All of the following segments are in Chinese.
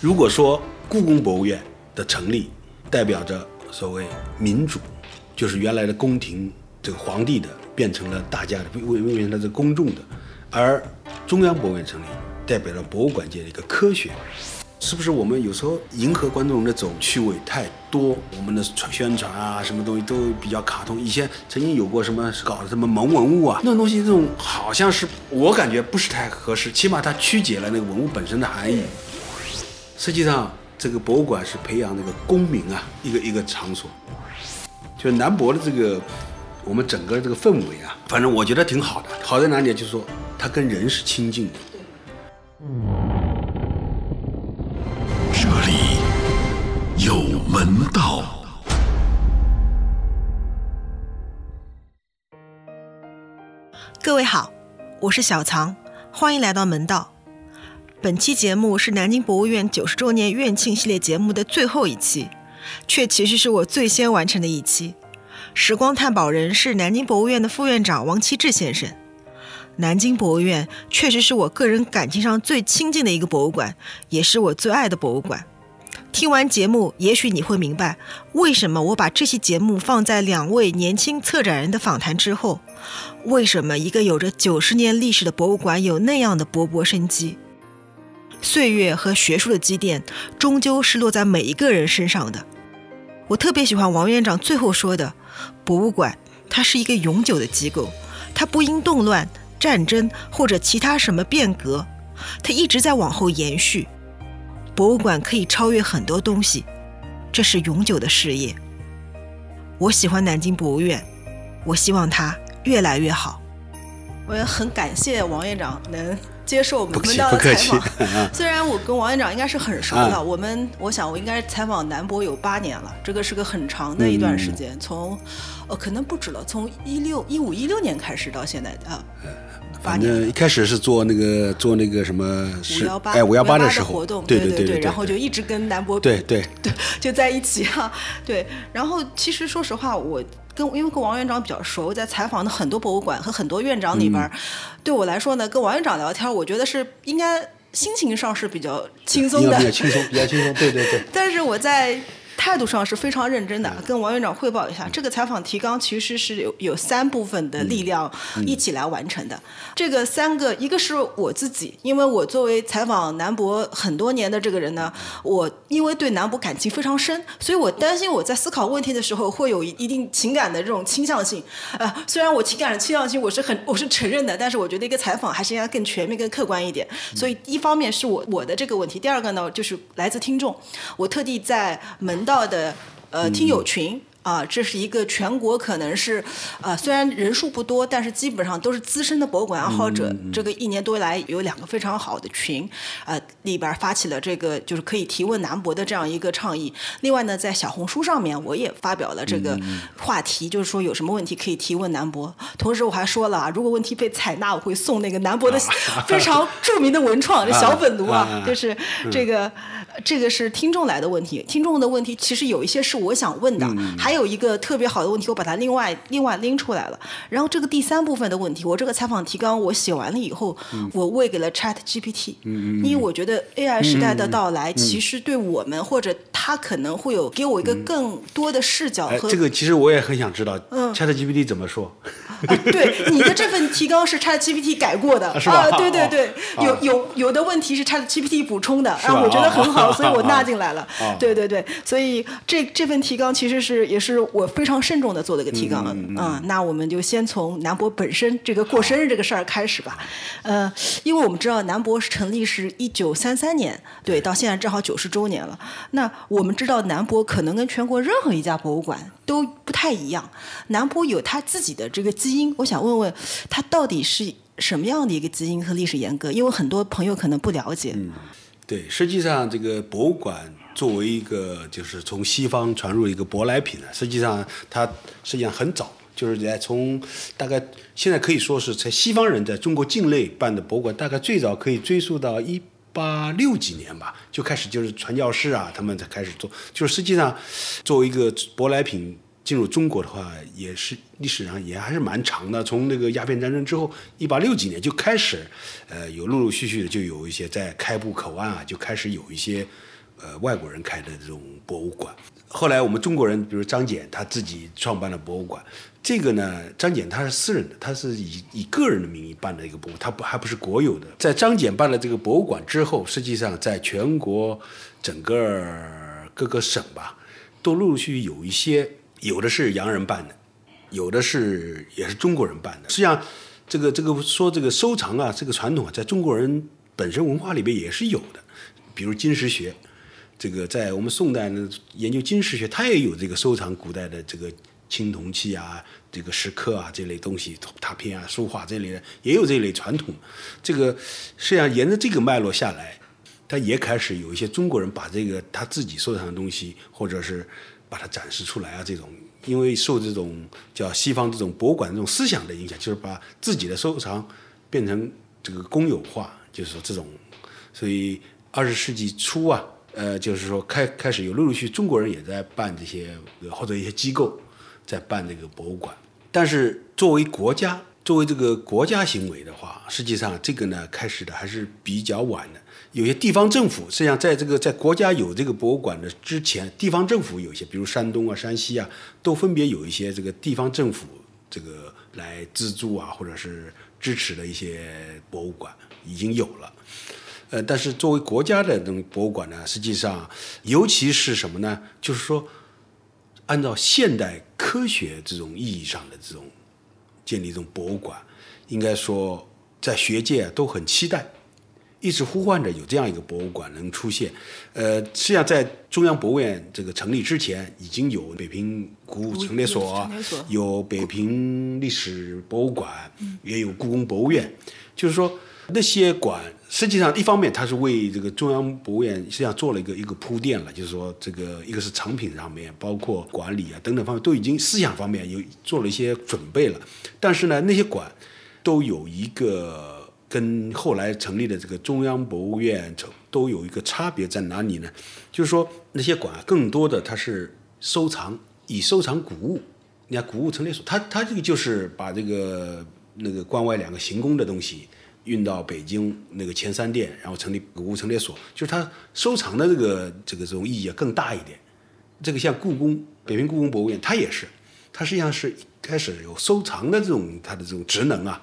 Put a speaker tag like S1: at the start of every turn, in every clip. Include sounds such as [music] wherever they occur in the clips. S1: 如果说故宫博物院的成立代表着所谓民主，就是原来的宫廷这个皇帝的变成了大家的，变变成了这个公众的，而中央博物院成立代表了博物馆界的一个科学。是不是我们有时候迎合观众的这种趣味太多？我们的传宣传啊，什么东西都比较卡通。以前曾经有过什么搞什么萌文物啊，那种东西，这种好像是我感觉不是太合适，起码它曲解了那个文物本身的含义。实际上，这个博物馆是培养那个公民啊，一个一个场所。就南博的这个，我们整个这个氛围啊，反正我觉得挺好的。好在哪里？啊就是说，它跟人是亲近的。
S2: 这里有门道。
S3: 各位好，我是小藏，欢迎来到门道。本期节目是南京博物院九十周年院庆系列节目的最后一期，却其实是我最先完成的一期。时光探宝人是南京博物院的副院长王其志先生。南京博物院确实是我个人感情上最亲近的一个博物馆，也是我最爱的博物馆。听完节目，也许你会明白为什么我把这期节目放在两位年轻策展人的访谈之后，为什么一个有着九十年历史的博物馆有那样的勃勃生机。岁月和学术的积淀，终究是落在每一个人身上的。我特别喜欢王院长最后说的：“博物馆它是一个永久的机构，它不因动乱、战争或者其他什么变革，它一直在往后延续。博物馆可以超越很多东西，这是永久的事业。”我喜欢南京博物院，我希望它越来越好。我也很感谢王院长能接受我们
S1: 不客
S3: 门
S1: 气
S3: 道的
S1: 不客
S3: 采
S1: 气
S3: 访。虽然我跟王院长应该是很熟的，
S1: 嗯
S3: 我们我想我应该采访南博有八年了，这个是个很长的一段时间，
S1: 嗯
S3: 从呃可能不止了，从一六一五一六年开始到现在啊，八
S1: 反
S3: 年
S1: 正一开始是做那个做那个什么
S3: 五
S1: 是
S3: 幺八
S1: 哎五幺八
S3: 的
S1: 时候
S3: 活动，
S1: 对
S3: 对
S1: 对对，
S3: 然后就一直跟南博
S1: 对对
S3: [laughs] 对，就在一起啊。 [laughs] 对，然后其实说实话，我跟因为跟王院长比较熟，在采访的很多博物馆和很多院长里
S1: 嗯
S3: 边儿，对我来说呢，跟王院长聊天，我觉得是应该心情上是比较轻松
S1: 应该
S3: 的
S1: 比，较轻松，比较轻松，对对
S3: [laughs]
S1: 对。
S3: 但是我在态度上是非常认真的，跟王院长汇报一下，这个采访提纲其实是有有三部分的力量一起来完成的。这个三个，一个是我自己，因为我作为采访南博很多年的这个人呢，我因为对南博感情非常深，所以我担心我在思考问题的时候会有一一定情感的这种倾向性。呃，虽然我情感的倾向性我是很我是承认的，但是我觉得一个采访还是应该更全面、更客观一点。所以一方面是我我的这个问题，第二个呢就是来自听众，我特地在门道的呃听友群。啊，这是一个全国可能是，呃，虽然人数不多，但是基本上都是资深的博物馆爱好者。这个一年多来有两个非常好的群，呃，里边发起了这个就是可以提问南博的这样一个倡议。另外呢，在小红书上面我也发表了这个话题，就是说有什么问题可以提问南博。同时我还说了啊，如果问题被采纳，我会送那个南博的非常著名的文创，这小本读
S1: 啊
S3: 啊，就是这个这个是听众来的问题，听众的问题其实有一些是我想问的，
S1: 嗯
S3: 还有一个特别好的问题，我把它另外另外拎出来了。然后这个第三部分的问题，我这个采访提纲我写完了以后，
S1: 嗯
S3: 我喂给了 Chat GPT，、因为我觉得 AI 时
S1: 嗯
S3: 代的到来，其实对我们或者它可能会有给我一个更多的视角
S1: 嗯哎，
S3: 和、
S1: 这个其实我也很想知道
S3: 嗯
S1: ，ChatGPT 怎么说？
S3: 啊对，你的这份提纲是 Chat GPT 改过
S1: [laughs]
S3: 的，
S1: 是吧
S3: 啊，对对对，
S1: 哦
S3: 有有有的问题是 Chat GPT 补充的，
S1: 吧
S3: [laughs] 啊，我啊觉得很
S1: 哦
S3: 好，所以我纳进来了
S1: 哦。
S3: 对对对，所以这这份提纲其实是也是我非常慎重的做的一个提纲，嗯，那我们就先从南博本身这个过生日这个事儿开始吧，呃，因为我们知道南博是成立是一九三三年，对，到现在正好九十周年了。那我们知道南博可能跟全国任何一家博物馆都不太一样，南博有他自己的这个基因。我想问问，他到底是什么样的一个基因和历史沿革？因为很多朋友可能不了解。
S1: 对，实际上这个博物馆作为一个就是从西方传入一个舶来品呢，实际上它实际上很早，就是在从大概现在可以说是在西方人在中国境内办的博物馆，大概最早可以追溯到一。八六几年吧，就开始就是传教士啊，他们才开始做。就是实际上，作为一个舶来品进入中国的话，也是历史上也还是蛮长的。从那个鸦片战争之后，一八六几年就开始，呃，有陆陆续续的就有一些在开埠口岸啊，就开始有一些呃外国人开的这种博物馆。后来我们中国人，比如张謇，他自己创办了博物馆。这个呢，张謇他是私人的，他是以以个人的名义办的一个博物，他不还不是国有的。在张謇办了这个博物馆之后，实际上在全国整个各个省吧，都陆陆续续有一些，有的是洋人办的，有的是也是中国人办的。实际上，这个这个说这个收藏啊，这个传统啊，在中国人本身文化里边也是有的，比如金石学。这个在我们宋代呢，研究金石学，它也有这个收藏古代的这个青铜器啊、这个石刻啊这类东西、拓片啊、书画这类的，也有这类传统。这个实际上沿着这个脉络下来，它也开始有一些中国人把这个他自己收藏的东西，或者是把它展示出来啊，这种因为受这种叫西方这种博物馆这种思想的影响，就是把自己的收藏变成这个公有化，就是说这种，所以二十世纪初啊。呃，就是说开开始有陆陆续中国人也在办这些，呃或者一些机构在办这个博物馆。但是作为国家，作为这个国家行为的话，实际上这个呢开始的还是比较晚的。有些地方政府实际上在这个在国家有这个博物馆的之前，地方政府有一些，比如山东啊、山西啊，都分别有一些这个地方政府这个来资助啊，或者是支持的一些博物馆已经有了。呃，但是作为国家的这种博物馆呢，实际上，尤其是什么呢？就是说，按照现代科学这种意义上的这种建立这种博物馆，应该说在学界都很期待，一直呼唤着有这样一个博物馆能出现。呃，实际上在中央博物院这个成立之前，已经有北平古物陈列所，
S4: 古物陈列所
S1: 嗯有北平历史博物馆，也有故宫博物院，就是说。那些馆实际上一方面它是为这个中央博物院实际上做了一个一个铺垫了，就是说这个一个是藏品上面，包括管理啊等等方面都已经思想方面有做了一些准备了。但是呢，那些馆都有一个跟后来成立的这个中央博物院都有一个差别在哪里呢？就是说那些馆更多的它是收藏，以收藏古物。你看古物陈列所，它它这个就是把这个那个关外两个行宫的东西。运到北京那个前三店，然后成立古物陈列所，就是它收藏的这个这个这种意义啊更大一点。这个像故宫，北平故宫博物院，它也是，它实际上是开始有收藏的这种它的这种职能啊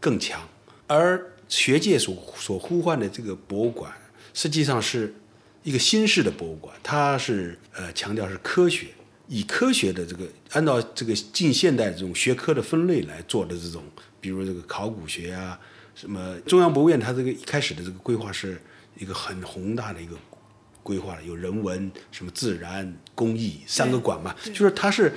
S1: 更强，而学界所所呼唤的这个博物馆，实际上是一个新式的博物馆，它是呃强调是科学，以科学的这个按照这个近现代这种学科的分类来做的这种，比如这个考古学啊。什么中央博物院，它这个一开始的这个规划是一个很宏大的一个规划了，有人文、什么自然、工艺三个馆嘛，就是它是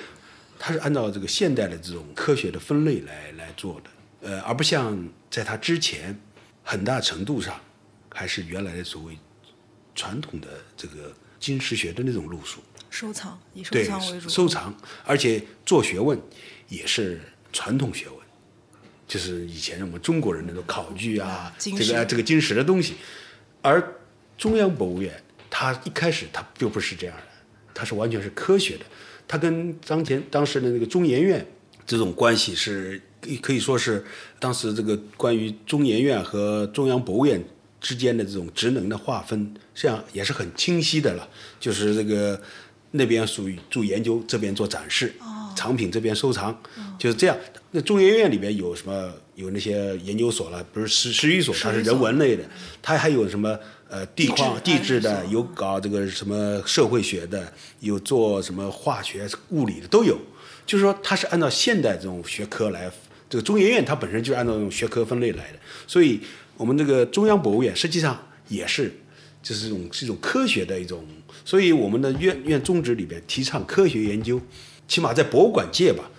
S1: 它是按照这个现代的这种科学的分类来来做的，呃，而不像在它之前很大程度上还是原来的所谓传统的这个金石学的那种路数，
S4: 收藏以收
S1: 对
S4: 藏为主，
S1: 收藏，而且做学问也是传统学问。就是以前我们中国人的那种考据啊，
S4: 金
S1: 这个
S4: 石
S1: 这个金石的东西，而中央博物院它一开始它就不是这样的，它是完全是科学的，它跟当前当时的那个中研院这种关系是呃可以说是当时这个关于中研院和中央博物院之间的这种职能的划分，实际上也是很清晰的了，就是这个那边属于做研究，这边做展示，藏品这边收藏，就是这样。那中研院里边有什么？有那些研究所了，不是十十一所，它是人文类的，它还有什么呃地矿、
S4: 地
S1: 地
S4: 质
S1: 质
S4: 哎
S1: 的
S4: 是，
S1: 有搞这个什么社会学的，有做什么化学、物理的都有。就是说，它是按照现代这种学科来，这个中研院它本身就是按照这种学科分类来的，所以我们这个中央博物院实际上也是，就是一种是一种科学的一种，所以我们的院院宗旨里边提倡科学研究，起码在博物馆界吧，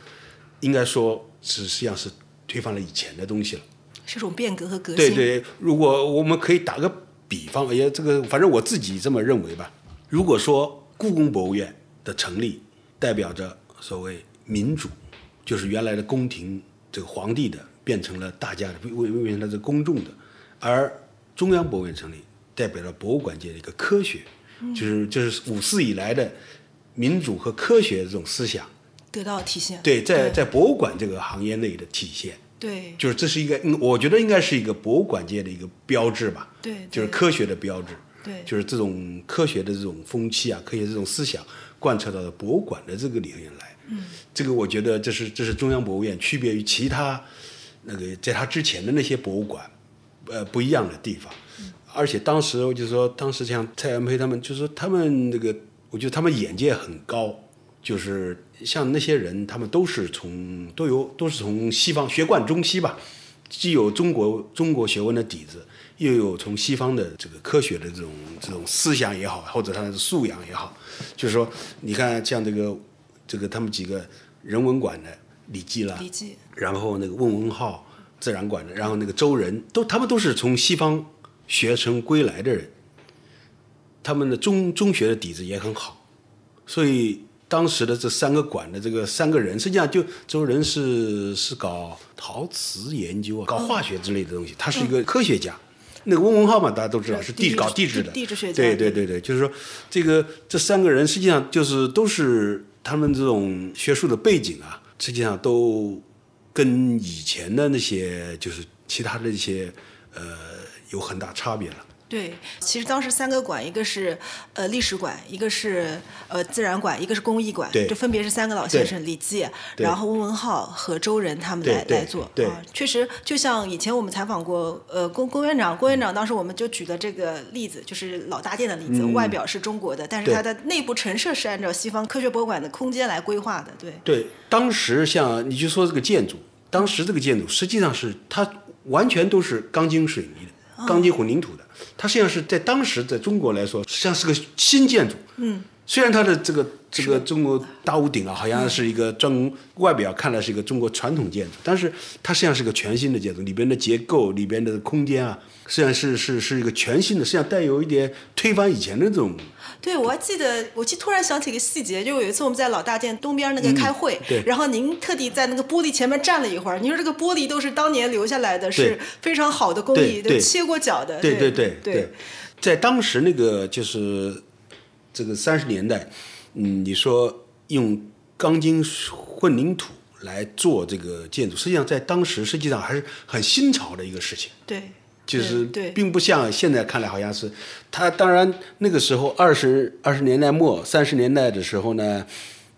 S1: 应该说是实际上是推翻了以前的东西了。
S4: 是一种变革和革新。
S1: 对对，如果我们可以打个比方，也这个反正我自己这么认为吧。如果说故宫博物院的成立代表着所谓民主，就是原来的宫廷这个皇帝的变成了大家的，为为变成了这个公众的，而中央博物院成立代表了博物馆界的一个科学，就是就是五四以来的民主和科学这种思想，
S4: 得到体现。
S1: 对，在在博物馆这个行业内的体现。
S4: 对
S1: 就是这是一个，嗯我觉得应该是一个博物馆界的一个标志吧，
S4: 对对
S1: 就是科学的标志。
S3: 对
S1: 就是这种科学的这种风气啊，科学这种思想贯彻到了博物馆的这个里面来。嗯，这个我觉得这是这是中央博物院区别于其他那个在它之前的那些博物馆，呃不一样的地方。而且当时就是说，当时像蔡元培他们，就是说他们那个，我觉得他们眼界很高，就是像那些人，他们都是从都有都是从西方学贯中西吧，既有中国中国学问的底子，又有从西方的这个科学的这种这种思想也好，或者他的素养也好，就是说，你看像这个这个他们几个人文馆的李济啦，
S3: 李济
S1: 然后那个问文浩自然馆的，然后那个周仁，都他们都是从西方学成归来的人，他们的中中学的底子也很好，所以当时的这三个馆的这个三个人，实际上就周仁是是搞陶瓷研究
S3: 哦
S1: 啊，搞化学之类的东西，他是一个科学家。那个翁文浩嘛，大家都知道
S3: 嗯是
S1: 是地
S3: 地
S1: 搞
S3: 质
S1: 地质的，
S3: 地质学家
S1: 对对对对，就是说这个这三个人实际上就是都是他们这种学术的背景啊，实际上都跟以前的那些就是其他的一些呃有很大差别了。
S3: 对，其实当时三个馆，一个是呃历史馆，一个是呃自然馆，一个是工艺馆，
S1: 对
S3: 这分别是三个老先
S1: 对
S3: 生李济，
S1: 对
S3: 然后翁文浩和周仁他们
S1: 对
S3: 来
S1: 对
S3: 来做。
S1: 对
S3: 啊，确实，就像以前我们采访过呃龚龚院长，龚院长当时我们就举的这个例子，就是老搭建的例子，外表是中国的，但
S1: 嗯
S3: 是
S1: 对
S3: 它的内部陈设是按照西方科学博物馆的空间来规划的。对，
S1: 对，当时像你就说这个建筑，当时这个建筑实际上是它完全都是钢筋水泥的、钢筋混凝土的，它实际上是在当时在中国来说，实际上是个新建筑。嗯，虽然它的这个这个中国大屋顶啊，好像是一个专门外表看来是一个中国传统建筑，但是它实际上是个全新的建筑，里边的结构、里边的空间啊，实际上是是是一个全新的，实际上带有一点推翻以前的这种
S3: 对，我还记得，我记突然想起一个细节，就有一次我们在老大殿东边那个开会，
S1: 嗯对
S3: 然后您特地在那个玻璃前面站了一会儿。您说这个玻璃都是当年留下来的，是非常好的工
S1: 对
S3: 艺，
S1: 对
S3: 切过角的。
S1: 对
S3: 对
S1: 对
S3: 对，
S1: 在当时那个就是这个三十年代，嗯，你说用钢筋混凝土来做这个建筑，实际上在当时实际上还是很新潮的一个事情。
S3: 对
S1: 就是
S3: 对对
S1: 并不像现在看来好像是，他当然那个时候二十二十年代末三十年代的时候呢，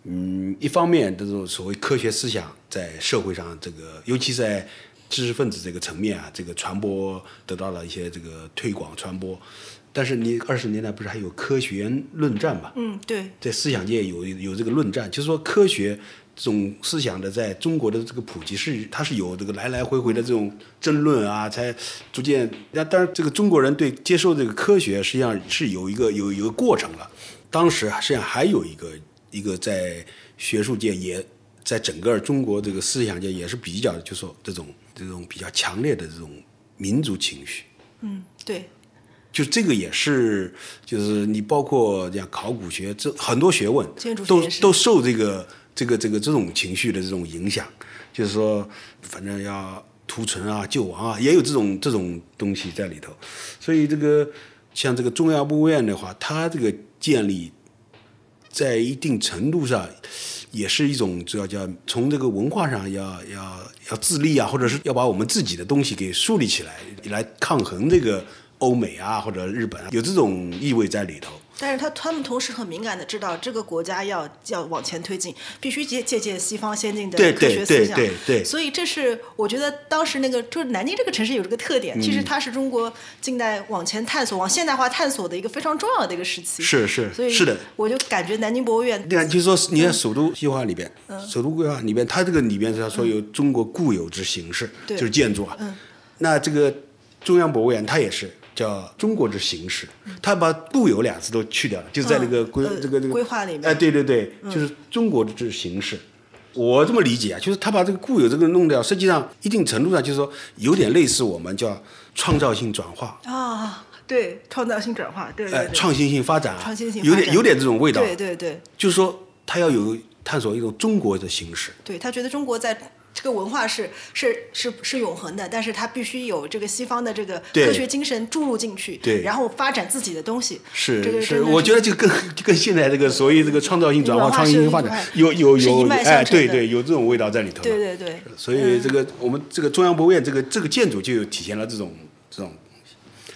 S1: 嗯，一方面这种所谓科学思想在社会上这个，尤其在知识分子这个层面啊，这个传播得到了一些这个推广传播，但是你二十年代不是还有科学论战嘛？
S3: 嗯对
S1: 在思想界有有这个论战，就是说科学这种思想的在中国的这个普及是它是有这个来来回回的这种争论啊，才逐渐。那当然，这个中国人对接受这个科学实际上是有一个有有一个过程了。当时实际上还有一个一个在学术界也在整个中国这个思想界也是比较就是说这种这种比较强烈的这种民族情绪。
S3: 嗯对
S1: 就这个也是，就是你包括像考古学，这很多学问
S3: 建筑学
S1: 都
S3: 也是
S1: 都受这个这个这个这种情绪的这种影响，就是说，反正要图存啊、救亡啊，也有这种这种东西在里头。所以这个像这个中央博物院的话，它这个建立在一定程度上，也是一种主要叫从这个文化上要要要自立啊，或者是要把我们自己的东西给树立起来，来抗衡这个欧美啊或者日本啊，有这种意味在里头。
S3: 但是他他们同时很敏感的知道这个国家要要往前推进，必须借借鉴西方先进的
S1: 对
S3: 科
S1: 对
S3: 学思
S1: 对
S3: 想。
S1: 对对，
S3: 所以这是我觉得当时那个就是南京这个城市有这个特点，其
S1: 嗯
S3: 实它是中国近代往前探索、往现代化探索的一个非常重要的一个时期。
S1: 是是
S3: 所以
S1: 是的。
S3: 我就感觉南京博物院
S1: 啊你看，就说你看首都计划里边，
S3: 嗯
S1: 首都规划里边，它这个里边是要说有中国固有之形式，
S3: 嗯对嗯
S1: 就是建筑啊。那这个中央博物院它也是叫中国之形式，它把固有俩字都去掉了，就在那个规
S3: 嗯呃
S1: 这个这个
S3: 规划里面嗯
S1: 哎，对对对，就是中国之形式。我这么理解啊，就是他把这个固有这个弄掉，实际上一定程度上就是说有点类似我们叫创造性转化，
S3: 啊，对，创造性转化，对对
S1: 哎，
S3: 对，
S1: 创新性发展啊，
S3: 创新性
S1: 有
S3: 发
S1: 点
S3: 展
S1: 有点这种味道，啊
S3: 对对对
S1: 就是说它要有探索一种中国的形式。
S3: 对，他觉得中国在。这个文化是是是是永恒的，但是它必须有这个西方的这个
S1: 对
S3: 科学精神注入进去，
S1: 对
S3: 然后发展自己的东西。这个
S1: 是
S3: 真的
S1: 我觉得就跟 [laughs] 跟现在这个所谓这个创造性转化、
S3: 文化
S1: 创
S3: 是
S1: 新性发展
S3: 一
S1: 有有
S3: 是一
S1: 有
S3: 脉相
S1: 哎，
S3: 承
S1: 对
S3: 的
S1: 对，有这种味道在里头了。
S3: 对对对，
S1: 所以这个我们这个中央博物院这个这个建筑就有体现了这种这种。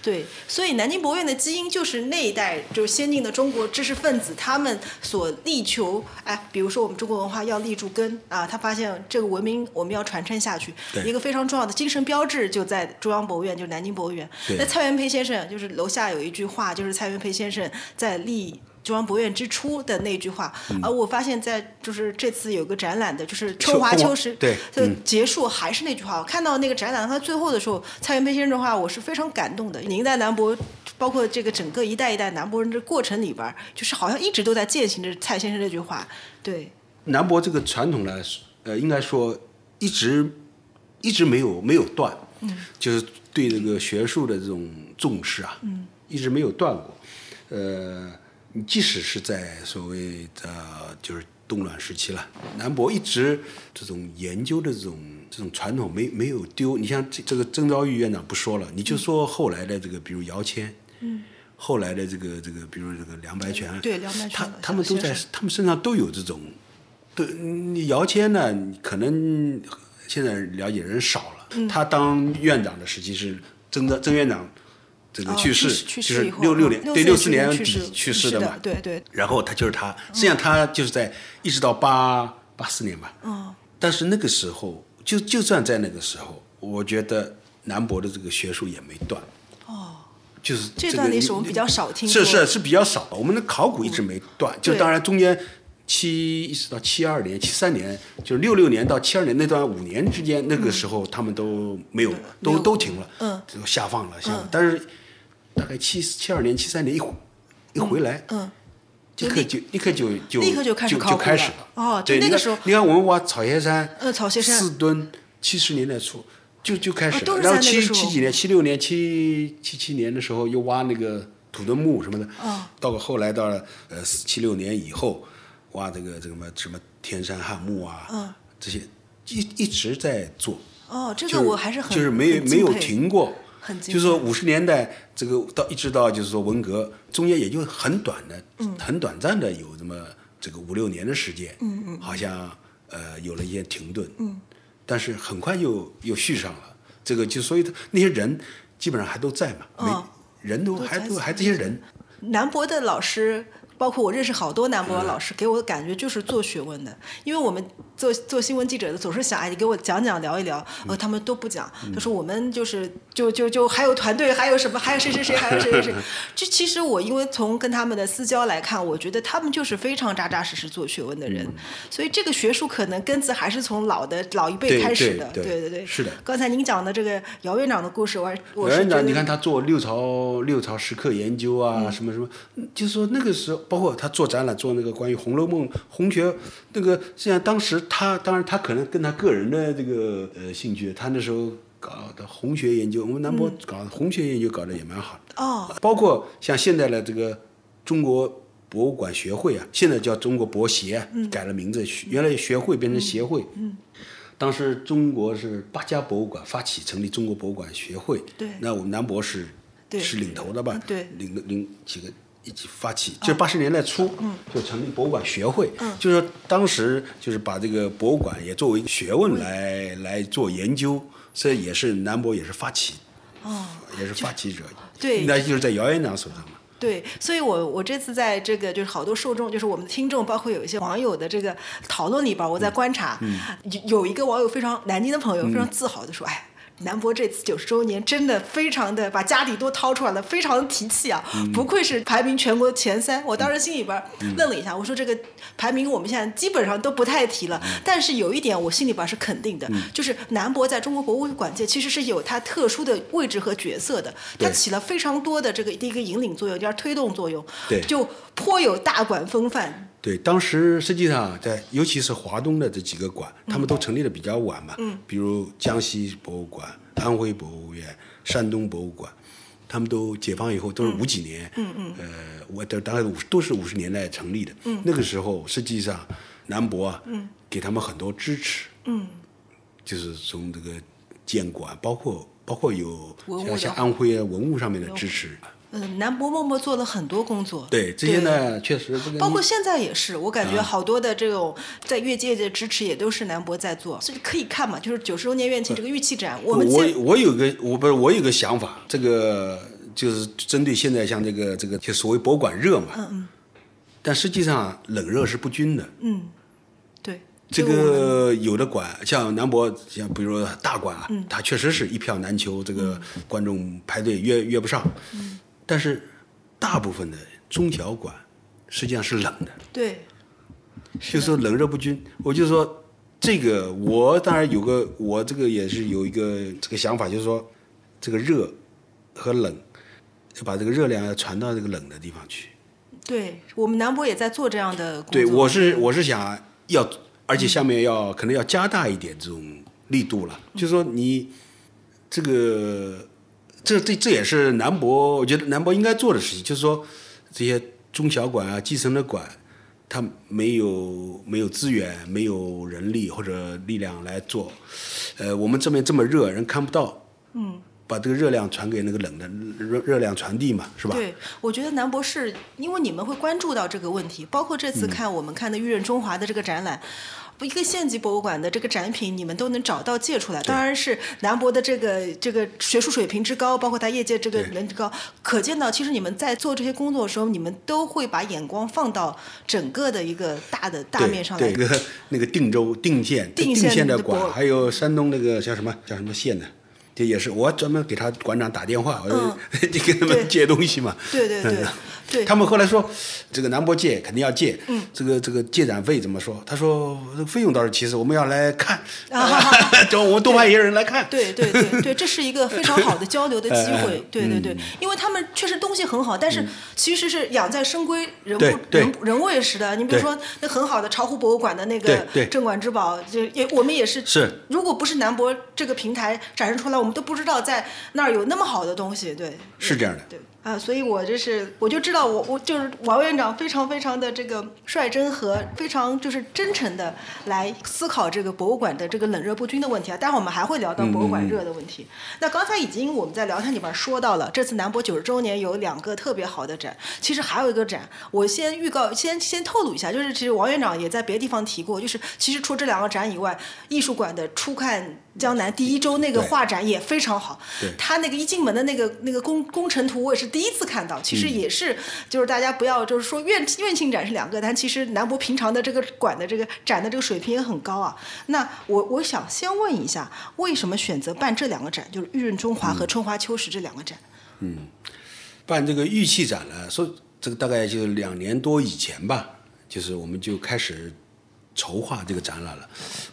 S3: 对，所以南京博物院的基因就是那一代就是先进的中国知识分子他们所力求，哎，比如说我们中国文化要立住根啊，他发现这个文明我们要传承下去，
S1: 对
S3: 一个非常重要的精神标志就在中央博物院，就是南京博物院
S1: 对。
S3: 那蔡元培先生就是楼下有一句话，就是蔡元培先生在立。中央博物院之初的那句话，
S1: 嗯
S3: 而我发现，在就是这次有个展览的，就是
S1: 秋
S3: 春华
S1: 空
S3: 秋
S1: 王
S3: 实，
S1: 对
S3: 就
S1: 嗯
S3: 结束还是那句话，我看到那个展览它最后的时候，蔡元培先生的话，我是非常感动的。宁代南博，包括这个整个一代一代南博人的过程里边儿，就是好像一直都在践行着蔡先生这句话。对，
S1: 南博这个传统呢，呃，应该说一直一直没有没有断，就是对这个学术的这种重视啊，一直没有断过。呃，你即使是在所谓的就是动乱时期了，南博一直这种研究的这种这种传统没没有丢。你像这这个曾昭玉院长不说了，你就说后来的这个，比如姚谦，嗯，后来的这个这个，比如这个梁白泉，啊
S3: 对梁白泉
S1: 他
S3: 老
S1: 他们都在
S3: 先生
S1: 他们身上都有这种。对，你姚谦呢，你可能现在了解人少了。
S3: 嗯
S1: 他当院长的时期是曾的曾院长这个
S3: 哦
S1: 去世，就
S3: 去世
S1: 是
S3: 以后，
S1: 六六年对六
S3: 四
S1: 四年
S3: 去
S1: 底
S3: 世
S1: 去
S3: 世
S1: 世的嘛。
S3: 对对，
S1: 然后他就是他，实际上他就是在一直到八八四年吧。
S3: 嗯，
S1: 但是那个时候，就就算在那个时候，我觉得南博的这个学术也没断。就是
S3: 哦这
S1: 个
S3: 段历史我们比较少听
S1: 是
S3: 说
S1: 是是比较少。我们的考古一直没断，就
S3: 对
S1: 当然中间七一直到七二年、七三年，就是六六年到七二年那段五年之间，那个时候他们都没有，
S3: 没
S1: 都
S3: 有
S1: 都停了，
S3: 嗯，
S1: 就下放了，下放。但是大概七七二年、七三年一回一回来，
S3: 嗯，
S1: 立刻就立刻就就
S3: 立刻就开始考古
S1: 就开始
S3: 了哦就
S1: 对
S3: 那
S1: 你
S3: 个
S1: 看
S3: 时候
S1: 你看我们挖草鞋山，
S3: 呃草鞋山
S1: 四吨，七十年代初就就开始
S3: 哦都
S1: 了，
S3: 是
S1: 然后
S3: 在那
S1: 七
S3: 个时候
S1: 七几年、七六年、七七七年的时候又挖那个土墩墓什么的，
S3: 哦
S1: 到后来到了呃七六年以后挖这个这个什么什么天山汉墓啊，
S3: 嗯
S1: 这些一一直在做，
S3: 哦，这
S1: 就
S3: 个我还是很
S1: 就是没有
S3: 很
S1: 没
S3: 敬
S1: 有
S3: 佩
S1: 停过，
S3: 很敬
S1: 就是说
S3: 佩
S1: 五十年代这个到一直到就是说文革中间也就很短的，很短暂的有这么这个五六年的时间，嗯嗯，好像呃有了一些停顿，嗯，但是很快又又续上了，这个就所以他那些人基本上还都在嘛，
S3: 哦
S1: 没人都还
S3: 都在
S1: 都还这些人，
S3: 南博的老师，包括我认识好多南博的老师，给我的感觉就是做学问的。因为我们做做新闻记者的，总是想哎，你给我讲讲聊一聊，
S1: 嗯
S3: 呃，他们都不讲，就说我们就是就就就还有团队，还有什么，还有谁谁谁，还有谁谁谁。
S1: [laughs]
S3: 这其实我因为从跟他们的私交来看，我觉得他们就是非常扎扎实实做学问的人，
S1: 嗯
S3: 所以这个学术可能根子还是从老的老一辈
S1: 对
S3: 开始
S1: 对
S3: 的。
S1: 对
S3: 对对，
S1: 是的
S3: 刚才您讲的这个姚院长的故事，我还我
S1: 袁
S3: 是
S1: 院
S3: 觉
S1: 长，
S3: 得
S1: 哎你看他做六朝六朝石刻研究啊，什么什么，嗯就是说那个时候，包括他做展览，做那个关于《红楼梦》红学那个，实际上当时他当然他可能跟他个人的这个呃兴趣，他那时候搞的红学研究，我们南博搞的红学研究搞得也蛮好的，
S3: 嗯哦，
S1: 包括像现在的这个中国博物馆学会啊，现在叫中国博协啊，
S3: 嗯
S1: 改了名字，学原来学会变成协会。嗯，当时中国是八家博物馆发起成立中国博物馆学会，
S3: 对
S1: 那我们南博是
S3: 对
S1: 是领头的吧
S3: 嗯？对啊
S1: 领领几个一起发起，就八十年代初
S3: 嗯
S1: 就成立博物馆学会，就是说当时就是把这个博物馆也作为学问
S3: 嗯
S1: 来来做研究，这也是南博也是发起。哦，也是发起者，
S3: 对
S1: 那就是在姚院长手上嘛。
S3: 对，所以我我这次在这个就是好多受众，就是我们的听众，包括有一些网友的这个讨论里边儿，我在观察，有有一个网友非常南京的朋友非常自豪的说，哎。南博这次九十周年真的非常的把家底都掏出来了，非常的提气啊！不愧是排名全国前三。我当时心里边儿愣了一下，我说这个排名我们现在基本上都不太提了，但是有一点我心里边儿是肯定的，就是南博在中国博物馆界其实是有它特殊的位置和角色的，它
S1: 对
S3: 起了非常多的这个第一个引领作用，第二推动作用，
S1: 对
S3: 就颇有大馆风范。
S1: 对，当时实际上在，尤其是华东的这几个馆，他们都成立的比较晚嘛。嗯。比如江西博物馆、安徽博物院、山东博物馆，他们都解放以后都是五几年。嗯嗯。呃，我都当然五都是五十年代成立的。嗯。那个时候实际上南博啊，嗯，给他们很多支持。嗯。就是从这个建馆，包括包括有
S3: 文物
S1: 像
S3: 的
S1: 像安徽啊文物上面的支持。
S3: 嗯，南博默默做了很多工作，
S1: 对这些呢，啊确实这个
S3: 包
S1: 你
S3: 括现在也是，我感觉好多的这种在越界的支持也都是南博在做，所以可以看嘛，就是九十周年院庆这个玉器展，我们
S1: 我
S3: 现
S1: 我有个我不是我有个想法，这个就是针对现在像这个这个就所谓博物馆热嘛，嗯嗯，但实际上啊冷热是不均的，
S3: 嗯，对，
S1: 这
S3: 我们
S1: 个有的馆，像南博，像比如说大馆啊，
S3: 嗯
S1: 它确实是一票难求，这个观众排队约约不上。
S3: 嗯
S1: 但是大部分的中小馆实际上是冷的，
S3: 对
S1: 就是说冷热不均。我就说这个，我当然有个，我这个也是有一个这个想法，就是说这个热和冷，要把这个热量要传到这个冷的地方去。
S3: 对，我们南博也在做这样的工作。
S1: 对，我是我是想要，而且下面要、可能要加大一点这种力度了，就是说你这个这这这也是南博，我觉得南博应该做的事情，就是说这些中小馆啊、基层的馆，它没有没有资源、没有人力或者力量来做，呃，我们这边这么热，人看不到，嗯，把这个热量传给那个冷的热热量传递嘛，是吧？
S3: 对，我觉得南博士，因为你们会关注到这个问题，包括这
S1: 嗯
S3: 次看我们看的《玉润中华》的这个展览。不，一个县级博物馆的这个展品，你们都能找到借出来。当然是南博的这个这个学术水平之高，包括他业界这个
S1: 对
S3: 能力高，可见到其实你们在做这些工作的时候，你们都会把眼光放到整个的一个大的大
S1: 对
S3: 面上来 [laughs]
S1: 对，那个那个定州、定县、
S3: 定县
S1: 县的
S3: 的博
S1: 馆，还有山东那个叫什么叫什么县的，这也是我还专门给他馆长打电话，我说 [laughs] 就跟他
S3: 嗯对
S1: 们借东西嘛。嗯
S3: 对对对对嗯
S1: 他们后来说，这个南博借肯定要借，这个这个借展费怎么说？他说这个费用倒是其次，我们要来看，
S3: 啊
S1: [laughs] 就我们多派一些人来看。
S3: 对对对对，这是一个非常好的交流的机
S1: 哎
S3: 会。对对
S1: 嗯
S3: 对，因为他们确实东西很好，但是其实是养在深闺人
S1: 对
S3: 不
S1: 对
S3: 人不人未识的。你比
S1: 对
S3: 如说那很好的巢湖博物馆的那个
S1: 对对
S3: 镇馆之宝，就也我们也是
S1: 是，
S3: 如果不是南博这个平台展示出来，我们都不知道在那儿有那么好的东西。对，
S1: 是这样的。
S3: 对啊，所以我就是我就知道我我就是王院长非常非常的这个率真和非常就是真诚的来思考这个博物馆的这个冷热不均的问题啊。待会儿我们还会聊到博物
S1: 嗯
S3: 馆热的问题。那刚才已经我们在聊天里边说到了，这次南博九十周年有两个特别好的展，其实还有一个展，我先预告先先透露一下，就是其实王院长也在别的地方提过，就是其实除这两个展以外，艺术馆的初看江南第一周那个
S1: 对
S3: 画展也非常好
S1: 对，
S3: 他那个一进门的那个那个工工程图，我也是第一次看
S1: 嗯
S3: 到。其实也是，就是大家不要就是说院院庆展是两个，但其实南博平常的这个馆的这个展的这个水平也很高啊。那我我想先问一下，为什么选择办这两个展，就是玉润中华和春花秋实这两个展？
S1: 办这个玉器展呢，说这个大概就是两年多以前吧，就是我们就开始筹划这个展览了。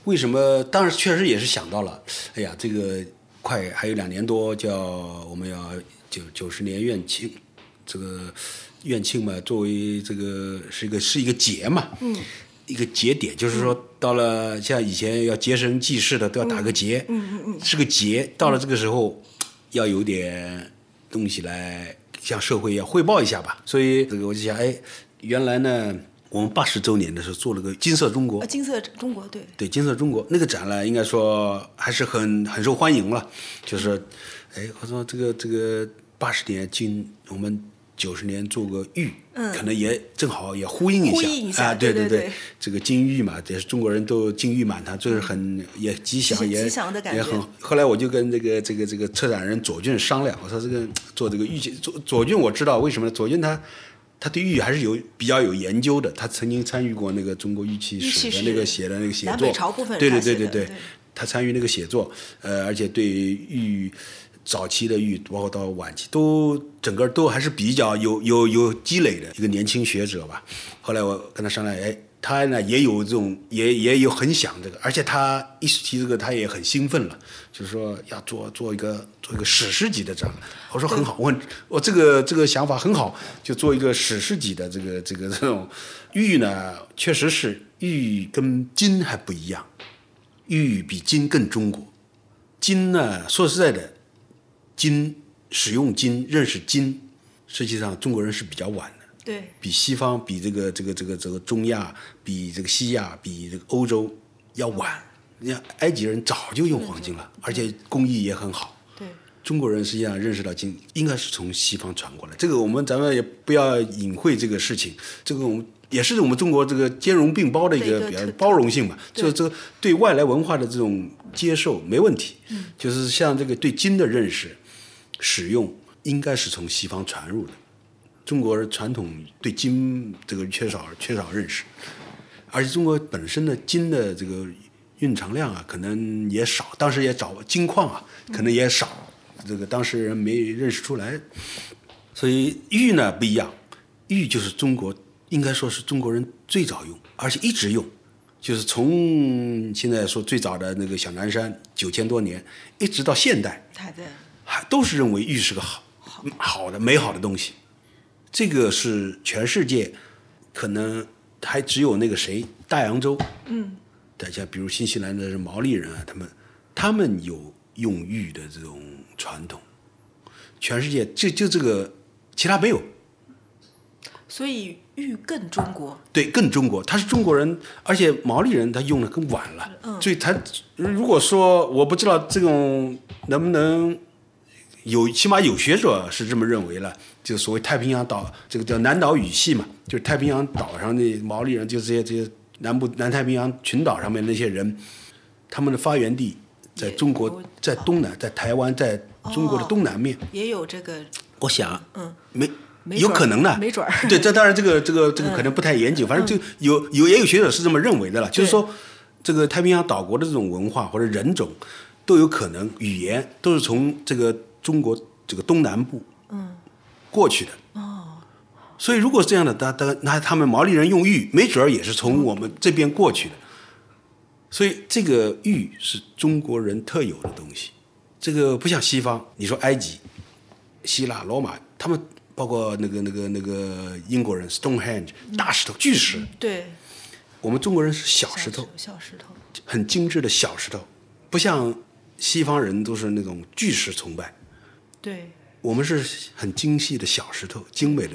S1: 为什么？当然确实也是想到了，哎呀，这个快还有两年多就要我们要九九十年院庆，这个院庆嘛，作为这个是一个是一个节嘛，嗯，一个节点，就是说到了像以前要结绳记事的都要打个结，嗯嗯嗯，是个节，到了这个时候要有点东西来向社会要汇报一下吧，所以这个我就想，哎，原来呢，我们八十周年的时候做了个金色中国
S3: 呃，，金色中国对，
S1: 对金色中国那个展览，应该说还是很很受欢迎了。就是，哎，我说这个这个八十年金，我们九十年做个玉，可能也正好也呼应一下，
S3: 嗯呼应一下
S1: 啊，
S3: 对
S1: 对
S3: 对对
S1: 这个金玉嘛，也是中国人都金玉满堂，这是很也吉祥，
S3: 吉
S1: 也
S3: 吉祥的感觉
S1: 也很。后来我就跟这个这个这个策展人左俊商量，我说这个做这个玉器，左左俊我知道为什么呢？左俊他。他对玉还是有比较有研究的，他曾经参与过那个中国玉器
S3: 玉器
S1: 史的
S3: 史
S1: 那个写的那个写作，
S3: 南北朝部分
S1: 对对
S3: 他写
S1: 对
S3: 的
S1: 对
S3: 对
S1: 他参与那个写作，呃，而且对玉早期的玉，包括到晚期，都整个都还是比较有有有积累的一个年轻学者吧。后来我跟他商量，哎，他呢也有这种，也也有很想这个，而且他一提这个，他也很兴奋了，就是说要做做一个做一个史诗级的展览。我说很好，我很我这个这个想法很好，就做一个史诗级的这个这个这种玉呢，确实是玉跟金还不一样。玉比金更中国。金呢，说实在的，金使用金、认识金，实际上中国人是比较晚的，
S3: 对
S1: 比西方、比这个这个这个这个中亚、比这个西亚、比这个欧洲要晚。你看埃及人早就用黄金了，而且工艺也很好。
S3: 对
S1: 中国人实际上认识到金应该是从西方传过来，这个我们咱们也不要隐晦这个事情，这个我们也是我们中国这个兼容并包的一
S3: 对一
S1: 个
S3: 个
S1: 比较
S3: 特
S1: 包容性嘛，
S3: 对
S1: 就这个对外来文化的这
S3: 嗯
S1: 种接受没问题，就是像这个对金的认识、使用应该是从西方传入的。中国传统对金这个缺少缺少认识，而且中国本身的金的这个蕴藏量啊，可能也少，当时也找金矿啊，可能也少，这个当时人没认识出来。所以玉呢不一样，玉就是中国应该说是中国人最早用，而且一直用，就是从现在说最早的那个小南山九千多年，一直到现代，
S4: 还在
S1: 还都是认为玉是个好好的美好的东西。这个是全世界可能还只有那个谁大洋洲，嗯，大家比如新西兰的毛利人啊，他们他们有用玉的这种传统，全世界就就这个其他没有，
S3: 所以玉更中国，
S1: 对，更中国，他是中国人，而且毛利人他用的更晚了，所以他如果说我不知道这种能不能有，起码有学者是这么认为了，就所谓太平洋岛这个叫南岛语系嘛，就是太平洋岛上的毛利人，就这些这些南部南太平洋群岛上面那些人，他们的发源地在
S3: 也
S1: 中国
S3: 我，
S1: 在东南，在台湾，在中国的东南面。
S3: 也有这个
S1: 我想，嗯，没。
S3: 没
S1: 有
S3: 准儿
S1: 可能的，
S3: 没准儿
S1: [laughs]
S3: 嗯
S1: 对，这当然这
S3: [laughs]
S1: 个这个这个可能不太严谨，反正就有有也有学者是这么认为的了，就是说，这个太平洋岛国的这种文化或者人种，都有可能语言都是从这个中国这个东南部嗯过去的哦，所以如果是这样的，他他那他们毛利人用玉，没准儿也是
S3: 嗯
S1: 从我们这边过去的，所以这个玉是中国人特有的东西，这个不像西方，你说埃及。希腊、罗马，他们包括那个那个那个英国人 Stonehenge 大石头、巨石，
S3: 对
S1: 我们中国人是嗯小石头，
S3: 小石头，
S1: 很精致的小石头，不像西方人都是那种巨石崇拜，
S3: 对
S1: 我们是很精细的小石头，精美的，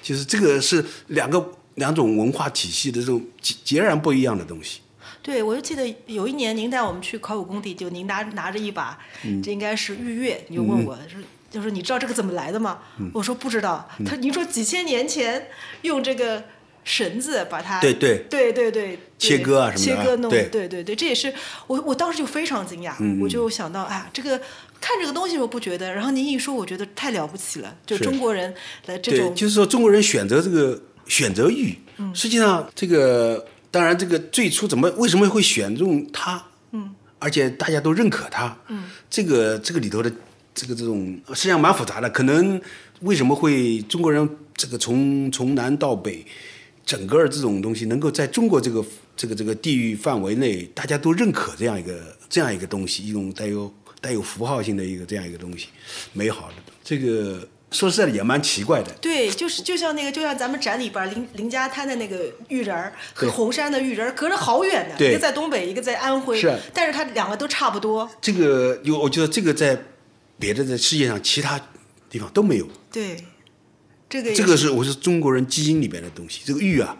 S1: 就是这个是两个两种文化体系的这种截截然不一样的东西。
S3: 对，我就记得有一年您带我们去考古工地，就您拿拿着一把，
S1: 嗯
S3: 这应该是玉钺，你就问我说。就说你知道这个怎么来的吗？
S1: 嗯
S3: 我说不知道。他您说几千年前用这个绳子把它
S1: 对对
S3: 对对对
S1: 切割啊什么的啊
S3: 切割弄
S1: 对嗯
S3: 对对对，这也是我我当时就非常惊讶，我就想到啊，这个看这个东西我不觉得，然后您一说，我觉得太了不起了，就是中国人的这
S1: 对，
S3: 种
S1: 就是说中国人选择这个选择欲，实际上这个当然这个最初怎么为什么会选中它，嗯，而且大家都认可它，嗯，这个这个里头的这个这种实际上蛮复杂的，可能为什么会中国人这个从从南到北。整个这种东西能够在中国这个这个这个地域范围内，大家都认可这样一个这样一个东西，一种带有带有符号性的一个这样一个东西，美好的这个说实在的也蛮奇怪的，
S3: 对，就是就像那个，就像咱们展里边儿林林家滩的那个玉人儿和
S1: 对
S3: 红山的玉人儿隔着好远的，
S1: 对
S3: 一个在东北，一个在安徽，
S1: 是
S3: 但是它两个都差不多。
S1: 这个有，我觉得这个在别的在世界上其他地方都没有。
S3: 对，这个也
S1: 这个是我是中国人基因里边的东西，这个玉啊，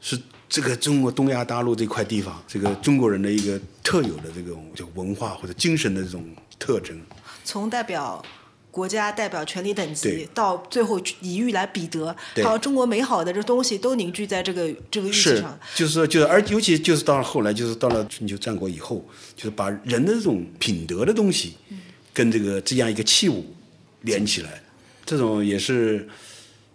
S1: 是这个中国东亚大陆这块地方，这个中国人的一个特有的这种就文化或者精神的这种特征。
S3: 从代表国家、代表权力等级
S1: 对
S3: 到最后以玉来比得，
S1: 对
S3: 然后中国美好的这东西都凝聚在这个这个玉器
S1: 是
S3: 上。，
S1: 就是说，就是，而尤其就是到了后来，就是到了春秋战国以后，就是把人的这种品德的东西，
S3: 嗯
S1: 跟这个这样一个器物连起来，这种也是，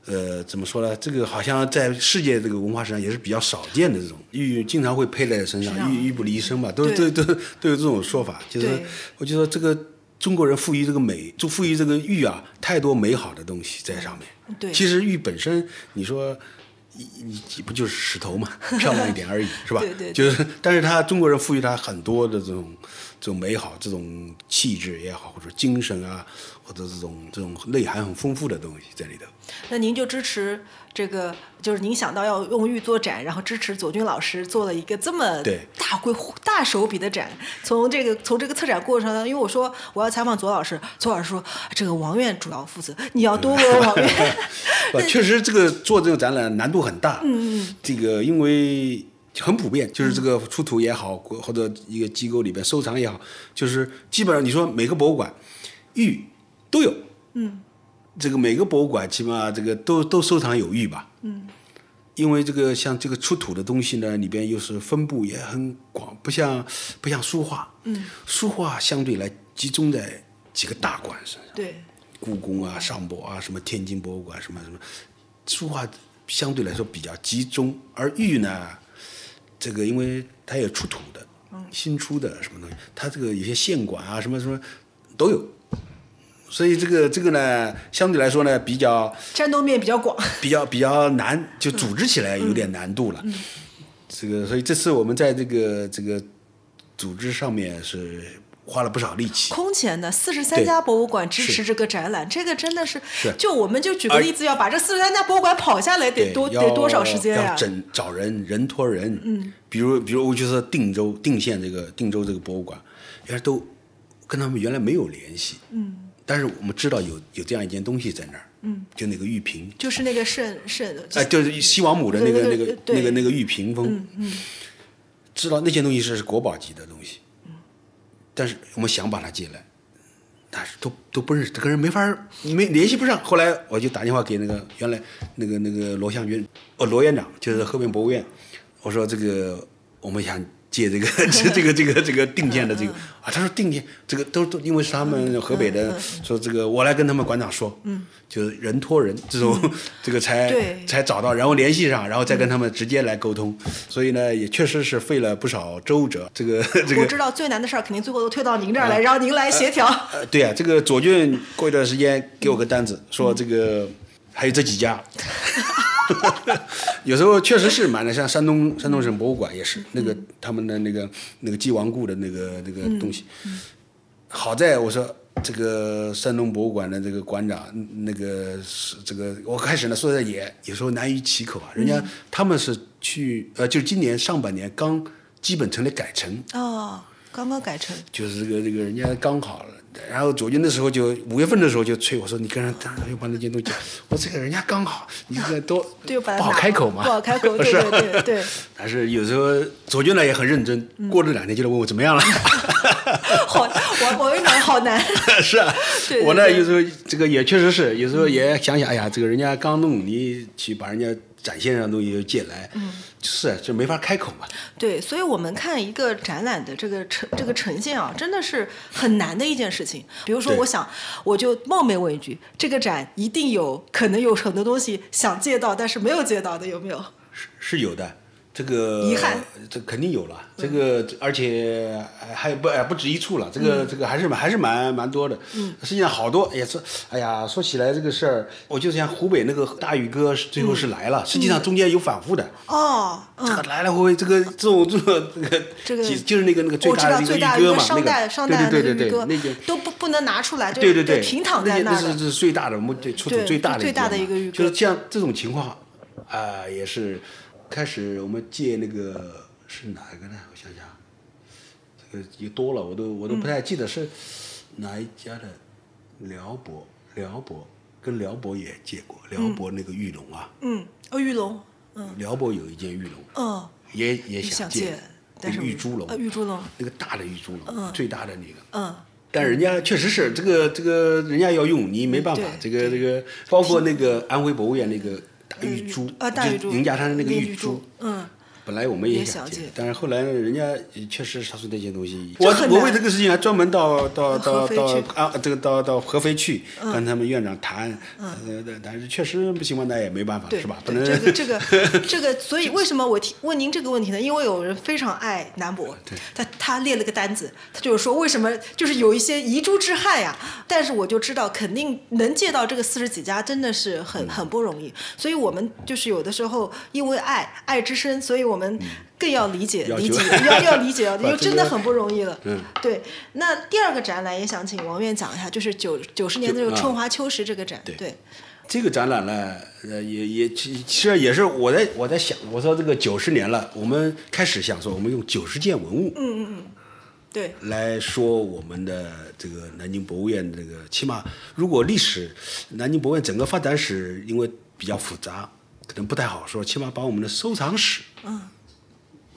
S1: 呃，怎么说呢？这个好像在世界这个文化史上也是比较少见的这种玉，经常会佩戴在身
S3: 身上
S1: 上，玉玉不离身吧，都
S3: 啊对
S1: 都都都有这种说法。就是
S3: 对
S1: 我觉得这个中国人赋予这个美，就赋予这个玉啊，太多美好的东西在上面。
S3: 对
S1: 其实玉本身，你说你你你不就是石头
S3: [laughs]
S1: 嘛，漂亮一点而已，是吧？
S3: 对对对
S1: 就是，但是他中国人赋予他很多的这种这种美好、这种气质也好，或者精神啊，或者这种这种内涵很丰富的东西在里头。
S3: 那您就支持这个，就是您想到要用玉做展，然后支持左军老师做了一个这么
S1: 对
S3: 大规大手笔的展。从这个从这个策展过程当中，因为我说我要采访左老师，左老师说这个王院主要负责，你要多问王院。 [laughs]
S1: 啊，确实这个做这种展览难度很大。嗯这个因为很普遍，就是这个出土也好，或或者一个机构里边收藏也好，就是基本上你说每个博物馆玉都有。嗯。这个每个博物馆起码这个都都收藏有玉吧。嗯。因为这个像这个出土的东西呢，里边又是分布也很广，不像不像书画。嗯。书画相对来集中在几个大馆身上。
S3: 对，
S1: 故宫啊、上博啊、什么天津博物馆什么什么，书画相对来说比较集中，而玉呢，这个因为它也出土的，新出的什么东西，它这个有些县馆啊什么什么都有，所以这个这个呢，相对来说呢比较
S3: 战斗面比较广。
S1: 比较比较难，就组织起来有点难度了。这个，所以这次我们在这个这个组织上面是花了不少力气。
S3: 空前的，四十三
S1: 对
S3: 家博物馆支
S1: 是
S3: 持这个展览，这个真的是
S1: 是，
S3: 就我们就举个
S1: 而
S3: 例子，要把这四十三家博物馆跑下来，得
S1: 对，
S3: 多
S1: 要
S3: 得多少时间呀、
S1: 要整找人，人托人。嗯，比如比如我就说定州定县这个定州这个博物馆，原来都跟他们原来没有联系。嗯，但是我们知道有有这样一件东西在那儿。嗯，就那个玉屏，
S3: 就是那个肾肾，
S1: 哎，就是嗯西王母的那个那
S3: 对
S1: 个
S3: 对
S1: 那
S3: 对
S1: 个那个玉屏风，知道那件东西是是国宝级的东西，但是我们想把它借来，但是都都不认识，这个人没法儿没联系不上。后来我就打电话给那个原来那个那个罗向军，哦罗院长，就是河北博物院，我说这个我们想。借这个 [laughs] 这这个这个这个定县的这个啊，他说定县这个都都因为是他们河北的，说这个我来跟他们馆长说，嗯，就是人托人这种，这个才
S3: 对
S1: 才找到，然后联系上，然后再跟他们直接来沟通。所以呢，也确实是费了不少周折。这个这
S3: 我
S1: 个
S3: 知道最难的事儿肯定最后都推到您这儿来，让您来协调。
S1: 呃， [laughs] 对啊，这个左俊过一段时间给我个单子，说这个还有这几家。 [laughs] 有时候确实是蛮的，像山东山东省博物馆也是那个他们的那个那个鸡王固的那个那个东西。好在我说这个山东博物馆的这个馆长，嗯那个是这个我开始呢说的也有时候难于其口啊，人家他们是去呃，就是今年上半年刚基本成了改成，
S3: 哦，刚刚改成，
S1: 就是这个这个人家刚好了，然后左军的时候就五月份的时候就催我说你跟人哎当又把那件东西，我这个人家刚好，你这个都
S3: 对，把它
S1: 不好
S3: 拿
S1: 开口嘛，
S3: 不好开口，对
S1: 是吧
S3: 对对对。
S1: [laughs] 但是有时候左军呢也很认真，过了两天就来问我怎么
S3: [laughs]
S1: 样了。
S3: 好，我我跟你讲，好难。
S1: 是啊，
S3: 对对
S1: 我呢
S3: 对
S1: 有时候这个也确实是，有时候也想想，哎呀，这个人家刚弄，你去把人家展现上的东西借来，
S3: 嗯
S1: 是啊这没法开口嘛。
S3: 对，所以我们看一个展览的这个呈这个呈现啊，真的是很难的一件事情。比如说，
S1: 对
S3: 我想我就冒昧问一句，这个展一定有可能有很多东西想借到，但是没有借到的，有没有？
S1: 是是有的，这个
S3: 遗憾，嗯
S1: 这肯定有了。这个而且呃还有不呃不止一处了，这个、这个还是蛮还是蛮蛮多的。嗯，实际上好多也是，哎呀，说起来这个事儿，我就像湖北那个大宇哥是最后是来了，实际上中间有反复的。
S3: 哦，嗯
S1: 这个来来回回，这个这种这个这
S3: 这
S1: 个
S3: 个
S1: 几，就是那个那个最
S3: 我知
S1: 大
S3: 道
S1: 的一个
S3: 最
S1: 玉
S3: 大
S1: 哥嘛，那
S3: 商代商代
S1: 个对对对对
S3: 玉哥
S1: 对，那个
S3: 都不不能拿出来，就
S1: 对对对，
S3: 平躺在
S1: 那
S3: 那
S1: 那
S3: 儿
S1: 是
S3: 的。
S1: 是最大的，我们对出土
S3: 对
S1: 最大的
S3: 最大的一个
S1: 嘛
S3: 玉
S1: 就是
S3: 鸽
S1: 像这种情况，啊、也是开始我们借那个是哪一个呢？我想想，这个也多了，我都我都
S3: 嗯
S1: 不太记得是哪一家的辽博，辽博跟辽博也借过，辽博那个玉龙啊，
S3: 嗯，哦，玉龙，嗯
S1: 辽博有一件玉龙，
S3: 嗯，
S1: 也也
S3: 想
S1: 借
S3: 借，但是
S1: 那个玉猪
S3: 呃
S1: 龙，
S3: 玉猪龙，
S1: 那个大的玉猪龙，最大的那个。
S3: 嗯，
S1: 但人家确实是这个这个人家要用你没办法
S3: 对，
S1: 这个这个包括那个安徽博物院那个大玉珠
S3: 呃，大玉
S1: 就
S3: 珠，
S1: 凌驾山的那个
S3: 玉
S1: 玉珠，
S3: 嗯，
S1: 本来我们也
S3: 也
S1: 想
S3: 想
S1: 借
S3: 借，
S1: 但是后来人家也确实他说那些东西，
S3: 这
S1: 我
S3: 很
S1: 我
S3: 难
S1: 为这个事情还专门到到到
S3: 合肥
S1: 到
S3: 去嗯
S1: 啊这个到到合肥去跟他们院长谈，呃但是确实不行嘛，那也没办法
S3: 对，
S1: 啊是吧？不
S3: 对
S1: 能
S3: 这个
S1: [laughs]
S3: 这个这个，所以为什么我提问您这个问题呢？因为有人非常爱南博，他他列了个单子，他就是说为什么就是有一些遗珠之憾呀。但是我就知道，肯定能借到这个四十几家，真的是
S1: 嗯
S3: 很很不容易。所以我们就是有的时候因为爱爱之深，所以我们更要理解
S1: 嗯要
S3: 理
S1: 求，
S3: 解要要理解
S1: [laughs] 把
S3: 因为
S1: 这
S3: 真的
S1: 个
S3: 很不容易了。
S1: 嗯，
S3: 对。那第二个展览也想请王院讲一下，就是九九十年的这
S1: 就
S3: 个
S1: 啊
S3: 春华秋实这个展，
S1: 对
S3: 对，
S1: 这个展览呢，呃，也也其其实也是我在我在想，我说这个九十年了，我们开始想说我们用九十件文物，
S3: 对，
S1: 来说我们的这个南京博物院这个，起码如果历史南京博物院整个发展史，因为比较复杂，可能不太好说，起码把我们的收藏史，嗯，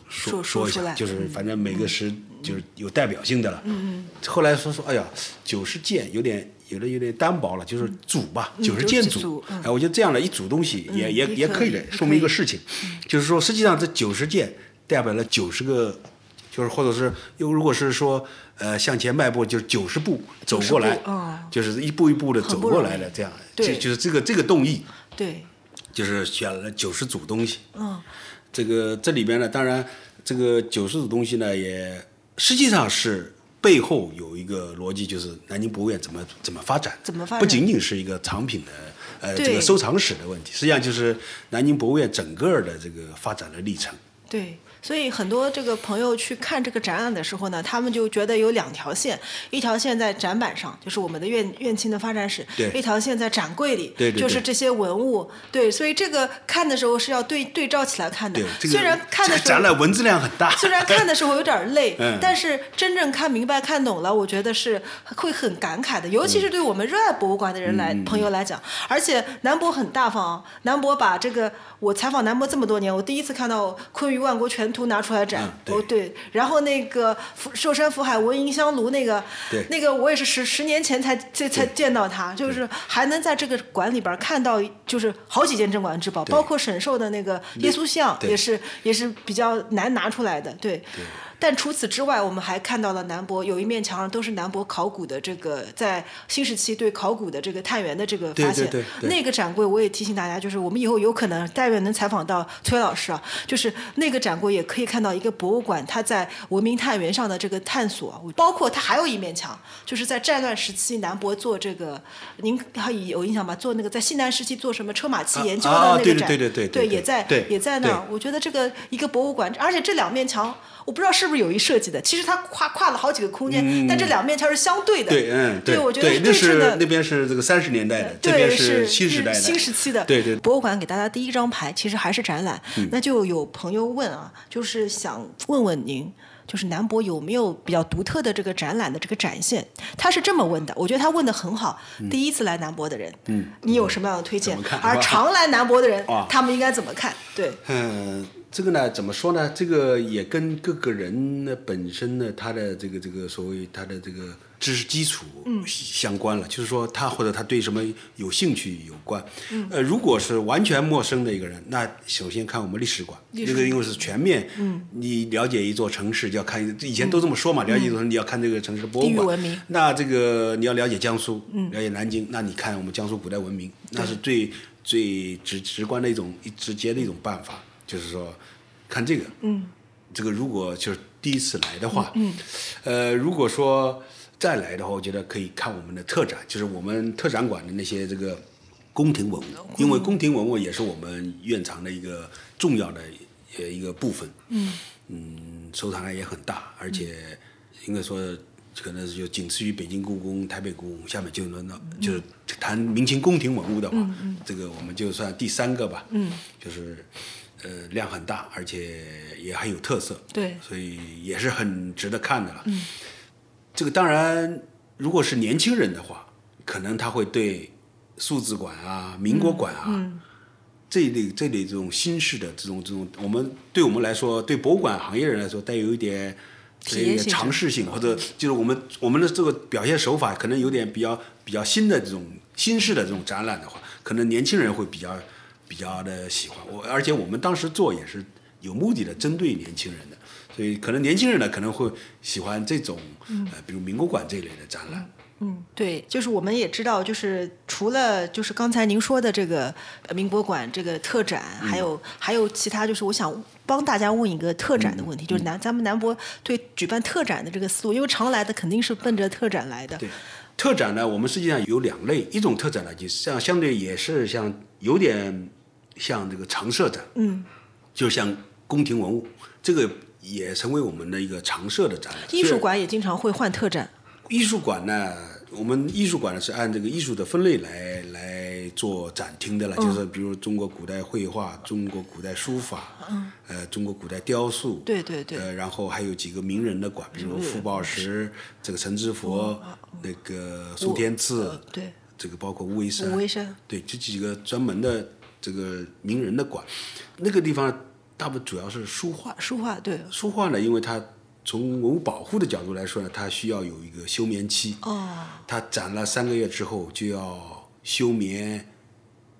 S1: 说
S3: 说说
S1: 一
S3: 出
S1: 下，
S3: 来
S1: 就是反正每个时就是有代表性的了。嗯后来说说，哎呀，九十件有点。有的有点单薄了，就是组吧，
S3: 嗯
S1: 九十件
S3: 就是
S1: 组
S3: 组，嗯
S1: 哎，我觉得这样的一组东西也
S3: 嗯
S1: 也
S3: 也
S1: 也
S3: 可
S1: 可以
S3: 以
S1: 的，
S3: 也
S1: 说
S3: 可
S1: 明一个
S3: 以
S1: 事情，就是说，实际上这九十件代表了九十个，就是或者是又如果是说呃向前迈步，就是九十步走过来
S3: 90，步哦
S1: 就是一步一步的走
S3: 很不
S1: 过
S3: 容
S1: 来
S3: 易
S1: 的这样，就
S3: 对
S1: 就是这个这个动议，
S3: 对，
S1: 就是选了九十组东西。
S3: 嗯，
S1: 这个这里边呢，当然这个九十组东西呢，也实际上是背后有一个逻辑，就是南京博物院怎么怎么发展，
S3: 怎么发展
S1: 不仅仅是一个藏品的呃
S3: 对
S1: 这个收藏史的问题，实际上就是南京博物院整个的这个发展的历程。
S3: 对，所以很多这个朋友去看这个展览的时候呢，他们就觉得有两条线，一条线在展板上，就是我们的院院庆的发展史
S1: 对；
S3: 一条线在展柜里，
S1: 对对
S3: 就是
S1: 对
S3: 这些文物。对，所以这个看的时候是要对对照起来看的。
S1: 对，这个
S3: 虽然看的
S1: 这个
S3: 时
S1: 展。
S3: 候
S1: 览文字量很大，
S3: 虽然看的时候有点累
S1: 嗯，
S3: 但是真正看明白、看懂了，我觉得是会很感慨的，尤其
S1: 嗯
S3: 是对我们热爱博物馆的人来、朋友来讲。而且南博很大方啊，南博把这个我采访南博这么多年，我第一次看到《坤舆万国全图》拿出来展，
S1: 嗯
S3: 哦对，然后那个福寿山福海文银香炉那个
S1: 对，
S3: 那个我也是十十年前才才才
S1: 对
S3: 见到它，就是还能在这个馆里边看到，就是好几件镇馆之宝，包括沈寿的那个耶稣像
S1: 对
S3: 也是。是也是比较难拿出来的，对。但除此之外，我们还看到了南博有一面墙上都是南博考古的这个在新时期对考古的这个探源的这个发
S1: 对
S3: 现。
S1: 对对对
S3: 那个展柜我也提醒大家，就是我们以后有可能但愿能采访到崔老师啊，就是那个展柜也可以看到一个博物馆它在文明探源上的这个探索，包括它还有一面墙，就是在战乱时期南博做这个，您还有印象吧？做那个在西南时期做什么车马器
S1: 啊
S3: 研究的
S1: 啊
S3: 那个
S1: 对对
S3: 展，
S1: 对对对对
S3: 也在
S1: 对
S3: 也在那儿
S1: 对。
S3: 我觉得这个一个博物馆，而且这两面墙，我不知道是不是有意设计的。其实它跨跨了好几个空间，但这两面墙是相对的。
S1: 嗯对，嗯，
S3: 对，我觉得
S1: 对，那
S3: 对称
S1: 是
S3: 的
S1: 那。边是这个三十年代的，这
S3: 对
S1: 边
S3: 是
S1: 新时代的，
S3: 新时期的
S1: 对对
S3: 博物馆给大家第一张牌，其实还是展览。那就有朋友问啊，就是想问问您，就是南博有没有比较独特的这个展览的这个展现？他是这么问的，我觉得他问的很好。第一次来南博的人，嗯，你有什么样的推荐
S1: 嗯怎么看？ [laughs]
S3: 而常来南博的人
S1: 啊，
S3: 他们应该怎么看？对，
S1: 嗯，这个呢，怎么说呢？这个也跟各个人呢本身呢，他的这个这个所谓他的这个知识基础相关了，就是说他或者他对什么有兴趣有关。呃，如果是完全陌生的一个人，那首先看我们历史馆，那个因为是全面，你了解一座城市就要看，以前都这么说嘛，了解一座城市你要看这个城市的博物
S3: 地域
S1: 馆，
S3: 文明
S1: 那这个你要了解江苏，了解南京，那你看我们江苏古代文明，那是最最直直观的一种一直接的一种办法，就是说看这个，嗯，这个如果就是第一次来的话，嗯，呃，如果说再来的话，我觉得可以看我们的特展，就是我们特展馆的那些这个宫廷文物，因为宫廷文物也是我们院藏的一个重要的呃一个部分，嗯收藏量也很大，而且应该说可能是就仅次于北京故宫、台北故宫，下面就轮到、就是谈明清宫廷文物的话，这个我们就算第三个吧，嗯，就是呃量很大，而且也很有特色，
S3: 对
S1: 所以也是很值得看的了。嗯，这个当然，如果是年轻人的话，可能他会对数字馆啊、民国馆啊。这一类这类这种新式的这种这种，我们对我们来说，对博物馆行业人来说，带有一点
S3: 体
S1: 有
S3: 验
S1: 点
S3: 性质
S1: 尝试性，或者就是我们我们的这个表现手法可能有点比较比较新的这种新式的这种展览的话，可能年轻人会比较比较的喜欢。我而且我们当时做也是有目的的，针对年轻人的，所以可能年轻人呢可能会喜欢这种呃，比如民国馆这一类的展览。
S3: 嗯，对，就是我们也知道，就是除了就是刚才您说的这个呃民博馆这个特展，还
S1: 嗯
S3: 有还有其他，就是我想帮大家问一个特
S1: 嗯
S3: 展的问题，就是南咱们南博对举办特展的这个思路，因为常来的肯定是奔着特展来的
S1: 对，，特展呢，我们实际上有两类，一种特展呢，就是像相对也是像有点像这个常设展，嗯，就像宫廷文物，这个也成为我们的一个常设的展览。
S3: 艺术
S1: 虽然
S3: 馆也经常会换特展，
S1: 艺术馆呢，我们艺术馆呢是按这个艺术的分类来来做展厅的了，
S3: 嗯
S1: 就是比如中国古代绘画、中国古代书法，嗯，呃，中国古代雕塑，
S3: 对对对
S1: 呃，然后还有几个名人的馆，比如傅抱石、这个陈之
S3: 哦
S1: 佛、那个苏天赐，
S3: 对，
S1: 这个包括吴为山，
S3: 吴为山
S1: 对，这几个专门的这个名人的馆，那个地方大部主要是书画。
S3: 书画对，
S1: 书画呢，因为它从文物保护的角度来说呢，它需要有一个休眠期。
S3: 哦，
S1: 它展了三个月之后就要休眠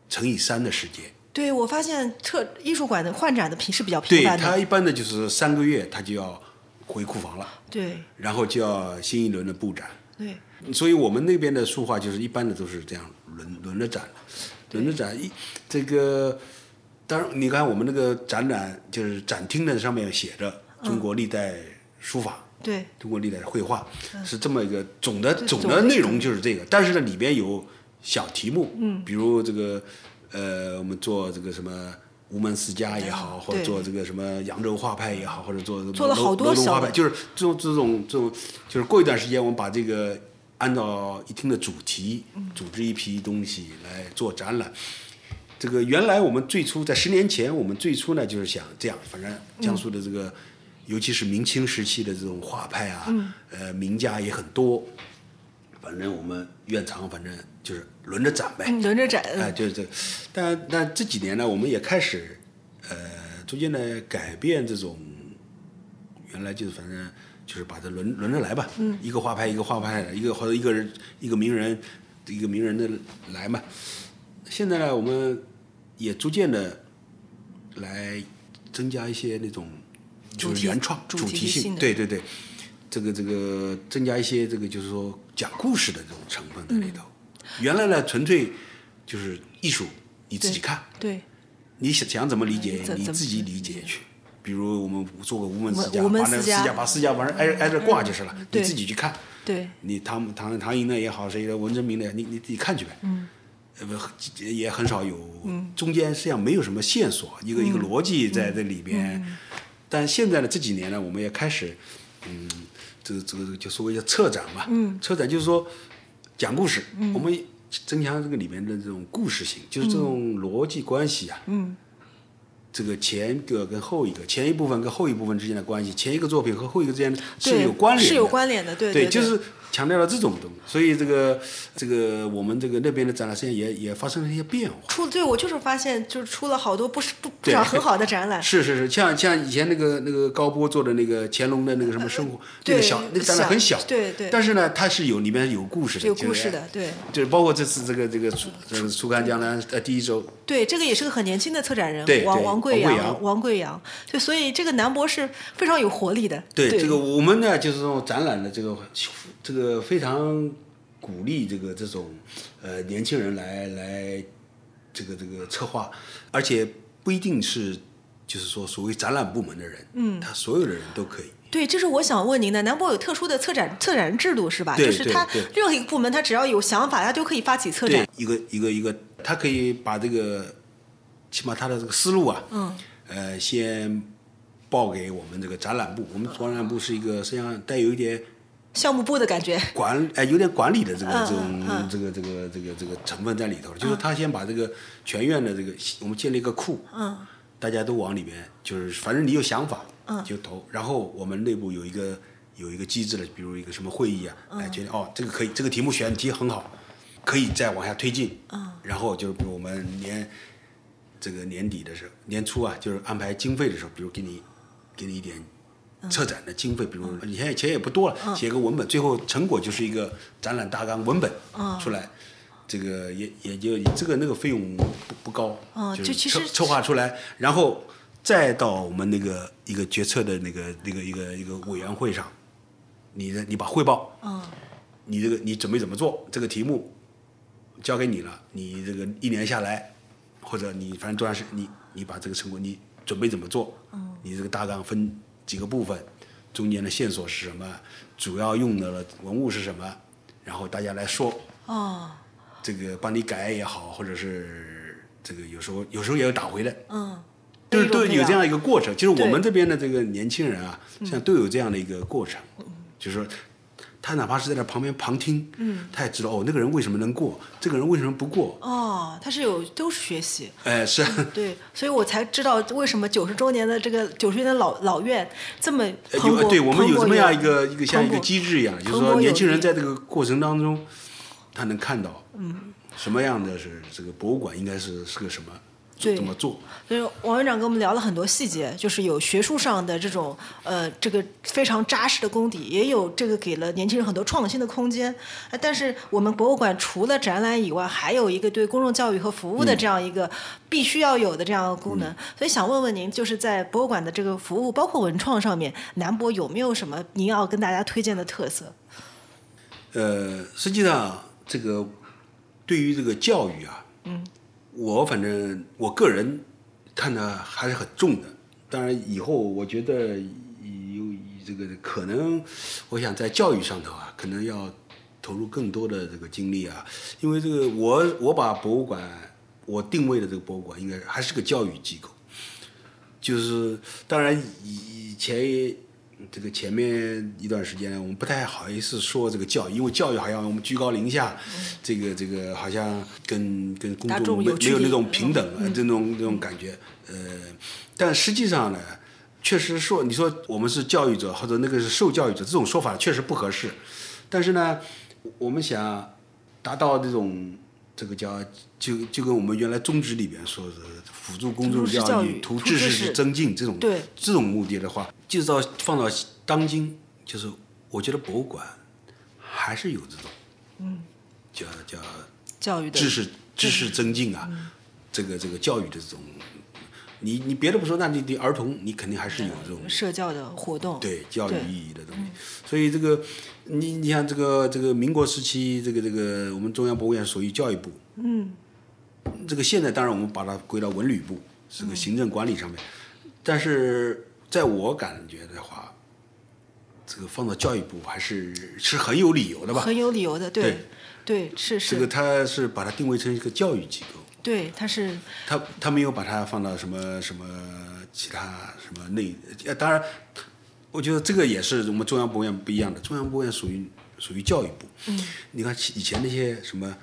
S1: 乘以三的时间。
S3: 对我发现特艺术馆的换展的频是比较频
S1: 对
S3: 繁
S1: 它
S3: 的，
S1: 一般的就是三个月，它就要回库房了，
S3: 对
S1: 然后就要新一轮的布展。
S3: 对，
S1: 所以我们那边的书画就是一般的都是这样轮轮着展，轮着展一这个，当然你看我们那个展览就是展厅的上面写着中国历代书法，
S3: 对， [clears throat]
S1: 中国历代绘画是这么一个总的
S3: 这
S1: 总
S3: 嗯总的
S1: 的内容就是这个，但是呢里边有小题目，嗯，比如这个呃我们做这个什么。吴门四家也好，或者
S3: 嗯对
S1: 做这个什么扬州画派也好，或者做
S3: 做了好多
S1: 楼楼
S3: 小
S1: 栋画派，就是这种这种这种，就是过一段时间，我们把这个按照一定的主题
S3: 嗯
S1: 组织一批东西来做展览。这个原来我们最初在十年前，我们最初呢就是想这样，反正江苏的这个，尤其是明清时期的这种画派啊，呃，名家也很多。反正我们院长反正就是轮着展呗，
S3: 嗯轮着展，
S1: 哎、就是这个。但但这几年呢，我们也开始，呃，逐渐的改变这种，原来就是反正就是把它轮轮着来吧，一个画派一个画派的，一个或者一个人一个名人一个名人的来嘛。现在呢，我们也逐渐的来增加一些那种就
S3: 主
S1: 是
S3: 题
S1: 原创
S3: 主
S1: 主
S3: 题
S1: 题性，
S3: 性的
S1: 对对对，这个这个增加一些这个就是说讲故事的这种成分在里头。
S3: 嗯
S1: 原来呢，纯粹就是艺术，你自己看，
S3: 对，
S1: 你想想怎么理解
S3: 嗯，怎
S1: 你
S3: 怎么
S1: 自己理解去。比如我们做个无门
S3: 无
S1: 私家，
S3: 无
S1: 把
S3: 门
S1: 那
S3: 私
S1: 私
S3: 家嗯
S1: 家把私家往上挨着挨着挂就是了，你
S3: 对
S1: 自己去看。
S3: 对，
S1: 你唐姆唐唐寅的也好，谁的文征明的，你你自己看去呗。嗯，呃不，也很少有，
S3: 嗯
S1: 中间实际上没有什么线索，一个一个逻辑在这里边。
S3: 嗯
S1: 但现在呢，这几年呢，我们也开始，嗯，这个这个这个就所谓叫策展嘛，嗯，策展就是说讲故事，
S3: 嗯
S1: 我们增强这个里面的这种故事性，就是这种逻辑关系啊，嗯。这个前一个跟后一个，前一部分跟后一部分之间的关系，前一个作品和后一个之间是
S3: 对
S1: 有关联的，
S3: 是有关联的对对对
S1: 就是强调了这种东西，所以这个这个我们这个那边的展览实际上也也发生了一些变化。
S3: 出对我就是发现，就是出了好多不是不不
S1: 对
S3: 少很好的展览，
S1: 是是是，像像以前那个那个高波做的那个乾隆的那个什么生活，那
S3: 对
S1: 个小那个展览很小，
S3: 对对
S1: 但是呢，它是有里面有故事的，
S3: 有
S1: 就是
S3: 故事的，对
S1: 就是包括这次这个这个楚这个楚汉江南呃第一周，
S3: 对，这个也是个很年轻的策展人，
S1: 对
S3: 王
S1: 对
S3: 王贵
S1: 王贵
S3: 阳，
S1: 阳
S3: 王贵阳，对，所以这个南博是非常有活力的，
S1: 对这个我们呢，就是这种展览的这个这个非常鼓励这个这种呃年轻人来来这个这个策划，而且不一定是就是说所谓展览部门的人，嗯，他所有的人都可以。
S3: 对，这是我想问您的。南博有特殊的策展策展人制度是吧？
S1: 对
S3: 就是
S1: 对
S3: 他
S1: 对
S3: 任何一个部门，他只要有想法，他就可以发起策展
S1: 对。，一个一个一个，他可以把这个起码他的这个思路啊，嗯，呃，先报给我们这个展览部，我们展览部是一个实际上带有一点
S3: 项目部的感觉，
S1: 管哎，有点管理的这个
S3: 嗯
S1: 这种、
S3: 嗯嗯
S1: 这个这个这个这个成分在里头，就是他先把这个全院的这个我们建立一个库，
S3: 嗯，
S1: 大家都往里面，就是反正你有想法，嗯，就投。然后我们内部有一个有一个机制的，比如一个什么会议啊，
S3: 嗯
S1: 哎，决定哦，这个可以，这个题目选题很好，可以再往下推进，嗯，然后就是比如我们年这个年底的时候，年初啊，就是安排经费的时候，比如给你给你一点策展的经费，比
S3: 嗯
S1: 如你现在钱也不多了，写个文本，最后成果就是一个展览大纲文本出来。这个也也就这个那个费用不不高，
S3: 嗯
S1: 就
S3: 就是其
S1: 策
S3: 实
S1: 策划出来，然后再到我们那个一个决策的那个那个一个一个委员会上，你的你把汇报，
S3: 嗯，
S1: 你这个你准备怎么做，这个题目交给你了，你这个一年下来，或者你反正多长时，你你把这个成果你准备怎么做，你这个大纲分几个部分，中间的线索是什么，主要用的文物是什么，然后大家来说，
S3: 哦，
S1: 这个帮你改也好，或者是这个有时候有时候也有打回的，
S3: 嗯，
S1: 就是
S3: 各
S1: 都
S3: 种各
S1: 有这样一个过程。就是我
S3: 对嗯
S1: 们这边的这个年轻人啊，像都有这样的一个过程，就是说。他哪怕是在那旁边旁听，嗯，他也知道哦，那个人为什么能过，这个人为什么不过？
S3: 哦，他是有都是学习。
S1: 哎，是，
S3: 对，所以我才知道为什么九十周年的这个九十年的老老院这么
S1: 呃
S3: 蓬勃。
S1: 有对我们
S3: 蓬勃
S1: 有这么样一
S3: 有
S1: 个一个像一个
S3: 蓬勃
S1: 机制一样，就是
S3: 蓬勃
S1: 说
S3: 有
S1: 年轻人
S3: 力
S1: 在这个过程当中，他能看到，嗯，什么样的是这个博物馆应该是是个什么，就这么做。
S3: 所以王院长跟我们聊了很多细节，就是有学术上的这种呃这个非常扎实的功底，也有这个给了年轻人很多创新的空间。哎但是我们博物馆除了展览以外，还有一个对公众教育和服务的
S1: 嗯
S3: 这样一个必须要有的这样的功能。所以想问问您，就是在博物馆的这个服务，包括文创上面，南博有没有什么您要跟大家推荐的特色？
S1: 呃，实际上啊这个对于这个教育啊，嗯，我反正我个人看的还是很重的。当然，以后我觉得有这个可能，我想在教育上头啊，可能要投入更多的这个精力啊，因为这个我我把博物馆我定位的这个博物馆应该还是个教育机构，就是当然以以前也这个前面一段时间我们不太好意思说这个教育，因为教育好像我们居高临下，这个这个好像跟跟公
S3: 嗯大
S1: 众
S3: 众
S1: 没
S3: 有
S1: 没
S3: 距
S1: 有那
S3: 离嗯
S1: 种平等呃这种这种感觉，呃，但实际上呢。确实说，你说我们是教育者或者那个是受教育者，这种说法确实不合适。但是呢，我们想达到这种这个叫就就跟我们原来宗旨里边说的辅助公众
S3: 图式
S1: 教
S3: 教
S1: 育、
S3: 育
S1: 图
S3: 图
S1: 治
S3: 治
S1: 式
S3: 式
S1: 增进这种
S3: 对
S1: 这种目的的话，就是到放到当今，就是我觉得博物馆还是有这种，嗯，叫叫
S3: 教育的
S1: 知识知识增进啊，这个这个教育的这种，你你别的不说，那你你儿童你肯定还是有这种
S3: 社教的活动，
S1: 对教育
S3: 哦对
S1: 意义的东西。所以这个，你你像这个这个民国时期，这个这个我们中央博物院属于教育部，嗯，这个现在当然我们把它归到文旅部，是
S3: 嗯
S1: 个行政管理上面。但是在我感觉的话，这个放到教育部还是是很有理由的吧？
S3: 很有理由的，对对是
S1: 这个
S3: 是，
S1: 它是把它定位成一个教育机构。
S3: 对它是
S1: 他他没有把它放到什么什么其他什么内，呃，当然，我觉得这个也是我们中央博物院不一样的。中央博物院属于属于教育部，嗯，你看以前那些什么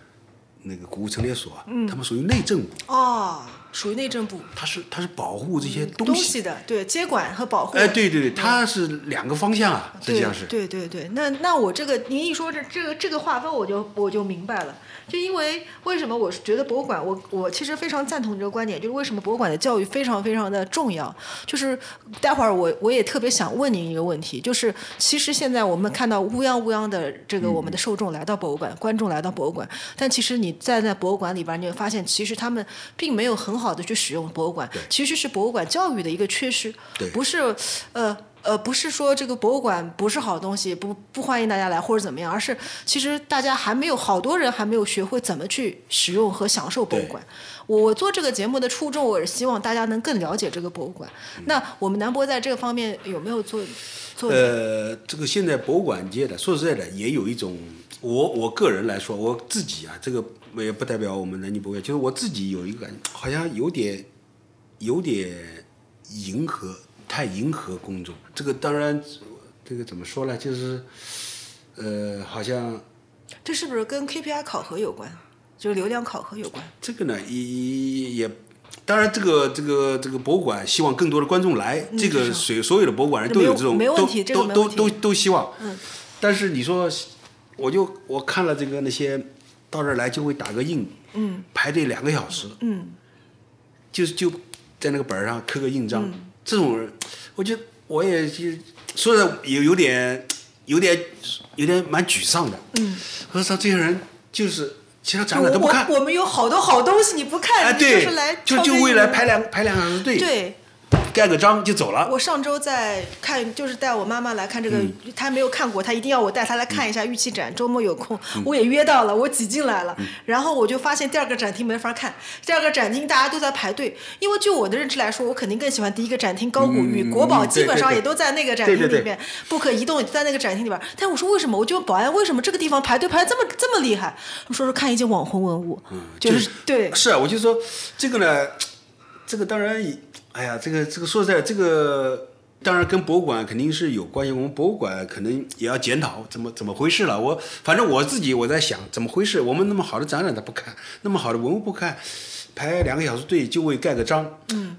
S1: 那个古物陈列所啊，他们属于内政部，
S3: 哦，属于内政部
S1: 它是它是保护这些
S3: 东
S1: 东西。
S3: 的，对接管和保护。
S1: 哎，对对对，它是两个方向啊，实
S3: 对
S1: 际上是。
S3: 对对对，那那我这个您一说这这个这个划分，我就我就明白了。就因为为什么我是觉得博物馆，我我其实非常赞同你这个观点，就是为什么博物馆的教育非常非常的重要。就是待会儿我我也特别想问您一个问题，就是其实现在我们看到乌泱乌泱的这
S1: 嗯
S3: 个我们的受众来到博物馆，观众来到博物馆，但其实你站在博物馆里边儿，你会发现其实他们并没有很好的去使用博物馆
S1: 对，
S3: 其实是博物馆教育的一个缺失
S1: 对，
S3: 不是呃。呃，不是说这个博物馆不是好东西，不不欢迎大家来或者怎么样，而是其实大家还没有好多人还没有学会怎么去使用和享受博物馆。我我做这个节目的初衷，我是希望大家能更了解这个博物馆。
S1: 嗯
S3: 那我们南博在这个方面有没有做做？
S1: 呃，这个现在博物馆界的，说实在的，也有一种，我我个人来说，我自己啊，这个也不代表我们南京博物院，就是我自己有一个感觉，好像有点有点迎合，太迎合公众。这个当然，这个怎么说呢？就是，呃，好像
S3: 这是不是跟 KPI 考核有关？就是流量考核有关？
S1: 这个呢，也也，当然，这个这个这个博物馆希望更多的观众来，这
S3: 嗯是
S1: 个
S3: 的
S1: 所所有的博物馆人都有这种，
S3: 没有没问题这个
S1: 都
S3: 没
S1: 都
S3: 问题嗯
S1: 都都都希望。但是你说，我就我看了这个那些到这儿来就会打个印，嗯，排队两个小时，嗯，就就在那个本儿上刻个印章，
S3: 嗯
S1: 这种人，我觉得我也就说的有有点有点有点蛮沮丧的，嗯，我说这些人就是其他展览都不看
S3: 我。我们有好多好东西你不看，
S1: 哎，
S3: 你
S1: 对，
S3: 就是来
S1: 就
S3: 挑
S1: 就
S3: 根
S1: 为
S3: 烟
S1: 了
S3: 的
S1: 排两排两行队，
S3: 对。
S1: 盖个章就走了。
S3: 我上周在看，就是带我妈妈来看这
S1: 嗯
S3: 个，她没有看过，她一定要我带她来看一下玉器展。周末有空，
S1: 嗯
S3: 我也约到了，我挤进来了。然后我就发现第二个展厅没法看，第二个展厅大家都在排队，因为就我的认知来说，我肯定更喜欢第一个展厅高古玉、
S1: 嗯
S3: 国宝，
S1: 嗯
S3: 基本上
S1: 对对对
S3: 也都在那个展厅里面，
S1: 对对对
S3: 不可移动也在那个展厅里边。但我说为什么？我就问保安为什么这个地方排队排得这么这么厉害？他们说是看一件网红文物，就是对，
S1: 是啊，我嗯就说这个呢，这个当然也，哎呀，这个这个说实在，这个当然跟博物馆肯定是有关系。我们博物馆可能也要检讨怎么怎么回事了。我反正我自己我在想怎么回事，我们那么好的展览他不看，那么好的文物不看，排两个小时队就为盖个章，嗯，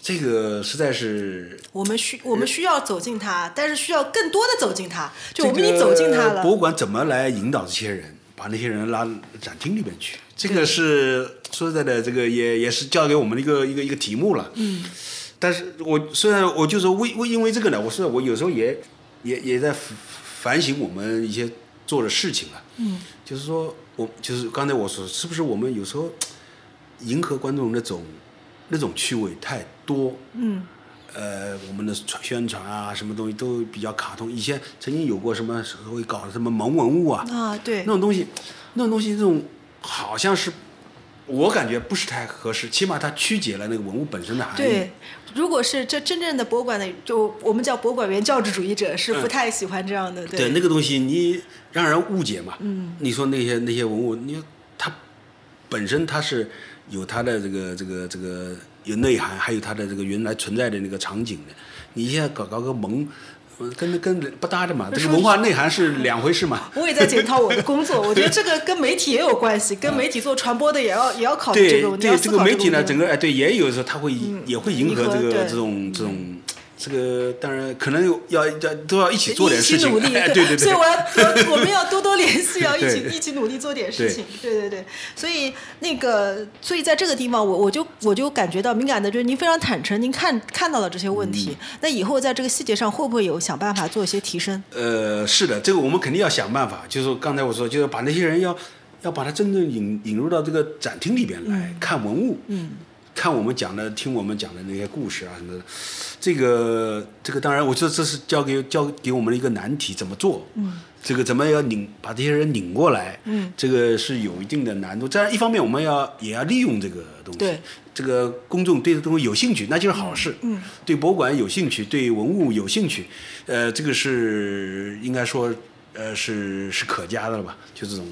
S1: 这个实在是
S3: 我们需我们需要走进它，但是需要更多的走进它，就我们
S1: 这
S3: 已
S1: 个
S3: 经走进它了。
S1: 博物馆怎么来引导这些人？把那些人拉展厅里面去。这个是说实在的，这个也也是交给我们的一个一个一个题目了。嗯，但是我虽然我就说为为因为这个呢，我虽然我有时候也也也在反反省我们一些做的事情啊。嗯，就是说我就是刚才我说，是不是我们有时候迎合观众那种那种趣味太多？
S3: 嗯，
S1: 呃，我们的传宣传啊，什么东西都比较卡通。以前曾经有过什么所谓搞什么萌文物啊，
S3: 啊，对
S1: 那，种东西，那种东西，这种好像是我感觉不是太合适，起码它曲解了那个文物本身的含义。
S3: 对，如果是这真正的博物馆的，就我们叫博物馆原教旨主义者是不太喜欢这样的，
S1: 嗯对那个东西，你让人误解嘛。嗯，你说那些那些文物，你说它本身它是有它的这个这个这个有内涵，还有它的这个原来存在的那个场景的。你现在搞搞个萌，呃跟跟不搭的嘛，这个文化内涵是两回事嘛。
S3: 我也在检讨我的
S1: [laughs]
S3: 工作，我觉得这个跟媒体也有关系，跟媒体做传播的也要也要考
S1: 嗯
S3: 虑
S1: 对
S3: 这个，你要
S1: 对，
S3: 思
S1: 这
S3: 考
S1: 个媒
S3: 个
S1: 体呢，
S3: 问题嗯
S1: 整个哎，对，也有时候它会也会迎合
S3: 迎合
S1: 这个
S3: 对嗯
S1: 这种这种。这个当然可能有要要都要一起做点事
S3: 一起
S1: 情，[laughs]
S3: 努力，
S1: 哎，对对对，
S3: [laughs] 所以我要我我们要多多联系，
S1: [laughs]
S3: 要一起
S1: 对
S3: 一起努力做点事情，对对对。所以那个，所以在这个地方，我我就我就感觉到敏感的，就是您非常坦诚，您看看到了这些问题，
S1: 嗯
S3: 那以后在这个细节上会不会有想办法做一些提升？
S1: 呃，是的，这个我们肯定要想办法，就是说刚才我说，就是把那些人要要把他真正引引入到这个展厅里边来、看文物，嗯，看我们讲的、听我们讲的那些故事啊什么的。这个这个当然，我觉得这是交给交给我们的一个难题，怎么做？嗯，这个怎么要拧把这些人拧过来？嗯，这个是有一定的难度。当然，一方面我们要也要利用这个东西，
S3: 对
S1: 这个公众对这东西有兴趣，那就是好事。嗯，对博物馆有兴趣，对文物有兴趣，呃，这个是应该说，呃，是是可嘉的了吧？就这种，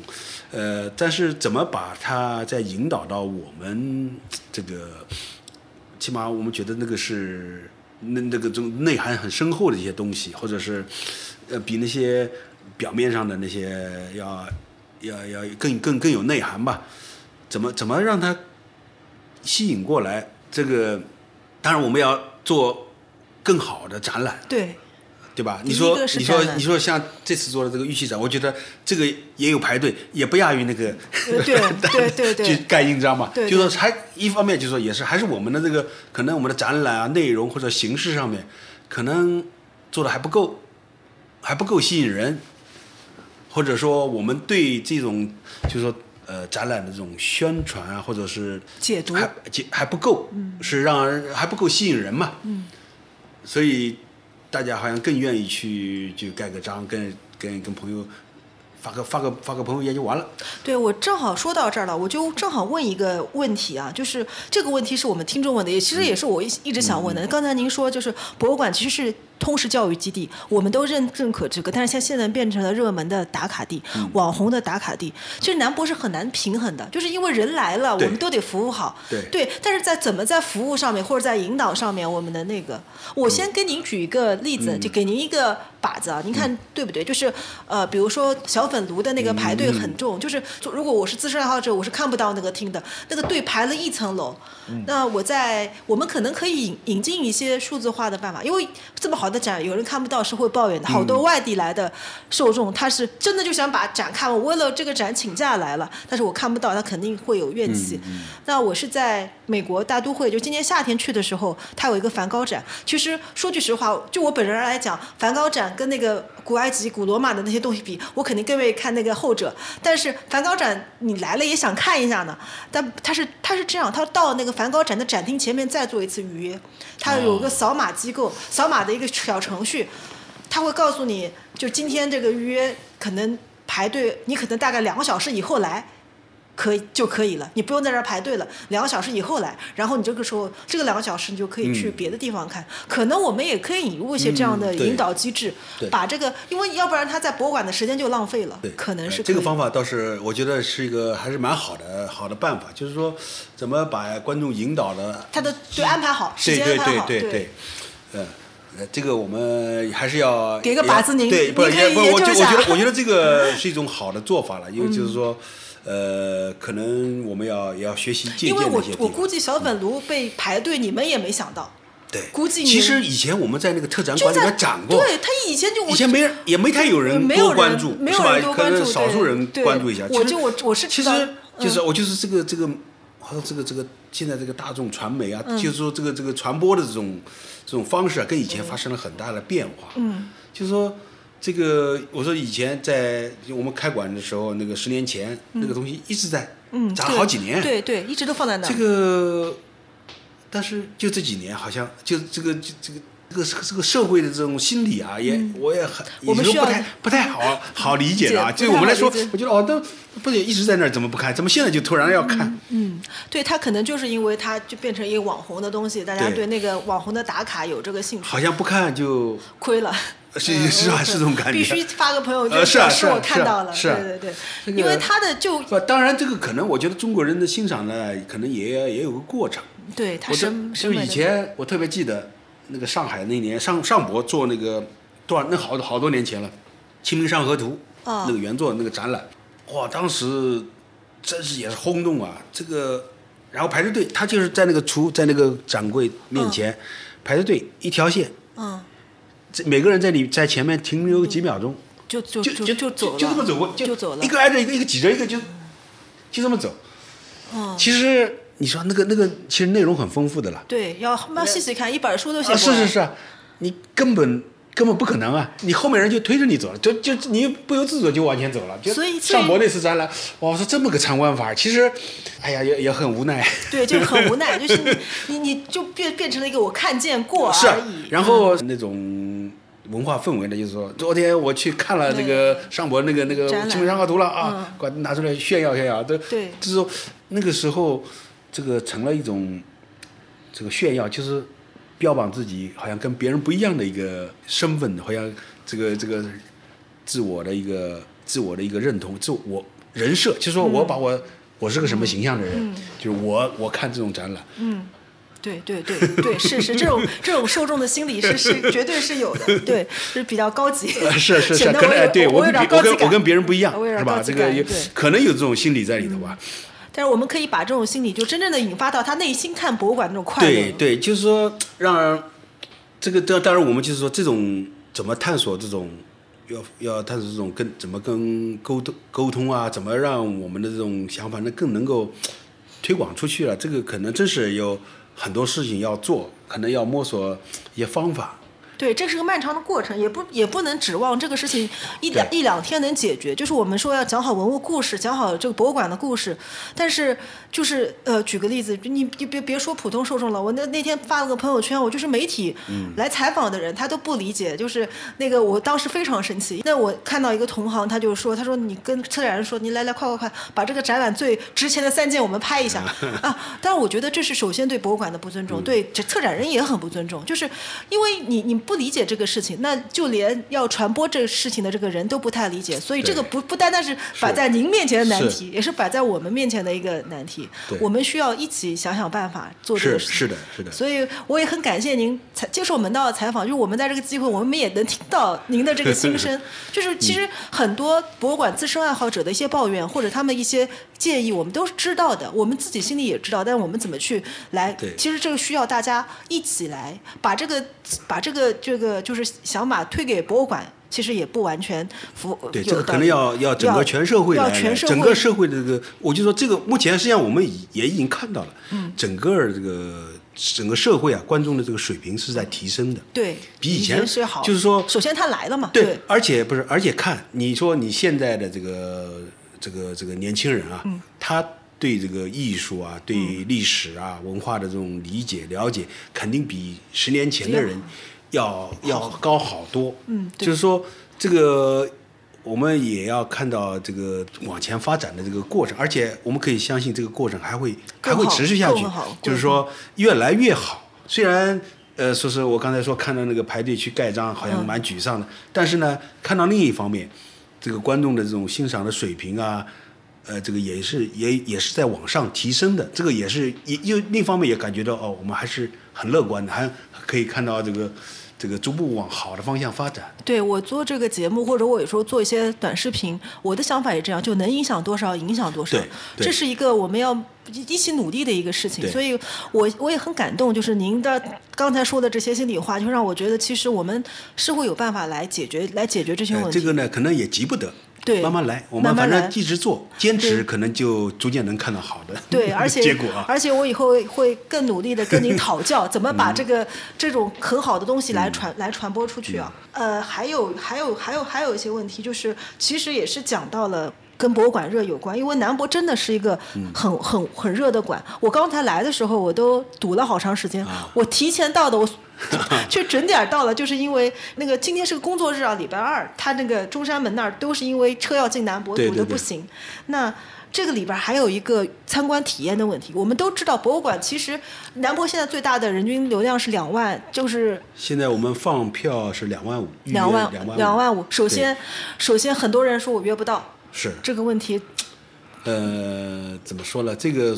S1: 呃，但是怎么把它再引导到我们这个，起码我们觉得那个是那那个中内涵很深厚的一些东西，或者是，呃，比那些表面上的那些要要要更更更有内涵吧？怎么怎么让它吸引过来，这个当然我们要做更好的展览，
S3: 对，
S1: 对吧？
S3: 第
S1: 你
S3: 一
S1: 说
S3: 个是
S1: 你说
S3: 展览
S1: 你说像这次做的这个玉器展，我觉得这个也有排队，也不亚于那个
S3: 呃对
S1: [laughs]
S3: 对对对
S1: 去盖印章嘛。
S3: 对对
S1: 就说还一方面就说也是还是我们的这个可能我们的展览啊内容或者形式上面可能做的还不够，还不够吸引人，或者说我们对这种就是说呃展览的这种宣传啊，或者是
S3: 解读
S1: 还解还不够，是让人还不够吸引人嘛，嗯，所以大家好像更愿意去就盖个章，跟跟跟朋友发个发个发个朋友圈就完了，
S3: 对，我正好说到这儿了，我就正好问一个问题啊，就是这个问题是我们听众问的，也其实也是我一一直想问的。刚才您说就是博物馆其实是通识教育基地，我们都认认可这个，但是像现在变成了热门的打卡地、网红的打卡地，其实南博是很难平衡的，就是因为人来了，我
S1: 对
S3: 们都得服务好。
S1: 对
S3: 但是在怎么在服务上面或者在引导上面，我们的那个，我先跟您举一个例子，就给您一个靶子啊，您看对不对？就是呃，比如说小粉炉的那个排队很重，就是就如果我是资深爱好者，我是看不到那个厅的，那个队排了一层楼。那我在我们可能可以引引进一些数字化的办法，因为这么好的展，有人看不到是会抱怨的。好多外地来的受众，他是真的就想把展看完，我为了这个展请假来了，但是我看不到，他肯定会有怨气。那我是在美国大都会，就今年夏天去的时候，它有一个梵高展。其实说句实话，就我本人来讲，梵高展跟那个古埃及、古罗马的那些东西比，我肯定更愿意看那个后者。但是梵高展你来了也想看一下呢，但它是它是这样，它到那个梵高展的展厅前面再做一次预约，它有个扫码机构，扫码的一个小程序，他会告诉你，就今天这个预约可能排队，你可能大概两个小时以后来。可以就可以了，你不用在这儿排队了，两个小时以后来，然后你这个时候这个两个小时你就可以去别的地方看。可能我们也可以引入一些这样的
S1: 嗯嗯对
S3: 引导机制，
S1: 对
S3: 把这个，因为要不然他在博物馆的时间就浪费了
S1: 对，，
S3: 可能
S1: 呃
S3: 是
S1: 这个
S3: 可以
S1: 方法倒是我觉得是一个还是蛮好的好的办法，就是说怎么把观众引导的
S3: 他的对安排好，时
S1: 对对
S3: 间安排
S1: 对
S3: 好，
S1: 对对，嗯。呃，这个我们还是要
S3: 给个靶子您
S1: 对，不是
S3: 您可以
S1: 不是
S3: 研
S1: 我
S3: 究
S1: 觉
S3: 一
S1: 我
S3: 下
S1: 觉得我觉
S3: [laughs]
S1: 得这个是一种好的做法了，因为就是说，呃，可能我们要也要学习借
S3: 嗯
S1: 鉴
S3: 因为
S1: 那
S3: 我
S1: 些地方。嗯
S3: 我估计小粉炉被排队，你们也没想到。
S1: 对，
S3: 估计
S1: 其
S3: 你
S1: 实以前我们在那个特展
S3: 就
S1: 馆里
S3: 在
S1: 面展过，
S3: 对他以前就我
S1: 以前没人，也没太有人
S3: 没有
S1: 多
S3: 人
S1: 关注，
S3: 没有
S1: 是吧
S3: 人多？
S1: 可
S3: 关
S1: 能
S3: 注
S1: 少数
S3: 对
S1: 人
S3: 对
S1: 关注一下。
S3: 我
S1: 其实
S3: 就我我是
S1: 其
S3: 知
S1: 实
S3: 道嗯
S1: 就是我就是这个这个，好像这个这个现在这个大众传媒啊，
S3: 嗯
S1: 就是说这个这个传播的这种这种方式啊，跟以前发生了很大的变化。嗯，就是说这个，我说以前在我们开馆的时候，那个十年前那个东西一直在
S3: 嗯
S1: 展
S3: 对
S1: 好几年。
S3: 对对，一直都放在那儿。
S1: 这个，但是就这几年，好像就这个就这个这个这个社会的这种心理啊，也我也很，
S3: 嗯我们
S1: 有时候
S3: 需
S1: 不
S3: 要
S1: 太不太
S3: [laughs]
S1: 好好理解的啊。
S3: 理解
S1: 对我们来说
S3: 不太好理解，
S1: 我觉得哦，都不也一直在那儿，怎么不看？怎么现在就突然要看？
S3: 嗯，对他可能就是因为他就变成一个网红的东西，大家
S1: 对
S3: 对那个网红的打卡有这个兴趣，
S1: 好像不看就
S3: 亏了。
S1: 是
S3: 嗯
S1: 是吧 [laughs]
S3: 嗯
S1: 是这种感觉
S3: 必须发个朋友圈，
S1: 呃是啊
S3: 表示
S1: 是啊
S3: 我看到了，
S1: 是啊是啊
S3: 对对
S1: 这
S3: 对，
S1: 个
S3: 因为他的就
S1: 不。当然，这个可能我觉得中国人的欣赏呢，可能也也有个过程。
S3: 对他
S1: 我这就
S3: 审审
S1: 是
S3: 美
S1: 以
S3: 的
S1: 前我特别记得那个上海那年上上博做那个多少那好好多年前了，《清明上河图》
S3: 哦
S1: 那个原作那个展览，哇，当时真是也是轰动啊！这个然后排着队，他就是在那个橱在那个展柜面前、排着队，一条线，
S3: 嗯，
S1: 这每个人在里在前面停留几秒钟，
S3: 就嗯就
S1: 就
S3: 就
S1: 就
S3: 走了，
S1: 就这么走过，
S3: 就走了
S1: 一。个挨着一个，一个挤着一个，就就这么走。
S3: 嗯
S1: 其实你说那个那个，其实内容很丰富的啦。
S3: 对，要要细细看，一本书都写
S1: 呃啊，
S3: 过。
S1: 是是是啊，你根本根本不可能啊！你后面人就推着你走了，就就你不由自主就往前走了。就
S3: 所以所以
S1: 上博那次展览，哇，我说这么个参观法，其实，哎呀，也也很无奈。
S3: 对，就是很无
S1: [laughs]
S3: 奈，就是你你你就变变成了一个我看见过
S1: 是啊
S3: 而已。，
S1: 然后那种文化氛围呢，就是说，昨天我去看了这个上博那个那个
S3: 嗯展览嗯
S1: 《清明上河图》了啊，管、拿出来炫耀炫耀，都
S3: 对
S1: 就是说那个时候，这个成了一种这个炫耀，就是标榜自己好像跟别人不一样的一个身份，好像这个这个自我的一个自我的一个认同，自我人设，就是说我把我、我是个什么形象的人，
S3: 嗯
S1: 就是我我看这种展览，
S3: 对对对对，是是，这种这种受众的心理是是绝对是有的，对，是比较高级
S1: 呃，， [laughs] 是是是，
S3: 显得
S1: 可
S3: 我
S1: 能哎，
S3: 有
S1: 对
S3: 我有
S1: 跟
S3: 点
S1: 别
S3: 高
S1: 我
S3: 级
S1: 跟我
S3: 感
S1: 跟别人不一样
S3: 我有，点
S1: 是
S3: 高
S1: 吧？
S3: 级
S1: 这个
S3: 感
S1: 有
S3: 对嗯
S1: 可能有这种心理在里头吧。
S3: 但是我们可以把这种心理就真正的引发到他内心看博物馆那种快乐。
S1: 对对，就是说让这个，当当然我们就是说这种怎么探索这种。要要探索这种跟怎么跟沟通沟通啊，怎么让我们的这种想法呢更能够推广出去了？啊这个可能真是有很多事情要做，可能要摸索一些方法。
S3: 对，这是个漫长的过程，也不也不能指望这个事情一两
S1: 对
S3: 一两天能解决。就是我们说要讲好文物故事，讲好这个博物馆的故事，但是就是呃，举个例子，你你别别说普通受众了，我那那天发了个朋友圈，我就是媒体
S1: 嗯
S3: 来采访的人，他都不理解，就是那个我当时非常生气。那我看到一个同行，他就说，他说你跟策展人说，你来来快快快，把这个展览最值钱的三件我们拍
S1: [laughs]
S3: 一下啊！但是我觉得这是首先对博物馆的不尊
S1: 嗯
S3: 重，对这策展人也很不尊重，就是因为你你不理解这个事情，那就连要传播这个事情的这个人都不太理解，所以这个
S1: 对
S3: 不不单单是摆在您面前的难
S1: 是
S3: 题，也是摆在我们面前的一个难题
S1: 对。
S3: 我们需要一起想想办法做这个
S1: 是
S3: 事情。
S1: 是的是的
S3: 所以我也很感谢您采接受门道的采访，就是我们在这个机会，我们也能听到您的这个
S1: [laughs]
S3: 心声。就是其
S1: 嗯
S3: 实很多博物馆自身爱好者的一些抱怨或者他们一些建议，我们都是知道的，我们自己心里也知道，但我们怎么去来
S1: 对？
S3: 其实这个需要大家一起来把这个把这个这个就是想法推给博物馆。其实也不完全服，
S1: 对，
S3: 有
S1: 这个
S3: 道
S1: 可能
S3: 理
S1: 要要整个全社会来
S3: 要
S1: 来
S3: 全社
S1: 整
S3: 会
S1: 个社会的这个，我就说这个目前实际上我们已也已经看到了，
S3: 嗯
S1: 整个这个整个社会啊，观众的这个水平是在提升的，
S3: 对，
S1: 比以前
S3: 是好，
S1: 就是说
S3: 首先他来了嘛，
S1: 对，
S3: 对
S1: 而且不是，而且看你说你现在的这个这个这个年轻人啊，
S3: 嗯
S1: 他对这个艺术啊、对历史啊、文化的这种理解了解，肯定比十年前的人要要高好多。
S3: 嗯对
S1: 就是说这个。我们也要看到这个往前发展的这个过程，而且我们可以相信这个过程还会还
S3: 更好
S1: 会持续下去
S3: 更好，
S1: 就是说越来越好。虽然呃，说是我刚才说看到那个排队去盖章，好
S3: 嗯
S1: 像蛮沮丧的，但是呢，看到另一方面，这个观众的这种欣赏的水平啊，呃，这个也是也也是在往上提升的。这个也是也又另一方面也感觉到哦，我们还是很乐观的，还可以看到这个这个逐步往好的方向发展。
S3: 对我做这个节目，或者我有时候做一些短视频，我的想法也这样，就能影响多少影响多少
S1: 对，对
S3: 这是一个我们要一一起努力的一个事情。
S1: 对
S3: 所以我我也很感动，就是您的刚才说的这些心里话，就让我觉得其实我们是会有办法来解决来解决这些
S1: 呃
S3: 问题。
S1: 这个呢，可能也急不得，
S3: 对
S1: 慢慢来。我
S3: 慢
S1: 们
S3: 慢
S1: 反
S3: 来
S1: 正一直做，坚持，
S3: 对
S1: 可能就逐渐能看到好 [laughs] 的
S3: 对，而且
S1: 结果啊。
S3: 而且我以后会更努力的跟您
S1: [laughs]
S3: 讨教，怎么把这
S1: 嗯
S3: 个、这种很好的东西来传、来传播出去啊。
S1: 嗯
S3: 呃，还有还有还有还有一些问题，就是其实也是讲到了。跟博物馆热有关，因为南博真的是一个
S1: 嗯
S3: 很、很很热的馆。我刚才来的时候，我都堵了好长时间。我提前到的，我 [laughs] 却准点儿到了，就是因为那个今天是个工作日啊，礼拜二，他那个中山门那儿都是因为车要进南博
S1: 对
S3: 堵
S1: 对
S3: 的
S1: 对
S3: 不行。行。那这个里边还有一个参观体验的问题。我们都知道，博物馆其实南博现在最大的人均流量是两万，就是
S1: 现在我们放票是两万五，预约
S3: 两万
S1: 两
S3: 两
S1: 万
S3: 万五。首先，首先很多人说我约不到，
S1: 是
S3: 这个问题
S1: 呃，怎么说呢？这个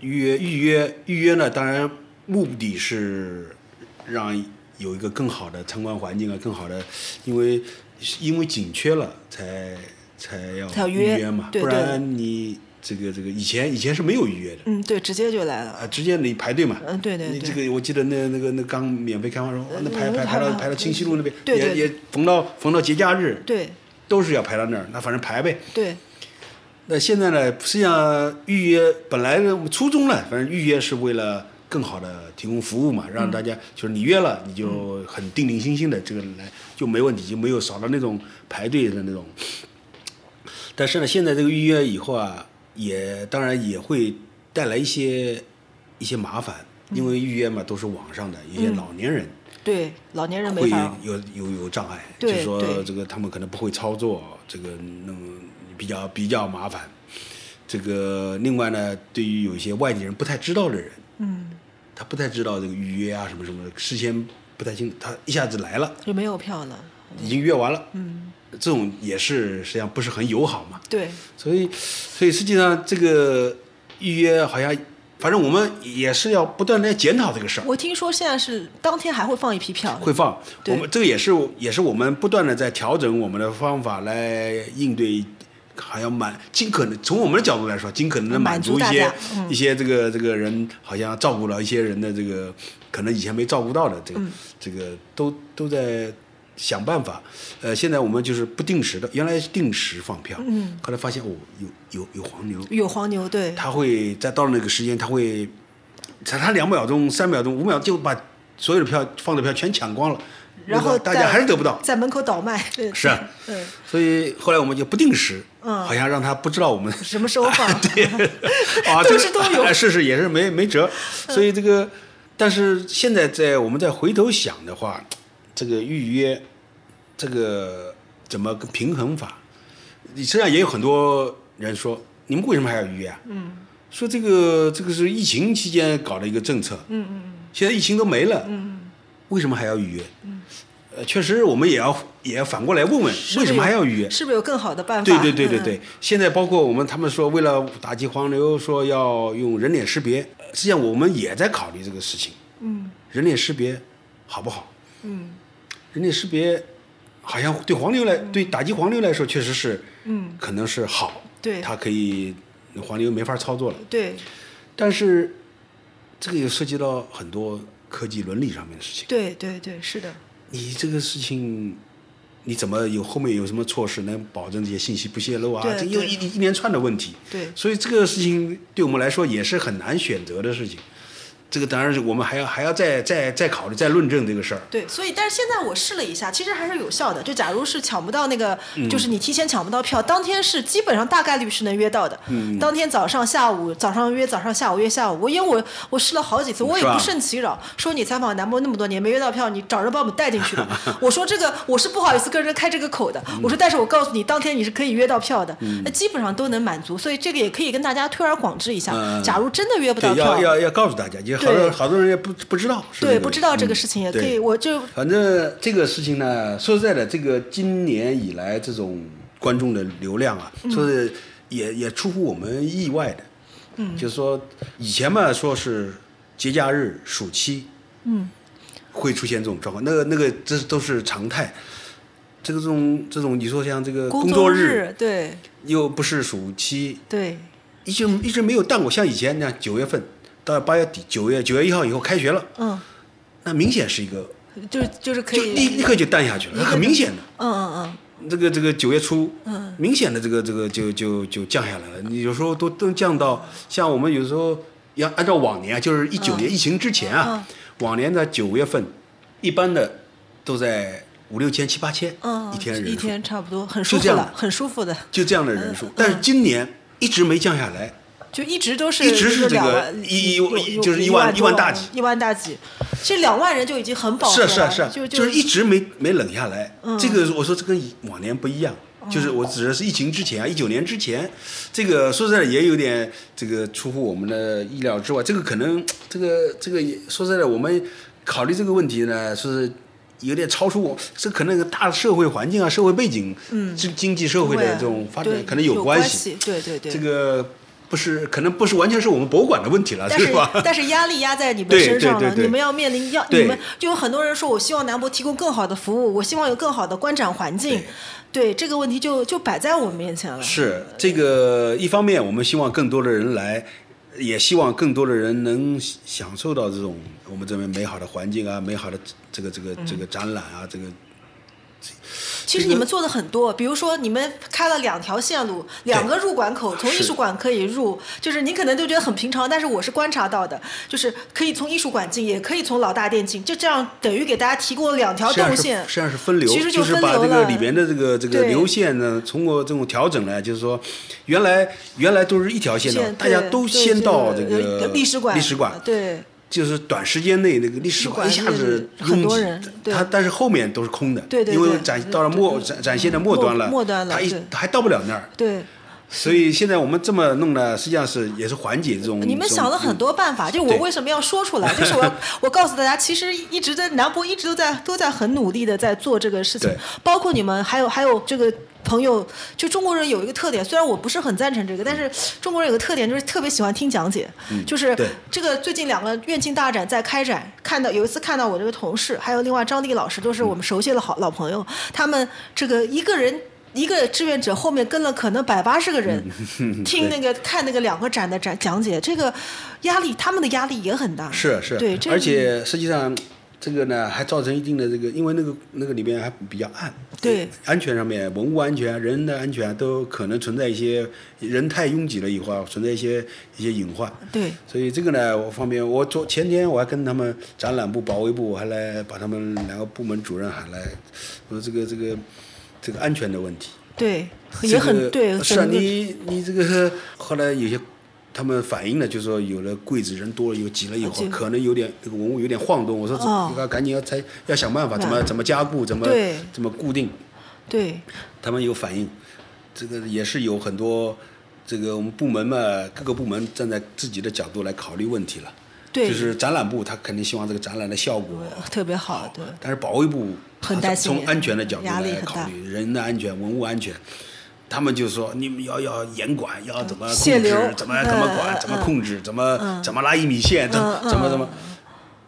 S1: 预约预约预约呢，当然目的是让有一个更好的参观环境啊，更好的，因为因为紧缺了才才要
S3: 才要
S1: 预
S3: 约
S1: 嘛，
S3: 对
S1: 不
S3: 对
S1: 然你这个这个以前以前是没有预约的。
S3: 嗯，对，直接就来了。
S1: 啊，直接你排队嘛。
S3: 嗯对对
S1: 你
S3: 对
S1: 这个我记得那那个那刚免费开放的时候，那排
S3: 嗯
S1: 排排
S3: 排
S1: 到
S3: 到
S1: 排到清溪路那边，
S3: 对对
S1: 也也逢到逢到节假日，
S3: 对
S1: 都是要排到那儿，那反正排呗。
S3: 对
S1: 那现在呢，实际上预约本来呢我们初衷呢，反正预约是为了更好的提供服务嘛，让大家、就是你约了，你就很定定心心的这个来就没问题，就没有少了那种排队的那种。但是呢，现在这个预约以后啊，也当然也会带来一些一些麻烦，因为预约嘛都是网上的，有些老年人。
S3: 对，老年人没
S1: 会
S3: 法
S1: 有
S3: 儿。
S1: 有有有障碍，就
S3: 对
S1: 是说
S3: 对
S1: 这个他们可能不会操作，这个那么比较比较麻烦。这个另外呢，对于有一些外地人不太知道的人，
S3: 嗯，
S1: 他不太知道这个预约啊什么什么的，事先不太清，他一下子来了，
S3: 就没有票了。
S1: 已经约完了，嗯，这种也是实际上不是很友好嘛。
S3: 对，
S1: 所以，所以实际上这个预约好像，反正我们也是要不断的检讨这个事儿。
S3: 我听说现在是当天还会放一批票。
S1: 会放。
S3: 对
S1: 我们这个也是也是我们不断的在调整我们的方法来应对，好像满尽可能从我们的角度来说，尽可能的
S3: 满
S1: 满
S3: 足
S1: 一
S3: 大
S1: 些
S3: 家、嗯
S1: 一些这个这个人，好像照顾了一些人的这个可能以前没照顾到的这个、
S3: 嗯
S1: 这个都都在。想办法，呃，现在我们就是不定时的，原来是定时放票，嗯，后来发现哦，有有有黄牛，
S3: 有黄牛，对，
S1: 他会在到了那个时间，他会，才他两秒钟、三秒钟、五秒就把所有的票放的票全抢光了，
S3: 然
S1: 那
S3: 后
S1: 个大家
S3: 在
S1: 还是得不到，
S3: 在门口倒卖。对
S1: 是啊
S3: 嗯，
S1: 所以后来我们就不定时，
S3: 嗯
S1: 好像让他不知道我们
S3: 什么时候放？
S1: 对，啊，
S3: 都
S1: 这
S3: 是
S1: 个
S3: 都有嗯
S1: 哎是是也是没没辙，所以这个，但是现在在我们再回头想的话，这个预约，这个怎么个平衡法？你实际上也有很多人说，你们为什么还要预约啊？嗯，说这个这个是疫情期间搞的一个政策，嗯嗯嗯，现在疫情都没了，嗯为什么还要预约？嗯，呃，确实我们也要也要反过来问问，为什么还要预约？
S3: 是不是有更好的办法？
S1: 对对对对
S3: 嗯
S1: 对，现在包括我们他们说为了打击黄牛，说要用人脸识别，呃实际上我们也在考虑这个事情。嗯，人脸识别好不好？嗯，人脸识别好像对黄牛来，对打击黄牛来说确实是，嗯，可能是好，
S3: 对
S1: 它可以黄牛没法操作了。
S3: 对
S1: 但是这个也涉及到很多科技伦理上面的事情。
S3: 对对对，是的，
S1: 你这个事情，你怎么有后面有什么措施能保证这些信息不泄露啊？
S3: 对
S1: 这又
S3: 对
S1: 一一连串的问题。
S3: 对
S1: 所以这个事情对我们来说也是很难选择的事情。这个当然是我们还要还要再再再考虑再论证这个事儿。
S3: 对，所以但是现在我试了一下，其实还是有效的。就假如是抢不到那个，
S1: 嗯
S3: 就是你提前抢不到票，当天是基本上大概率是能约到的。
S1: 嗯
S3: 当天早上、下午，早上约早上，下午约下午。我因为我我试了好几次，我也
S1: 是吧
S3: 不胜其扰。说你采访南波那么多年没约到票，你找人把我们带进去吧。我说这个我是不好意思跟人开这个口的。
S1: 嗯
S3: 我说但是我告诉你，当天你是可以约到票的，那基本上都能满足。所以这个也可以跟大家推而广之一下。
S1: 嗯
S3: 假如真的约不到
S1: 对，
S3: 票
S1: 要，要要告诉大家，就好
S3: 对
S1: 多好多人也不不知道。是这
S3: 对
S1: 个
S3: 不知道这个
S1: 嗯
S3: 事情也可
S1: 对
S3: 以，我就
S1: 反正这个事情呢，说实在的，这个今年以来这种观众的流量啊，
S3: 嗯
S1: 说是也也出乎我们意外的。嗯，就是说以前嘛，说是节假日、暑期，会出现这种状况。那个那个，这都是常态。这个这种这种，你说像这个
S3: 工
S1: 呃作
S3: 日对
S1: 又不是暑期，
S3: 对，
S1: 一直一直没有淡过。像以前那样，九月份到八月底，九月九月一号以后开学了，
S3: 嗯，
S1: 那明显是一个
S3: 就是就是可
S1: 就
S3: 以，
S1: 立立刻就淡下去了，很明显的。
S3: 嗯嗯嗯，
S1: 这个这个九月初，明显的这个这个就就就降下来了。你有时候都都降到像我们有时候要按照往年啊，就是一
S3: 嗯
S1: 九年疫情之前啊，往年的九月份，一般的都在五六千七八千
S3: 嗯，
S1: 一天人数，
S3: 一天嗯差不多，很
S1: 就
S3: 舒服
S1: 这样
S3: 了，很舒服的，
S1: 就这样的人数。但是今年一直没降下来，
S3: 就一直都是
S1: 一直是这
S3: 两
S1: 个
S3: 万
S1: 一一
S3: 有
S1: 一
S3: 有
S1: 就是一
S3: 一
S1: 万一
S3: 多
S1: 万大几
S3: 一万大几，其实两万人就已经很饱和
S1: 是啊
S3: 了，
S1: 是啊是啊，
S3: 就
S1: 就是一直没没冷下来。
S3: 嗯
S1: 这个我说这跟以往年不一样，就是我指的是疫情之前啊，一九年之前，这个说实在的也有点这个出乎我们的意料之外。这个可能这个这个也说实在的，我们考虑这个问题呢，说是。有点超出我，这可能跟大的社会环境啊、社会背景、嗯，经经济社会的这种发展
S3: 对
S1: 可能
S3: 有
S1: 关
S3: 系，对对对，
S1: 这个不是，可能不是完全是我们博物馆的问题了，
S3: 但
S1: 是
S3: 是
S1: 吧？
S3: 但是压力压在你们
S1: 对
S3: 身上
S1: 对
S3: 了，
S1: 对对
S3: 你们要面临要
S1: 对
S3: 你们就有很多人说，我希望南博提供更好的服务，我希望有更好的观展环境，对这个问题就就摆在我们面前了。
S1: 是这个，一方面我们希望更多的人来，也希望更多的人能享受到这种我们这边美好的环境啊，美好的这个这个
S3: 嗯
S1: 这个展览啊，这个
S3: 其实你们做的很多，比如说你们开了两条线路，两个入馆口，从
S1: 是
S3: 艺术馆可以入，就是您可能都觉得很平常，但是我是观察到的，就是可以从艺术馆进，也可以从老大殿进，就这样等于给大家提供了两条
S1: 实际上
S3: 动
S1: 是
S3: 线
S1: 实。际上是分流，
S3: 其实
S1: 就
S3: 就是分
S1: 把
S3: 流
S1: 这个
S3: 了
S1: 里边的这个这个
S3: 对
S1: 流线呢，通过这种调整呢，就是说原来原来都是一条线的
S3: 线，
S1: 大家
S3: 对
S1: 都
S3: 对
S1: 先
S3: 对
S1: 到这
S3: 对
S1: 个
S3: 历史馆，
S1: 历史馆，
S3: 对。
S1: 就是短时间内那个历史馆一
S3: 历史
S1: 下
S3: 馆
S1: 子
S3: 是很
S1: 拥
S3: 多
S1: 挤
S3: 人对
S1: 它但是后面都是空的，
S3: 对对
S1: 因为
S3: 对
S1: 展
S3: 对
S1: 到了末
S3: 对
S1: 展展现的末
S3: 末
S1: 端了，
S3: 末端了
S1: 它一
S3: 对
S1: 还到不了那儿，
S3: 对，
S1: 所以现在我们这么弄呢，实际上是也是缓解这种嗯
S3: 你们想了很多办法，就我
S1: 对
S3: 为什么要说出来？就是
S1: [laughs]
S3: 我要我告诉大家，其实一直在南博一直都在都在很努力的在做这个事情
S1: 对，
S3: 包括你们，还有还有这个朋友，就中国人有一个特点，虽然我不是很赞成这个，但是中国人有个特点就是特别喜欢听讲解，就是
S1: 嗯对
S3: 这个最近两个院庆大展在开展，看到有一次看到我这个同事，还有另外张丽老师，都是我们熟悉的好老朋友，他们这个一个人。 [laughs] 一个志愿者后面跟了可能百八十个人，
S1: 嗯 [laughs]
S3: 听那个看那个两个展的展讲解，这个压力他们的压力也很大。
S1: 是是，
S3: 对，这个
S1: 而且实际上这个呢还造成一定的这个，因为那个那个里边还比较暗，
S3: 对，
S1: 安全上面文物安全、人的安全都可能存在一些人太拥挤了以后啊，存在一些一些隐患。
S3: 对
S1: 所以这个呢，我方面，我昨前天我还跟他们展览部、保卫部，我还来把他们两个部门主任喊来，我说这个这个这个安全的问题，
S3: 对
S1: 这
S3: 也
S1: 个
S3: 很对，
S1: 是啊，
S3: 整个
S1: 你你这个后来有些他们反映了，就说有的柜子人多了，有挤了以后
S3: 就，
S1: 可能有点这个文物有点晃动。我说这
S3: 哦
S1: 个赶紧要才要想办法，怎么
S3: 对啊
S1: 怎么加固，怎么
S3: 对
S1: 怎么固定。
S3: 对
S1: 他们有反映，这个也是有很多这个我们部门嘛，各个部门站在自己的角度来考虑问题了。
S3: 对
S1: 就是展览部他肯定希望这个展览的效果
S3: 特别好，对
S1: 但是保卫部
S3: 很
S1: 他
S3: 担心
S1: 从安全的角度
S3: 压力
S1: 来
S3: 很
S1: 考
S3: 大
S1: 虑人的安全、文物安全，他们就说你们要要严管，要怎么控
S3: 限
S1: 制
S3: 流，
S1: 怎么怎么
S3: 嗯
S1: 管，怎么
S3: 嗯
S1: 控制，怎么怎么拉一米线，怎么
S3: 嗯
S1: 怎么怎么，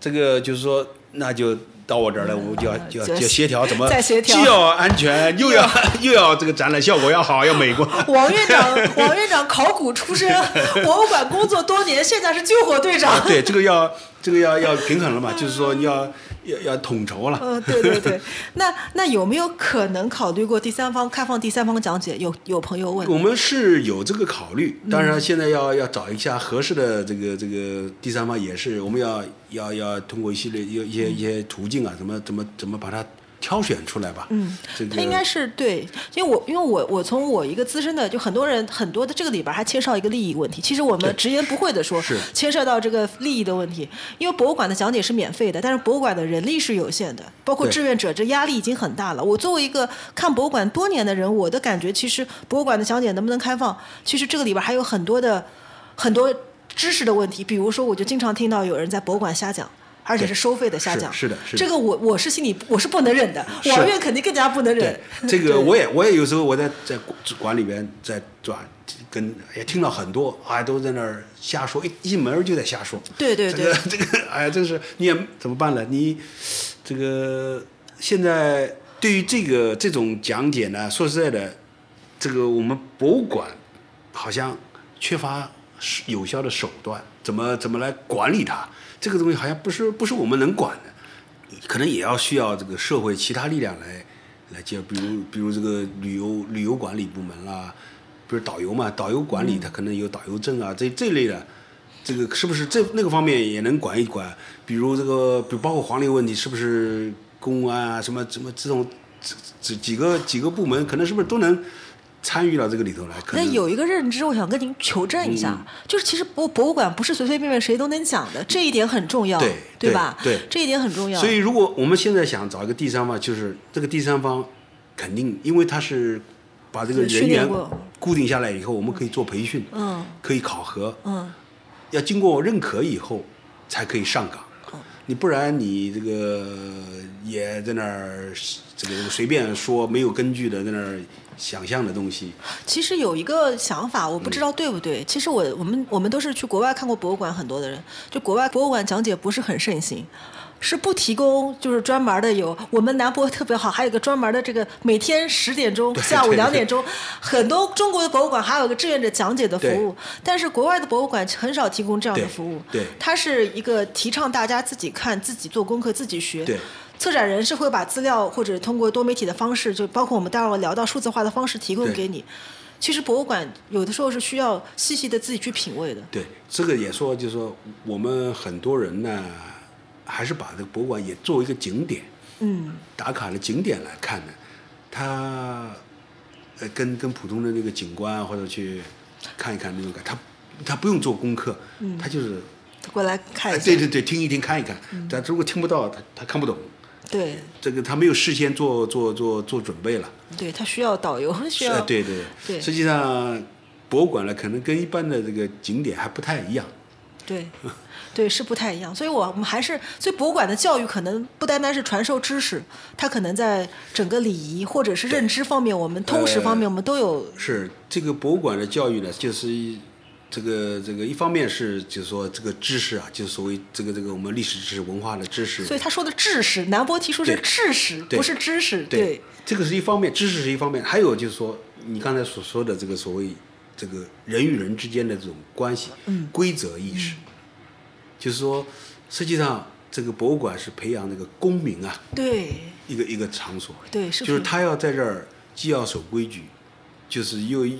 S1: 这个就是说那就。到我这儿来，我就要就要就
S3: 嗯就
S1: 要协
S3: [laughs]
S1: 调怎么，
S3: 再协调
S1: 既要安全，又要 [laughs] 又要这个展览效果要好，要美
S3: [laughs]
S1: 观。
S3: 王院长，
S1: [laughs]
S3: 王院长考古出身，博物馆工作多年，现在是救火队长。
S1: 对，这个要这个要要平衡了嘛，就是说你要要要统筹了。
S3: 嗯，对对对，那那有没有可能考虑过第三方开放第三方讲解？有有朋友问，嗯
S1: 我们是有这个考虑，当然现在要要找一下合适的这个这个第三方，也是我们要要要通过一系列一一些一些途径啊，怎么怎么怎么把它挑选出来吧。嗯，这个
S3: 他应该是对，因为我因为我我从我一个资深的，就很多人很多的这个里边还牵涉到一个利益问题。其实我
S1: 对
S3: 们直言不讳的说
S1: 是，
S3: 牵涉到这个利益的问题。因为博物馆的讲解是免费的，但是博物馆的人力是有限的，包括
S1: 对
S3: 志愿者，这压力已经很大了。我作为一个看博物馆多年的人，我的感觉其实博物馆的讲解能不能开放，其实这个里边还有很多的很多知识的问题。比如说，我就经常听到有人在博物馆瞎讲。而且是收费的下降。
S1: 是是的是的
S3: 这个我我是心里我是不能忍的，王悦肯定更加不能忍 [laughs]
S1: 对。，这个
S3: 对
S1: 我也我也有时候我在在馆里边在转，跟也听到很多啊都在那儿瞎说，一进门就在瞎说。
S3: 对对对
S1: [laughs] 这个这个哎呀，真是你也怎么办了？你这个现在对于这个这种讲解呢，说实在的，这个我们博物馆好像缺乏是有效的手段，怎么怎么来管理它？这个东西好像不是不是我们能管的，可能也要需要这个社会其他力量来来接，比如比如这个旅游旅游管理部门啦，比如导游嘛，导游管
S3: 嗯
S1: 理他可能有导游证啊，这这类的。这个是不是这那个方面也能管一管？比如这个，比如包括黄牛问题，是不是公安啊，什么什么这种这这几个几个部门，可能是不是都能参与到这个里头来？可
S3: 那
S1: 能嗯
S3: 有一个认知，我想跟您求证一下，就是其实博博物馆不是随随便便谁都能讲的，这一点很重要，
S1: 对对
S3: 吧？
S1: 对
S3: 这一点很重要。
S1: 所以，如果我们现在想找一个第三方，就是这个第三方肯定，因为他是把这个
S3: 对训
S1: 人
S3: 练
S1: 员
S3: 过
S1: 固定下来以后，我们可以做培训，
S3: 嗯
S1: 可以考核，
S3: 嗯，
S1: 要经过认可以后才可以上岗。
S3: 哦
S1: 你不然你这个也在那儿这个随便说没有根据的在那儿想象的东西，
S3: 其实有一个想法，我
S1: 嗯
S3: 不知道对不对。其实我我们我们都是去国外看过博物馆，很多的人就国外博物馆讲解不是很盛行，是不提供就是专门的有。我们南博特别好，还有一个专门的这个每天十点钟、下午
S1: 对
S3: 两点钟，很多中国的博物馆还有一个志愿者讲解的服务
S1: 对，
S3: 但是国外的博物馆很少提供这样的
S1: 对
S3: 服务。
S1: 对
S3: 它是一个提倡大家自己看、自己做功课、自己学。
S1: 对
S3: 策展人是会把资料或者通过多媒体的方式，就包括我们待会儿聊到数字化的方式提供
S1: 对
S3: 给你。其实博物馆有的时候是需要细细的自己去品味的。
S1: 对，这个也说，就是说我们很多人呢，还是把这个博物馆也作为一个景点，
S3: 嗯，
S1: 打卡的景点来看呢，它呃跟跟普通的那个景观啊，或者去看一看那种感，它它不用做功课，它就是、
S3: 过来看一
S1: 哎
S3: 下。
S1: 对对对，听一听看一看，但如果听不到，他他看不懂，
S3: 对
S1: 这个他没有事先做做做做准备了。
S3: 对，他需要导游，
S1: 是
S3: 需要
S1: 啊，对对
S3: 哦对
S1: 实际上博物馆呢，可能跟一般的这个景点还不太一样。
S3: 对对是不太一样。所以我我们还是，所以博物馆的教育可能不单单是传授知识，它可能在整个礼仪或者是认知方面，我们通识方
S1: 呃
S3: 面我们都有。
S1: 是这个博物馆的教育呢，就是一这个这个一方面是就是说这个知识啊，就是所谓这个这个我们历史知识、文化的知识。
S3: 所以他说的知识，南波提出是
S1: 对
S3: 知识，
S1: 对
S3: 不是知识。
S1: 对这个是一方面，知识是一方面，还有就是说你刚才所说的这个所谓这个人与人之间的这种关系，规则意识，就是说实际上这个博物馆是培养这个公民啊，
S3: 对
S1: 一个一个场所。
S3: 对是
S1: 就是
S3: 可以
S1: 他要在这儿既要守规矩，就是又一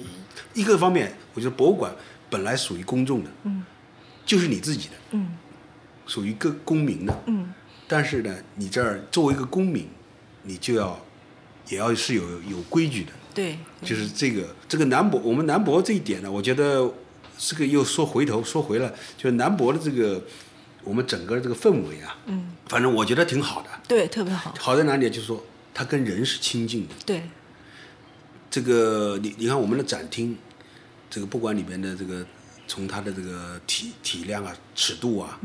S1: 一个方面，我觉得博物馆本来属于公众的，嗯，就是你自己的，
S3: 嗯，
S1: 属于一个公民的，
S3: 嗯，
S1: 但是呢，你这儿作为一个公民，你就要也要是有有规矩的，
S3: 对
S1: 就是这个这个南博，我们南博这一点呢，我觉得这个又说回头说回了，就是南博的这个我们整个这个氛围啊，嗯，反正我觉得挺好的。
S3: 对，特别好。
S1: 好在哪里呢？就是说它跟人是亲近的。
S3: 对
S1: 这个你你看我们的展厅，这个不管里面的这个从它的这个体体量啊、尺度啊，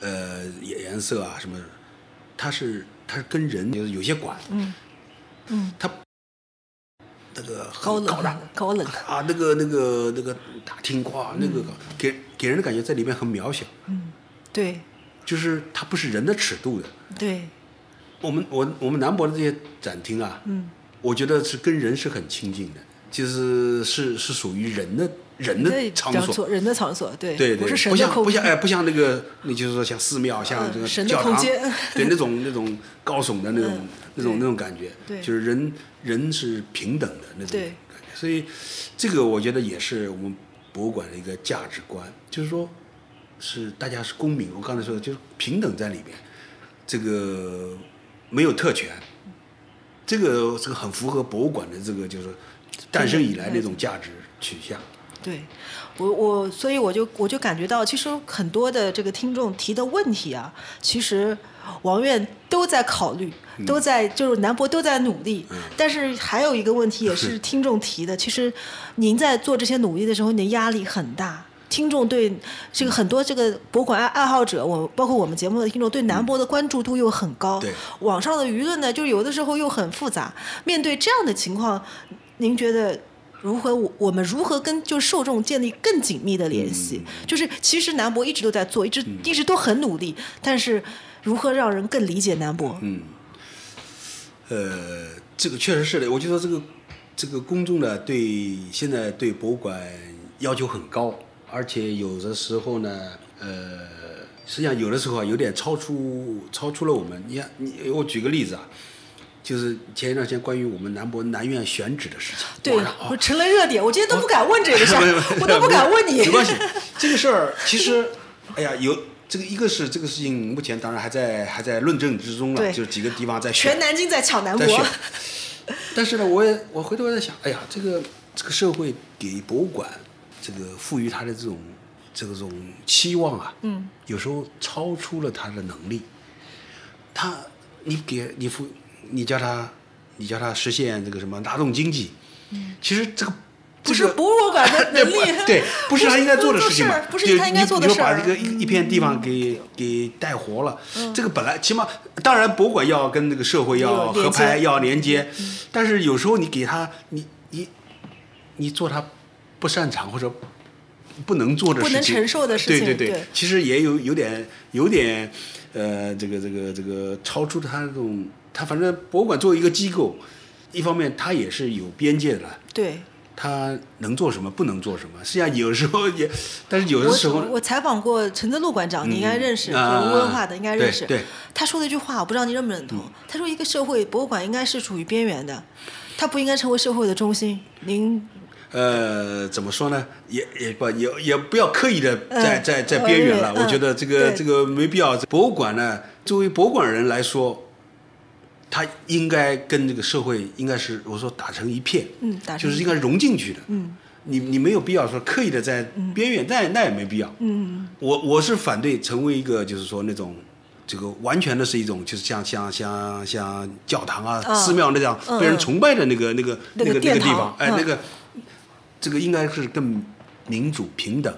S1: 呃颜颜色啊什么，它是它是跟人就是有些管，嗯嗯，它那个很
S3: 高
S1: 搞大
S3: 冷高冷，
S1: 啊，那个那个那个大厅哇，那个给给人的感觉在里面很渺小，
S3: 对
S1: 就是它不是人的尺度的。
S3: 对
S1: 我们我我们南博的这些展厅啊，嗯，我觉得是跟人是很亲近的，就是是是属于人的人的场所，
S3: 人的场所，对
S1: 对对，
S3: 不是神
S1: 不
S3: 的
S1: 像
S3: 空
S1: 不像哎
S3: 间，嗯
S1: 不像那个，那就是说像寺庙，像这个
S3: 神的
S1: 教堂
S3: 空间，
S1: [laughs] 对那种那种高耸的那种、
S3: 嗯
S1: 那种
S3: 对
S1: 那种感觉，
S3: 对
S1: 就是人人是平等的那种
S3: 对
S1: 感觉，所以这个我觉得也是我们博物馆的一个价值观，就是说是大家是公民，我刚才说的就是平等在里面，这个没有特权，这个这个很符合博物馆的这个就是诞生
S3: 哎
S1: 以来那种价值取向，
S3: 对我我，所以我就我就感觉到，其实很多的这个听众提的问题啊，其实王院都在考虑，都在就是南博都在努力，但是还有一个问题也是听众提的，其实您在做这些努力的时候，你的压力很大。听众对这个很多这个博物馆爱爱好者，我包括我们节目的听众对南博的关注度又很高，
S1: 对
S3: 网上的舆论呢，就有的时候又很复杂。面对这样的情况，您觉得？如何我我们如何跟就受众建立更紧密的联系？
S1: 嗯
S3: 就是其实南博一直都在做，一直、一直都很努力，但是如何让人更理解南博？
S1: 嗯呃，这个确实是的，我就说这个这个公众呢，对现在对博物馆要求很高，而且有的时候呢，呃，实际上有的时候啊，有点超出超出了我们。你看，你我举个例子啊，就是前一段时间关于我们南博南院选址的事情，
S3: 对
S1: 哇然后，
S3: 我成了热点，我今天都不敢问这个事
S1: 没有没
S3: 儿，
S1: 有
S3: [laughs] 我都不敢问你。
S1: 没关系，这个事儿其实，哎呀，有这个一个是这个事情目前当然还在还在论证之中了，
S3: 对
S1: 就是几个地方在选
S3: 全南京在抢南
S1: 在
S3: 博
S1: 选，但是呢，我也我回头在想，哎呀，这个这个社会给博物馆这个赋予它的这种这种期望啊，嗯，有时候超出了它的能力。他你给你赋你叫他你叫他实现这个什么拉动经济，嗯，其实这个
S3: 不
S1: 这
S3: 是
S1: 个，
S3: 博物馆的能力
S1: [laughs] 对，不是他应该做的事情嘛，
S3: 不是他应该做的
S1: 就
S3: 事
S1: 你你就
S3: 儿。嗯
S1: 把这个一一片地方给给带活了，这个本来起码，当然博物馆要跟这个社会要
S3: 有连
S1: 合拍，
S3: 接嗯
S1: 要连接，但是有时候你给他，你你你做他不擅长或者不能做的事
S3: 不
S1: 情，
S3: 能承受的事情
S1: 对对
S3: 对
S1: 其实也有有点有点呃，这个这个这个超出他这种，他反正博物馆作为一个机构，一方面它也是有边界的了。
S3: 对，
S1: 他能做什么，不能做什么。实际上有时候也，但是有的时候
S3: 我我采访过陈泽路馆长，你应该认
S1: 嗯
S3: 识，就是
S1: 啊
S3: 吴文化的应该认识。
S1: 对对嗯
S3: 他说的一句话，我不知道你认不认同。他说，一个社会博物馆应该是处于边缘的，它不应该成为社会的中心。您
S1: 呃，怎么说呢？也也不也也不要刻意的在、
S3: 嗯
S1: 在在边缘了。
S3: 嗯
S1: 我觉得这个
S3: 对
S1: 这个没必要。博物馆呢，作为博物馆人来说，他应该跟这个社会应该是我说打成一片，
S3: 嗯打
S1: 就
S3: 成一片
S1: 是应该融进去的。嗯，你你没有必要说刻意的在边缘，那那也没必要。嗯，我我是反对成为一个就是说那种。这个完全的是一种，就是像像像像教堂啊、
S3: 嗯
S1: 寺庙那样
S3: 嗯
S1: 被人
S3: 嗯
S1: 崇拜的那个那个
S3: 那
S1: 那个那
S3: 个殿
S1: 个地
S3: 堂
S1: 方，哎，
S3: 嗯
S1: 那个这个应该是更民主平等，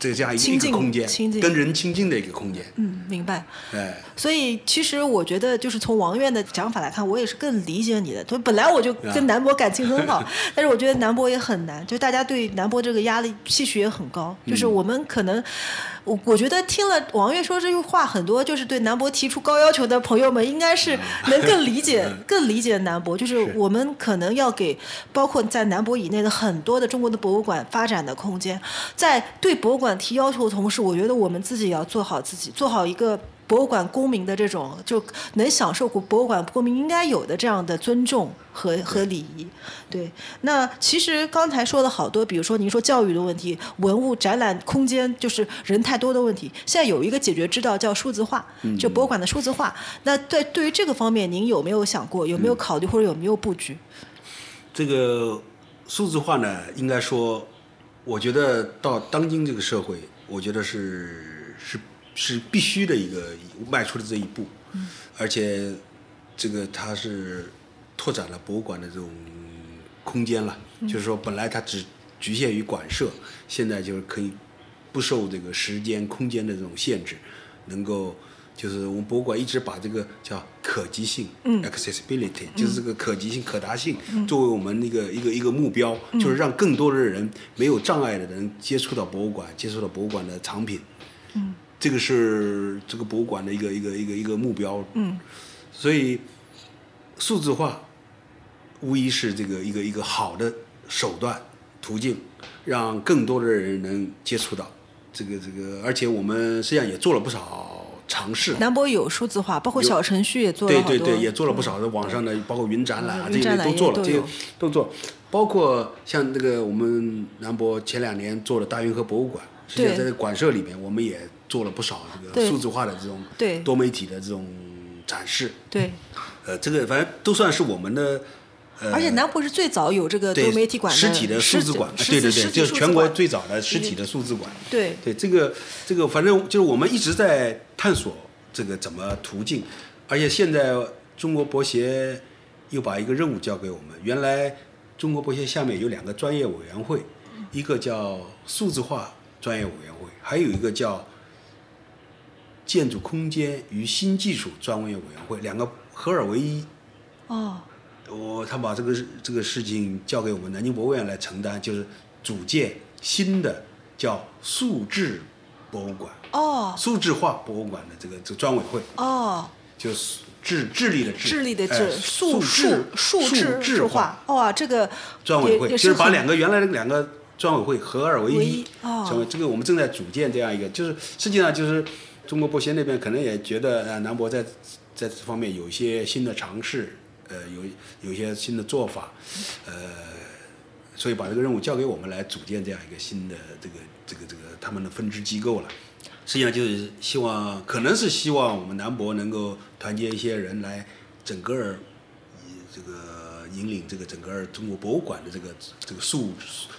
S1: 这这样一个
S3: 亲
S1: 一个
S3: 近
S1: 空间
S3: 亲，近
S1: 跟人亲近的一个空间，
S3: 嗯，明白。
S1: 哎，
S3: 所以其实我觉得，就是从王院的讲法来看，我也是更理解你的。就本来我就
S1: 啊
S3: 跟南博感情很好，但是我觉得南博也很难，就大家对南博这个压力期许也很高。就是我们可能，我我觉得听了王院说这句话，很多就是对南博提出高要求的朋友们，应该是能更理解、更理解南博。就是我们可能要给包括在南博以内的很多的中国的博物馆发展的空间，在对博物馆提要求的同时，我觉得我们自己也要做好自己，做好一个。博物馆公民的这种就能享受过博物馆公民应该有的这样的尊重和和礼仪。对，那其实刚才说了好多，比如说您说教育的问题、文物展览空间就是人太多的问题，现在有一个解决之道叫数字化，
S1: 嗯
S3: 就博物馆的数字化。那对对于这个方面，您有没有想过，有没有考虑或者有没有布局？
S1: 这个数字化呢，应该说，我觉得到当今这个社会，我觉得是是是必须的一个迈出的这一步，而且这个它是拓展了博物馆的这种空间了，就是说本来它只局限于馆舍，现在就是可以不受这个时间、空间的这种限制，能够。就是我们博物馆一直把这个叫可及性、accessibility，就是这个可及性、可达性，作为我们一个一个一个目标，就是让更多的人没有障碍的人接触到博物馆，接触到博物馆的藏品。这个是这个博物馆的一个一个一个一个目标。嗯，所以数字化无疑是这个一个一个好的手段途径，让更多的人能接触到这个这个，而且我们实际上也做了不少尝试。
S3: 南博有数字化，包括小程序也做了
S1: 呃对
S3: 好多，
S1: 对对，也做了不少的网上的，包括云展览啊
S3: 嗯
S1: 这
S3: 云
S1: 些
S3: 展览
S1: 都做
S3: 也
S1: 了，
S3: 都
S1: 这些
S3: 有
S1: 都做，包括像这个我们南博前两年做的大运河博物馆，实际上
S3: 对
S1: 在这个馆舍里面，我们也做了不少这个
S3: 对
S1: 数字化的这种
S3: 对
S1: 多媒体的这种展示，
S3: 对。
S1: 呃，这个反正都算是我们的。呃、
S3: 而且南博是最早有这个
S1: 对
S3: 呃多媒体馆的
S1: 实体的数字馆，
S3: 实
S1: 对
S3: 体
S1: 对
S3: 实
S1: 对，
S3: 体
S1: 就
S3: 数
S1: 是
S3: 字
S1: 全国
S3: 馆嗯
S1: 最早的实体的数字馆。
S3: 对
S1: 对，这个这个，反正就是我们一直在探索这个怎么途径，而且现在中国博协又把一个任务交给我们。原来中国博协下面有两个专业委员会，一个叫数字化专业委员会，还有一个叫建筑空间与新技术专业委员会，两个合二为一。
S3: 哦，
S1: 我他把这个这个事情交给我们南京博物院来承担，就是组建新的叫素质博物馆、
S3: 哦，
S1: 素质化博物馆的这个这个专委会，
S3: 哦，
S1: 就是智智力的智，
S3: 智力的
S1: 哎
S3: 智，
S1: 素
S3: 数
S1: 质
S3: 数数
S1: 质
S3: 智
S1: 化
S3: 化，哇，这个
S1: 专委
S3: 也
S1: 会，
S3: 也
S1: 就是把
S3: 很
S1: 两个原来的两个专委会合二为
S3: 为
S1: 一
S3: 一，哦
S1: 成为这个我们正在组建这样一个，就是实际上就是中国博协那边可能也觉得呃南博在在这方面有一些新的尝试，呃有有一些新的做法，呃，所以把这个任务交给我们来组建这样一个新的这个这个这个他们的分支机构了。实际上就是希望，可能是希望我们南博能够团结一些人来整个儿以这个引领这个整个儿中国博物馆的这个这个数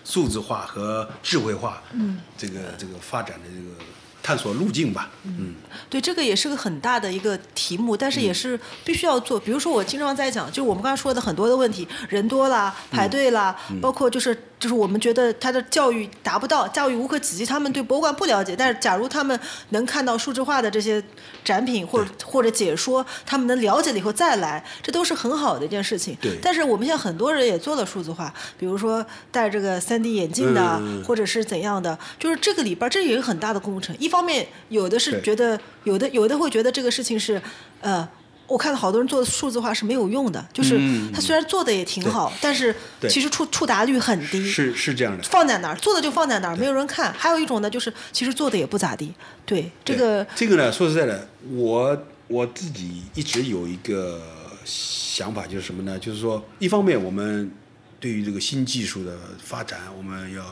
S1: 数字化和智慧化，嗯，这个这个发展的这个探索路径吧，嗯，
S3: 对，这个也是个很大的一个题目，但是也是必须要做。比如说，我经常在讲，就是我们刚才说的很多的问题，人多啦，排队啦，包括就是就是我们觉得他的教育达不到，教育无可企及，他们对博物馆不了解。但是，假如他们能看到数字化的这些展品或者或者解说，他们能了解了以后再来，这都是很好的一件事情。
S1: 对
S3: 但是我们现在很多人也做了数字化，比如说戴这个 3D 眼镜的啊，
S1: 嗯
S3: 或者是怎样的，就是这个里边儿这也是很大的工程。一方面，有的是
S1: 对
S3: 觉得有的有的会觉得这个事情是，呃，我看到好多人做的数字化是没有用的，就是
S1: 嗯
S3: 他虽然做的也挺
S1: 对
S3: 好，但是
S1: 对
S3: 其实触触达率很低。
S1: 是是这样的，
S3: 放在那儿，做的就放在那儿，没有人看。还有一种呢，就是其实做的也不咋地。对这个
S1: 对，这个呢，说实在的，我我自己一直有一个想法，就是什么呢？就是说，一方面我们对于这个新技术的发展，我们要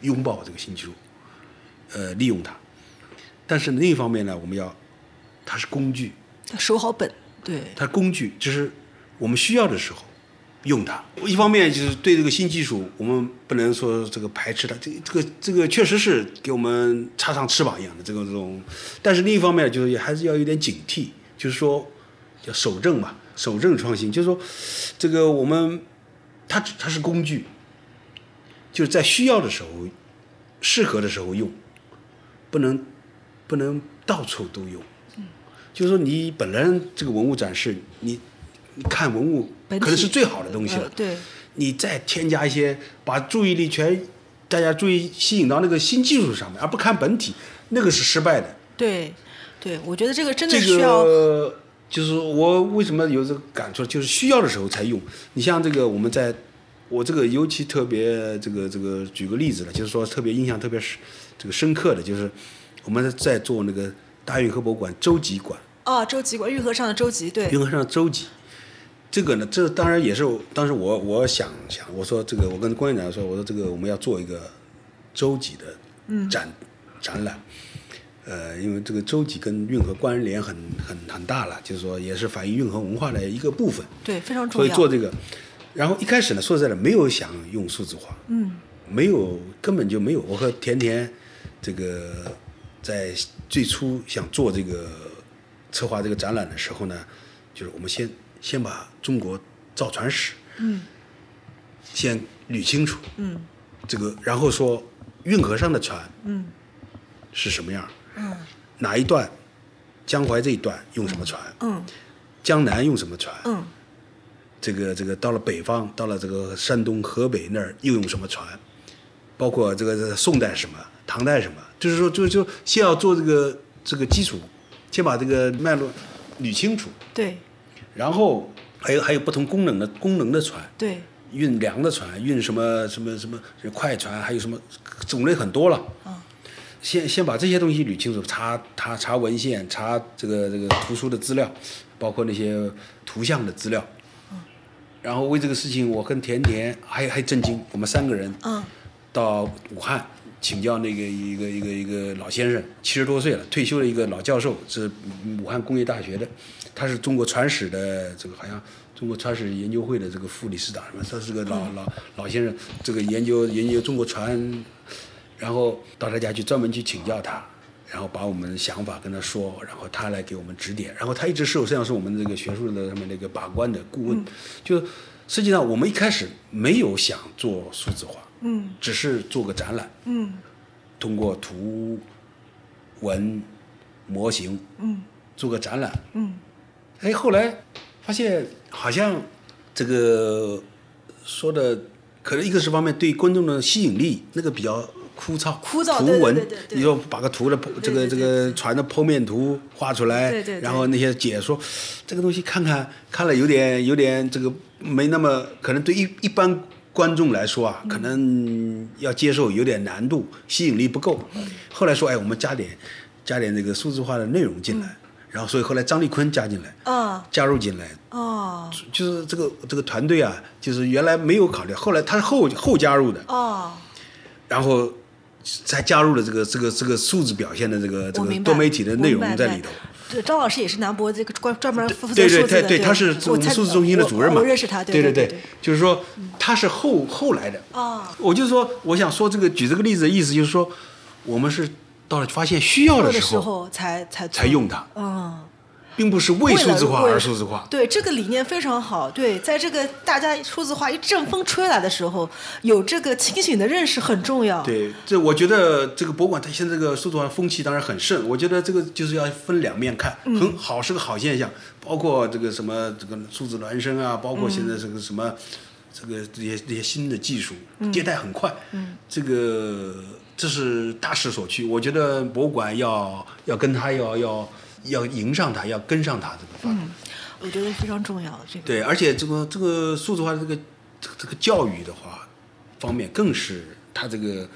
S1: 拥抱这个新技术，呃，利用它；但是另一方面呢，我们要它是工具，
S3: 守好本，对
S1: 它工具就是我们需要的时候用它。一方面就是对这个新技术，我们不能说这个排斥它，这这个这个确实是给我们插上翅膀一样的这个这种，但是另一方面就是也还是要有点警惕，就是说叫守正嘛，守正创新，就是说这个我们它只它是工具，就是在需要的时候、适合的时候用，不能不能到处都用。
S3: 嗯
S1: 就是说你本来这个文物展示，你你看文物
S3: 本体
S1: 可能是最好的东西了，
S3: 呃对，
S1: 你再添加一些，把注意力全大家注意吸引到那个新技术上面，而不看本体，那个是失败的。
S3: 对对，我觉得这个真的
S1: 这
S3: 需要
S1: 个就是我为什么有这个感触，就是需要的时候才用。你像这个，我们在我这个尤其特别这个这个举个例子了，就是说特别印象特别深这个深刻的，就是我们在做那个大运河博物馆周集馆，
S3: 啊，周集馆运河上的周集，对
S1: 云和尚周集，这个呢，这当然也是我当时我我想想，我说这个，我跟关院长说，我说这个我们要做一个周集的展、展览，呃，因为这个周集跟运河关联很很很大了，就是说也是反映运河文化的一个部分，
S3: 对，非常重
S1: 所以
S3: 要。
S1: 做这个，然后一开始呢，说实在的，没有想用数字化，
S3: 嗯，
S1: 没有，根本就没有。我和甜甜，这个在最初想做这个策划这个展览的时候呢，就是我们先先把中国造船史，
S3: 嗯，
S1: 先捋清楚，
S3: 嗯，
S1: 这个然后说运河上的船
S3: 嗯
S1: 是什么样儿，
S3: 嗯
S1: 哪一段，江淮这一段用什么船，
S3: 嗯
S1: 江南用什么船，
S3: 嗯
S1: 这个这个到了北方，到了这个山东、河北那儿又用什么船，包括这个这个宋代什么、唐代什么，就是说就就先要做这个这个基础，先把这个脉络捋清楚，
S3: 对
S1: 然后还有还有不同功能的功能的船，
S3: 对
S1: 运粮的船，运什么什么什么快船，还有什么种类很多了。
S3: 嗯
S1: 先先把这些东西捋清楚，查查查文献，查这个这个图书的资料，包括那些图像的资料。
S3: 嗯
S1: 然后为这个事情，我跟甜甜还还震惊，我们三个人
S3: 嗯
S1: 到武汉请教那个一个一个一个老先生，七十多岁了，退休的一个老教授，是武汉工业大学的，他是中国船史的这个好像中国船史研究会的这个副理事长什么，他是个老老老先生，这个研究研究中国船，然后到他家去专门去请教他。然后把我们的想法跟他说，然后他来给我们指点。然后他一直是实际上是我们这个学术的上面那个把关的顾问。就实际上我们一开始没有想做数字化，
S3: 嗯
S1: 只是做个展览。
S3: 嗯
S1: 通过图文模型，嗯，做个展览，
S3: 嗯，
S1: 哎，后来发现好像这个说的，可能一个是方面对观众的吸引力，那个比较枯燥，
S3: 枯燥
S1: 图
S3: 对对
S1: 文
S3: 对对对
S1: 你要把个图的这个
S3: 对对
S1: 这个船的剖面图画出来，
S3: 对对对
S1: 然后那些解说这个东西看看看了有点有点这个没那么可能对一一般观众来说啊，可能要接受有点难度，吸引力不够。后来说哎，我们加点加点这个数字化的内容进来，
S3: 嗯
S1: 然后所以后来张立坤加进来，
S3: 啊
S1: 加入进来，
S3: 哦
S1: 就是这个这个团队啊，就是原来没有考虑，后来他是后后加入的，
S3: 哦，
S1: 然后才加入了这个这个这个数字表现的这个这
S3: 我
S1: 个
S3: 明白
S1: 多媒体的内容在里头。。
S3: 对，张老师也是南博这个专专门负责
S1: 对对
S3: 数字
S1: 对
S3: 的，
S1: 他是我
S3: 我
S1: 们
S3: 参
S1: 数字中心的主任嘛，
S3: 我我认识他，
S1: 对
S3: 对
S1: 对
S3: 对，
S1: 就是说他是后后来的。
S3: 哦
S1: 我就说，我想说这个举这个例子的意思就是说，我们是到了发现需要
S3: 做
S1: 的
S3: 的
S1: 时
S3: 时
S1: 候
S3: 候才才
S1: 才用它，
S3: 嗯。
S1: 并不是为
S3: 为
S1: 数
S3: 了
S1: 字化
S3: 为了
S1: 而数字化。
S3: 对，这个理念非常好。对，在这个大家数字化一阵风吹来的时候，有这个清醒的认识很重要。，
S1: 对，这我觉得这个博物馆它现在这个数字化风气当然很盛，我觉得这个就是要分两面看，很好是个好现象，包括这个什么这个数字孪生啊，包括现在这个什么、这个这些这些新的技术迭代很快，这个这是大势所趋，我觉得博物馆要要跟它要要要迎上它，要跟上它这个发展。
S3: 我觉得非常重要。这个
S1: 对，而且这个这个数字化的这个这个这个教育的话，方面更是它这个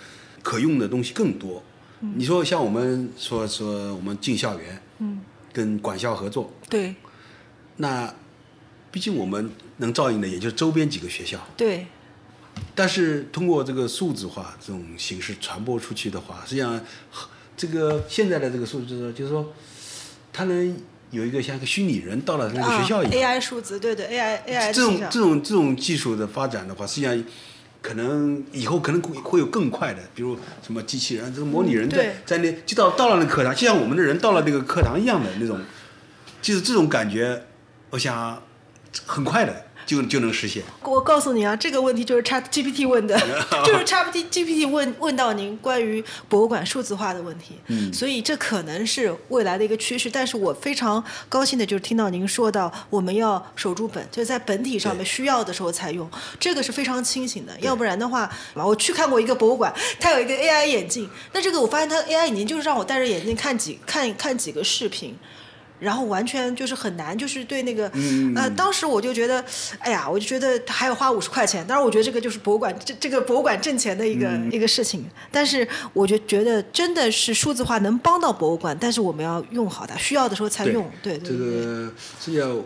S1: 可用的东西更多。你说像我们说说我们进校园，嗯，跟管校合作，
S3: 对
S1: 那毕竟我们能照应的也就周边几个学校，
S3: 对
S1: 但是通过这个数字化这种形式传播出去的话，实际上这个现在的这个数字就是说，它能有一个像一个虚拟人到了那个学校一样。
S3: 啊、，AI 数字，对对 AI AI
S1: 这种
S3: 的
S1: 这种这种技术的发展的话，实际上可能以后可能会会有更快的，比如什么机器人，这个模拟人
S3: 嗯
S1: 在、
S3: 对
S1: 在那就到到了那课堂，就像我们的人到了那个课堂一样的那种，就是这种感觉，我想很快的就就能实现。
S3: 我告诉你啊，这个问题就是 Chat GPT 问的，就是 Chat GPT 问问到您关于博物馆数字化的问题。嗯，所以这可能是未来的一个趋势。但是我非常高兴的就是听到您说到我们要守住本，就是在本体上面需要的时候才用，这个是非常清醒的。要不然的话，我去看过一个博物馆，它有一个 AI 眼镜，那这个我发现它 AI 眼镜就是让我戴着眼镜看几看看几个视频。然后完全就是很难，就是对那
S1: 嗯
S3: 个，呃，当时我就觉得，哎呀，我就觉得还要花五十块钱。当然，我觉得这个就是博物馆这这个博物馆挣钱的一个、
S1: 嗯
S3: 一个事情。但是，我就觉得真的是数字化能帮到博物馆，但是我们要用好它，需要的时候才用。对对
S1: 这个是要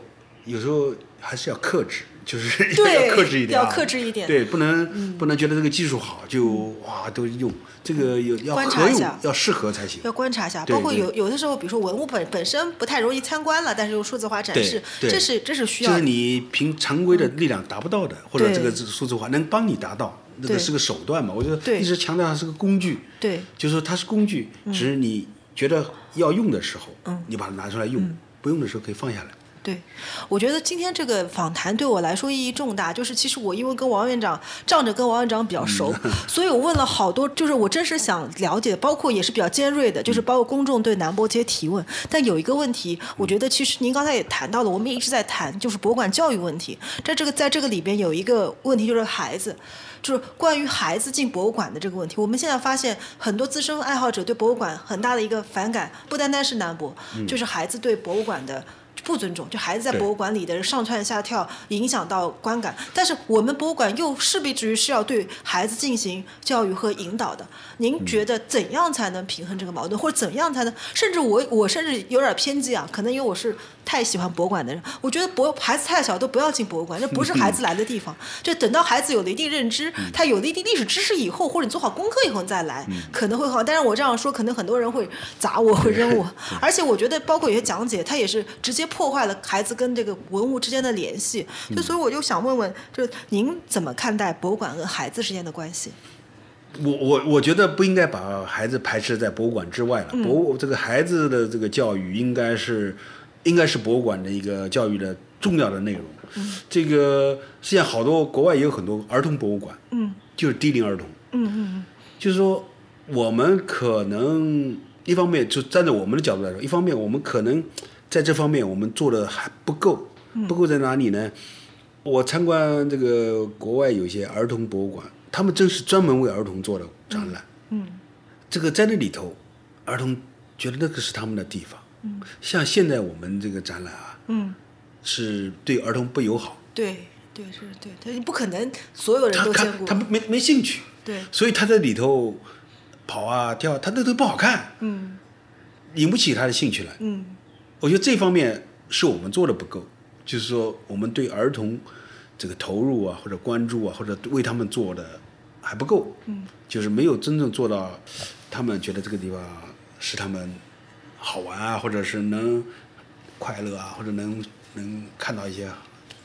S1: 有时候还是要克制，就是 [laughs]
S3: 对
S1: 要克制一点、啊，
S3: 要克制一点嗯
S1: 对，不能、不能觉得这个技术好就哇都用，这个有要
S3: 观察
S1: 合
S3: 一
S1: 用
S3: 下，
S1: 要适合才行。
S3: 要观察一下，
S1: 对
S3: 包括
S1: 对
S3: 有有的时候，比如说文物本本身不太容易参观了，但是用数字化展
S1: 对
S3: 示，
S1: 对
S3: 这是这是需
S1: 就
S3: 要
S1: 是
S3: 的。
S1: 你凭常规的力量达不到的，或者
S3: 对
S1: 这个这个数字化能帮你达到，那个
S3: 对
S1: 是个手段嘛。我就
S3: 对
S1: 一直强调它是个工具，
S3: 对嗯
S1: 就是说它是工具，只是你觉得要用的时候，你把它拿出来
S3: 嗯
S1: 用，不用的时候可以放下来。
S3: 对，我觉得今天这个访谈对我来说意义重大。就是其实我因为跟王院长仗着跟王院长比较熟，所以我问了好多，就是我真是想了解，包括也是比较尖锐的，就是包括公众对南博这些提问。但有一个问题，我觉得其实您刚才也谈到了，我们也一直在谈，就是博物馆教育问题。在这个在这个里边有一个问题就是孩子。就是关于孩子进博物馆的这个问题，我们现在发现很多资深爱好者对博物馆很大的一个反感，不单单是南博，就是孩子对博物馆的不尊重，就孩子在
S1: 对
S3: 博物馆里的上蹿下跳，影响到观感。但是我们博物馆又势必至于是要对孩子进行教育和引导的。您觉得怎样才能平衡这个矛盾，或者怎样才能？甚至我我甚至有点偏激啊，可能因为我是太喜欢博物馆的人，我觉得博孩子太小都不要进博物馆，这不是孩子来的
S1: [laughs]
S3: 地方。就等到孩子有了一定认知，
S1: 嗯
S3: 他有了一定历史知识以后，或者你做好功课以后你再来，可能会好。但是我这样说，可能很多人会砸我，会
S1: [laughs]
S3: 扔我。而且我觉得，包括有些讲解，它也是直接破坏了孩子跟这个文物之间的联系。
S1: 嗯
S3: 就所以我就想问问，就是您怎么看待博物馆跟孩子之间的关系？
S1: 我我我觉得不应该把孩子排斥在博物馆之外了。
S3: 嗯
S1: 博物这个孩子的这个教育应该是应该是博物馆的一个教育的重要的内容。
S3: 嗯
S1: 这个实际上好多国外也有很多儿童博物馆，
S3: 嗯
S1: 就是低龄儿童，
S3: 嗯嗯
S1: 就是说我们可能一方面就站在我们的角度来说，一方面我们可能在这方面我们做的还不够，
S3: 嗯
S1: 不够在哪里呢？我参观这个国外有些儿童博物馆，他们真是专门为儿童做的展览。
S3: 嗯
S1: 这个在那里头，儿童觉得那个是他们的地方。嗯，像现在我们这个展览啊，
S3: 嗯，
S1: 是对儿童不友好，
S3: 对对是，对他你不可能所有人
S1: 他
S3: 都
S1: 看
S3: 见过
S1: 他，没没兴趣，
S3: 对，
S1: 所以他在里头跑啊跳啊，他那都不好看，
S3: 嗯
S1: 引不起他的兴趣来。
S3: 嗯
S1: 我觉得这方面是我们做的不够，就是说我们对儿童这个投入啊，或者关注啊，或者为他们做的还不够，
S3: 嗯，
S1: 就是没有真正做到他们觉得这个地方是他们好玩啊，或者是能快乐啊，或者能能看到一些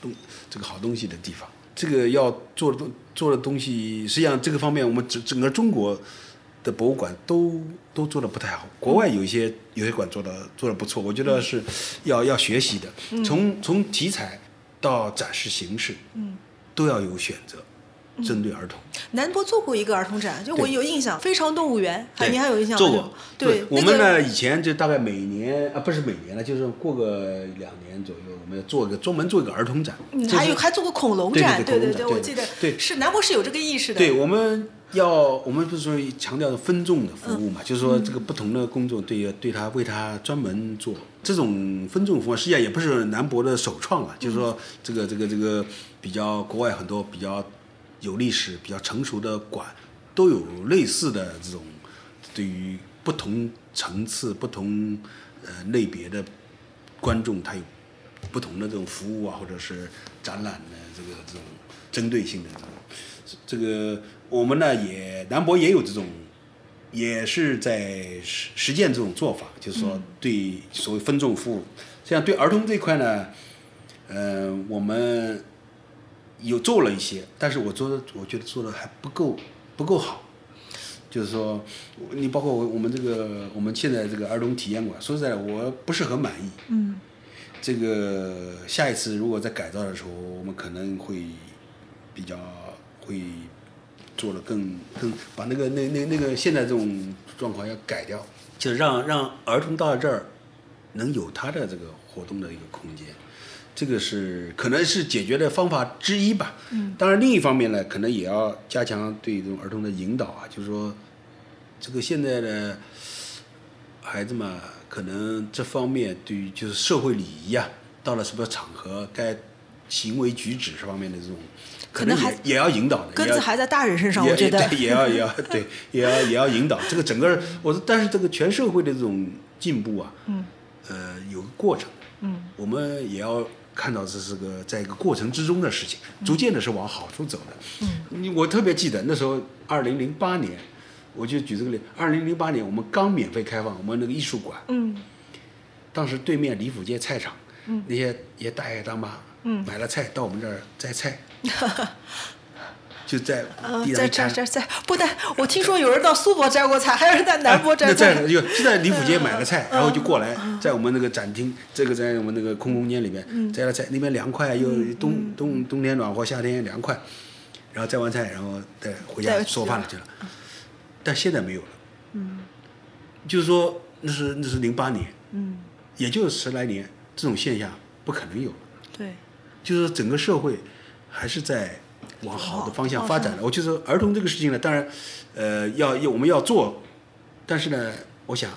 S1: 东这个好东西的地方。这个要做的东做的东西，实际上这个方面我们整整个中国的博物馆都都做的不太好，国外有一些有些馆做的做的不错，我觉得是要要学习的。从从题材到展示形式，
S3: 嗯。
S1: 都要有选择，针对儿童。
S3: 南博做过一个儿童展，就我
S1: 对
S3: 有印象，《非常动物园》，还
S1: 对
S3: 你还有印象吗？
S1: 做过，
S3: 对，
S1: 我
S3: 那
S1: 们
S3: 个
S1: 呢以前就大概每年啊，不是每年了，就是过个两年左右，我们要做一个专门做一个儿童展。
S3: 嗯，
S1: 这
S3: 还
S1: 是
S3: 有还做过恐龙展，
S1: 对
S3: 对
S1: 对对恐龙展对
S3: 我记得
S1: 对
S3: 是南博是有这个意识的，
S1: 对，我们要我们不是说强调分众的服
S3: 嗯
S1: 务嘛，就是说这个不同的工作对对他为他专门做这种分众服务，实际上也不是南博的首创
S3: 嗯
S1: 了，就是说这个这个这个比较国外很多比较有历史、比较成熟的馆都有类似的这种对于不同层次、不同呃类别的观众，他有不同的这种服务啊，或者是展览的这个这种针对性的这种。这个我们呢也南博也有这种，也是在实实践这种做法，就是说对所谓分众服务。这样对儿童这一块呢，呃，我们有做了一些，但是我做的我觉得做的还不够不够好。就是说，你包括我我们这个我们现在这个儿童体验馆，说实在的，我不是很满意。
S3: 嗯
S1: 这个下一次如果再改造的时候，我们可能会比较会做的更更把那个那那那个现在这种状况要改掉，就让让儿童到这儿能有他的这个活动的一个空间，这个是可能是解决的方法之一吧。嗯，当然另一方面呢，可能也要加强对这种儿童的引导啊，就是说这个现在的孩子嘛，可能这方面对于就是社会礼仪啊，到了什么场合该行为举止这方面的这种，
S3: 可
S1: 可
S3: 能
S1: 能也
S3: 还
S1: 也要引导的，
S3: 根
S1: 也要
S3: 子还在大人身上，
S1: 也
S3: 我觉得
S1: 也对也要也要对也要也要引导这个整个，我说但是这个全社会的这种进步啊，
S3: 嗯
S1: 呃，有个过程，
S3: 嗯，
S1: 我们也要看到这是个在一个过程之中的事情，
S3: 嗯
S1: 逐渐的是往好处走的。嗯，你我特别记得那时候二零零八年，我就举这个例，二零零八年我们刚免费开放我们那个艺术馆，
S3: 嗯
S1: 当时对面李府街菜场，嗯，那些一些大爷大妈，嗯，买了菜到我们这儿摘
S3: [laughs]
S1: 菜，就在
S3: 呃
S1: 地，上
S3: 在
S1: 一
S3: 这
S1: 摊
S3: 在在，不但我听说有人到苏博摘过菜，还有人在南博嗯摘
S1: 啊那
S3: 过
S1: 在
S3: 菜，
S1: 就就在李府街买了菜，然后就过来，
S3: 嗯
S1: 在我们那个展厅，这个在我们那个空空间里
S3: 嗯
S1: 面摘了菜，那边凉快，又冬冬冬天暖和，夏天凉快，然后摘完菜，然后再回
S3: 再
S1: 家
S3: 吃嗯
S1: 做饭了去了。但现在没有了，嗯，就是说那是那是零八年，
S3: 嗯，
S1: 也就十来年，这种现象不可能有了。
S3: 对，
S1: 就是整个社会还是在往好的方向发展的。我就是儿童这个事情呢，当然，呃，要要我们要做，但是呢，我想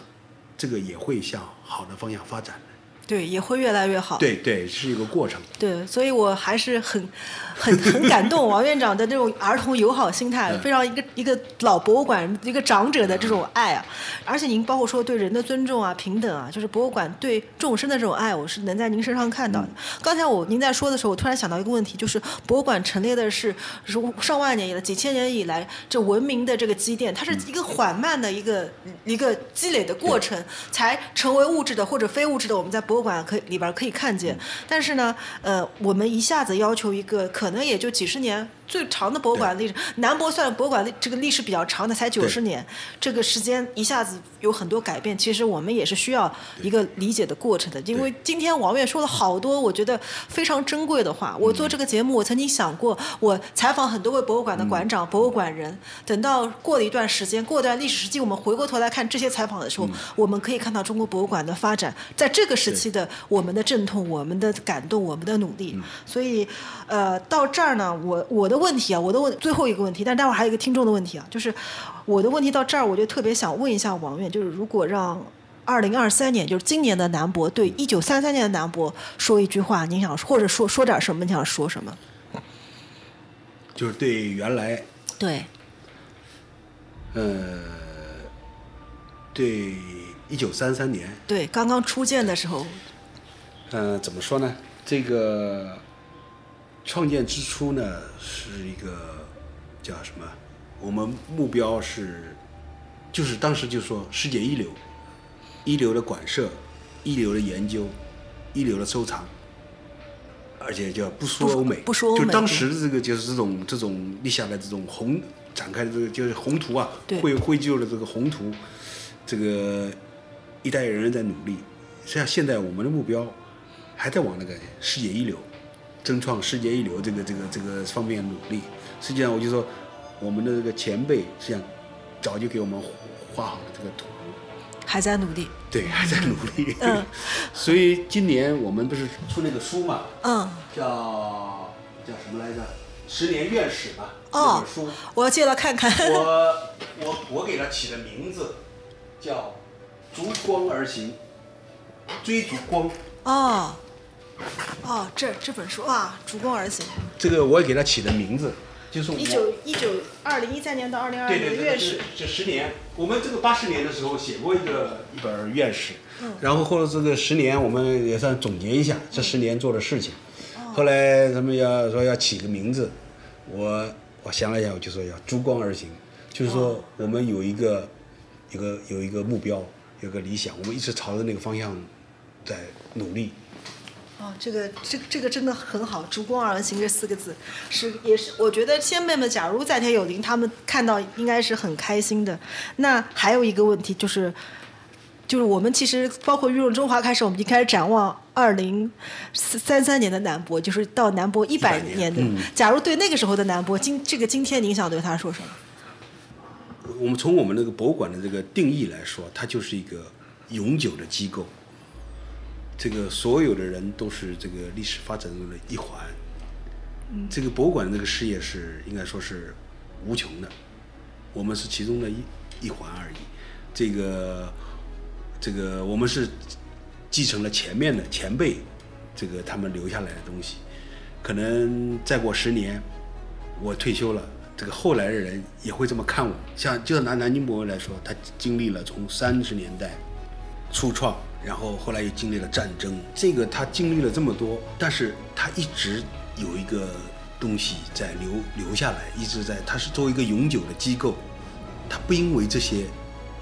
S1: 这个也会向好的方向发展的。
S3: 对，也会越来越好。
S1: 对对，是一个过程。
S3: 对，所以我还是很、很、很感动王院长的这种儿童友好心态，
S1: 嗯
S3: 非常一个一个老博物馆一个长者的这种爱啊，而且您包括说对人的尊重啊、平等啊，就是博物馆对众生的这种爱，我是能在您身上看到的。刚才我您在说的时候，我突然想到一个问题，就是博物馆陈列的是如上万年以来、几千年以来这文明的这个积淀，它是一个缓慢的一个、一个积累的过程，才成为物质的或者非物质的，我们在博物馆可以里边儿可以看见。但是呢，呃，我们一下子要求一个可能也就几十年最长的博物馆历史，南博算博物馆历这个历史比较长的，才九十
S1: 对
S3: 年，这个时间一下子有很多改变。其实我们也是需要一个理解的过程的，因为今天王悦说了好多我觉得非常珍贵的话。我做这个节目，我曾经想过，我采访很多位博物馆的馆长、博物馆人，等到过了一段时间，过段历史时期，我们回过头来看这些采访的时候，我们可以看到中国博物馆的发展，在这个时期的我们的阵痛、我们的感动、我们的努力。所以，呃，到这儿呢，我我的问题啊，我的问最后一个问题，但待会儿还有一个听众的问题啊，就是我的问题到这儿，我就特别想问一下王院，就是如果让。二零二三年，就是今年的南博对一九三三年的南博说一句话，您想或者说说点什么？你想说什么？
S1: 就是对原来
S3: 对，
S1: 呃，对一九三三年，
S3: 对，刚刚初建的时候，
S1: 呃，怎么说呢？这个创建之初呢，是一个叫什么？我们目标是，就是当时就说世界一流，一流的馆舍，一流的研究，一流的收藏，而且叫不输
S3: 不输
S1: 欧美，
S3: 不输欧美
S1: 就当时这个就是这种这种立下来这种宏展开的这个就是宏图啊
S3: 对，
S1: 绘绘就了这个宏图，这个一代人在努力。实际上，现在我们的目标还在往那个世界一流、争创世界一流这个这个这个方面努力。实际上，我就说我们的这个前辈实际上早就给我们画好了这个图，
S3: 还在努力。
S1: 对，还在努力。
S3: 嗯
S1: [laughs] 所以今年我们不是出那个书嘛，
S3: 嗯，
S1: 叫叫什么来着？十年院史嘛，
S3: 哦
S1: 那本书。
S3: [laughs] 我要借来看看。 [laughs]
S1: 我我我给它起的名字叫“逐光而行”，追逐光。
S3: 哦，哦，这这本书啊，《逐光而行》，
S1: 这个我也给它起的名字，就是我
S3: 一九一九二零一三年到二零二
S1: 对
S3: 零
S1: 对
S3: 年的
S1: 对，
S3: 院
S1: 这
S3: 士，
S1: 这十年，我们这个八十年的时候写过一个一本院士，然后后来这个十年我们也算总结一下这十年做的事情。后来他们要说要起个名字，我我想了一下，我就说要逐光而行，就是说我们有一个有个有一个目标，有个理想，我们一直朝着那个方向在努力。
S3: 哦，这个这个这个真的很好，“逐光而行”这四个字是也是，我觉得先辈们，假如在天有灵，他们看到应该是很开心的。那还有一个问题就是，就是我们其实包括《玉论中华》开始，我们已经开始展望二零三三年的南博，就是到南博一百
S1: 100
S3: 年的。假如对那个时候的南博，今这个今天您想对他说什么？
S1: 我们从我们那个博物馆的这个定义来说，它就是一个永久的机构。这个所有的人都是这个历史发展中的一环。这个博物馆的这个事业是应该说是无穷的，我们是其中的一一环而已。这个这个我们是继承了前面的前辈这个他们留下来的东西，可能再过十年我退休了，这个后来的人也会这么看我。像就拿南京博物院来说，它经历了从三十年代初创，然后后来又经历了战争，这个它经历了这么多，但是它一直有一个东西在留留下来，一直在，它是作为一个永久的机构，它不因为这些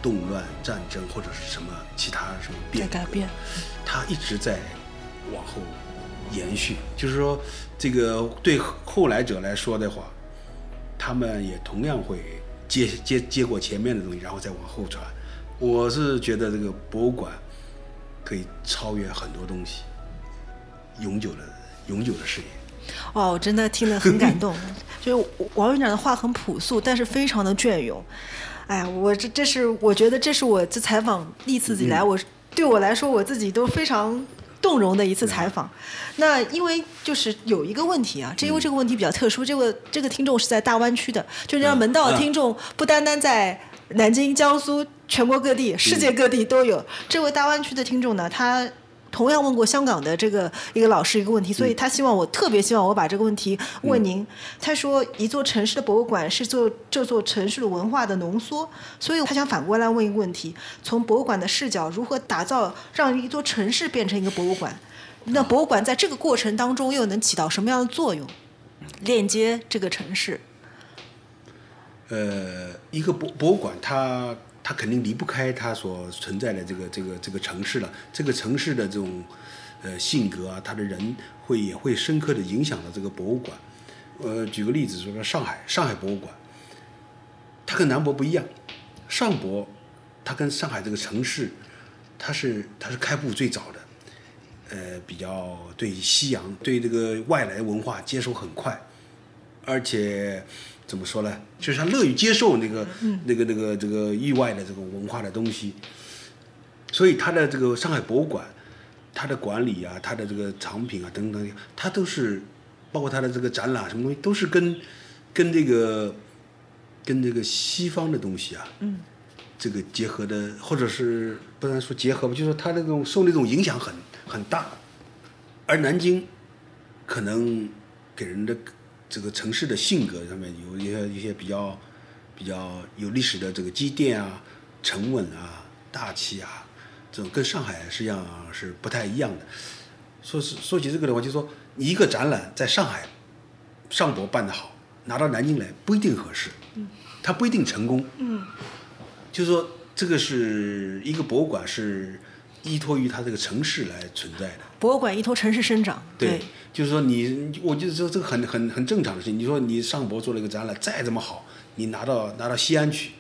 S1: 动乱、战争或者是什么其他什么变革
S4: 在改变
S1: 它一直在往后延续。就是说，这个对后来者来说的话，他们也同样会接接接过前面的东西，然后再往后传。我是觉得这个博物馆可以超越很多东西，永久的永久的事业。
S3: 哇，哦我真的听得很感动。就是王院长的话很朴素，但是非常的隽永。哎，我这这是我觉得这是我这采访历次以来，
S1: 嗯
S3: 我对我来说我自己都非常动容的一次采访。那因为就是有一个问题啊，这
S1: 嗯
S3: 因为这个问题比较特殊，这个这个听众是在大湾区的，就是让门道
S1: 嗯
S3: 的听众不单单在南京、江苏、全国各地、世界各地都有。这位大湾区的听众呢，他。同样问过香港的这个一个老师一个问题，所以他希望我特别希望我把这个问题问您。他说，一座城市的博物馆是做这座城市的文化的浓缩，所以他想反过来问一个问题：从博物馆的视角，如何打造让一座城市变成一个博物馆？那博物馆在这个过程当中又能起到什么样的作用？链接这个城市，
S1: 呃，一个博博物馆它，它肯定离不开它所存在的这个这个这个城市了。这个城市的这种呃性格啊，它的人会也会深刻的影响到这个博物馆。呃，举个例子说说上海，上海博物馆，它跟南博不一样，上博它跟上海这个城市，它是它是开埠最早的，呃，比较对西洋对这个外来文化接受很快，而且怎么说呢，就是他乐于接受那个、那个那个这个意外的这种文化的东西，所以它的这个上海博物馆，它的管理啊，它的这个藏品啊等等，它都是包括它的这个展览什么东西，都是跟跟这个跟这个西方的东西啊，嗯，这个结合的，或者是不能说结合吧，就是说它那种受那种影响很很大，而南京可能给人的这个城市的性格上面有一些一些比较比较有历史的这个积淀啊、沉稳啊、大气啊，这种跟上海实际上是不太一样的。说是说起这个的话，就说你一个展览在上海上博办得好，拿到南京来不一定合适，它不一定成功。
S3: 嗯，
S1: 就是说这个是一个博物馆是依托于它这个城市来存在的。
S3: 博物馆依托城市生长，对，
S1: 就是说你，我就说这个很很很正常的事情。你说你上博做了一个展览，再怎么好，你拿到拿到西安去，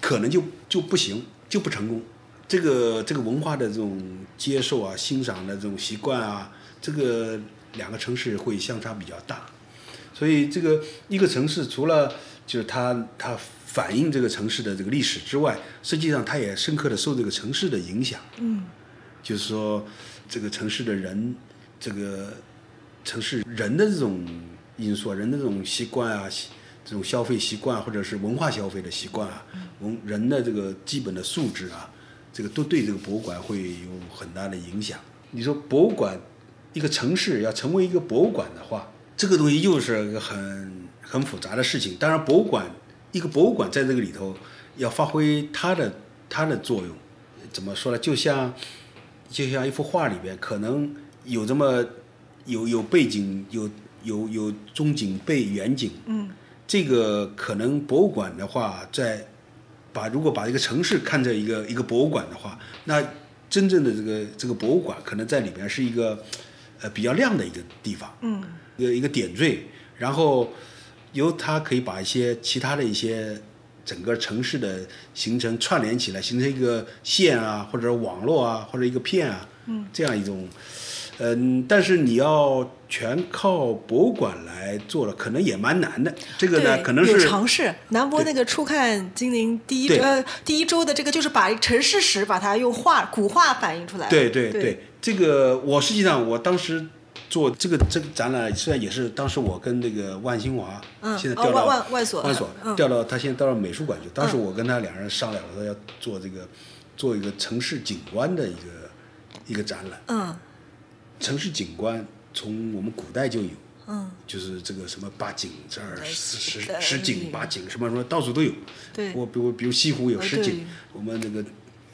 S1: 可能就就不行，就不成功。这个这个文化的这种接受啊、欣赏的这种习惯啊，这个两个城市会相差比较大。所以这个一个城市除了就是它它反映这个城市的这个历史之外，实际上它也深刻的受这个城市的影响。就是说这个城市的人，这个城市人的这种因素啊，人的这种习惯啊，习这种消费习惯啊或者是文化消费的习惯啊，文人的这个基本的素质啊，这个都对这个博物馆会有很大的影响。你说博物馆，一个城市要成为一个博物馆的话，这个东西又是个很很复杂的事情。当然，博物馆一个博物馆在这个里头要发挥它的它的作用，怎么说呢？就像就像一幅画里边，可能有这么有有背景，有有有中景背远景，
S3: 嗯，
S1: 这个可能博物馆的话，在把如果把一个城市看作一个一个博物馆的话，那真正的这个这个博物馆可能在里边是一个呃比较亮的一个地方，
S3: 嗯，
S1: 一个一个点缀，然后由它可以把一些其他的一些整个城市的形成串联起来，形成一个线啊，或者网络啊，或者一个片啊，嗯，这样一种，嗯，但是你要全靠博物馆来做了，可能也蛮难的。这个呢，
S3: 对
S1: 可能
S3: 有
S1: 是
S3: 尝试。南博那个初看金陵第一周
S1: 对
S3: 呃第一周的这个，就是把城市史把它用画古画反映出来。
S1: 对对
S3: 对
S1: 对，这个我实际上我当时做这个这个展览，虽然也是当时我跟那个万新华，
S3: 嗯
S1: 现在
S3: 哦
S1: 调到、
S3: 万万万所
S1: 万所
S3: 嗯
S1: 调到他现在调到美术馆去。当时我跟他两人商量了，说要做这个做一个城市景观的一个一个展览。
S3: 嗯
S1: 城市景观从我们古代就有，
S3: 嗯，
S1: 就是这个什么八景这儿
S3: 对
S1: 十
S3: 对
S1: 十十景八景什么什么到处都有。
S3: 对
S1: 我比如比如西湖有
S3: 呃
S1: 十
S3: 对
S1: 景，我们那个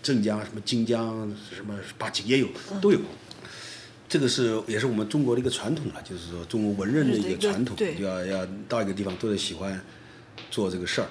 S1: 镇江什么荆江什么八景也有，都有。这个是也是我们中国的一个传统了，就是说中国文人的一
S3: 是的
S1: 个
S3: 一个
S1: 传统
S3: 对，
S1: 要要到一个地方都得喜欢做这个事儿。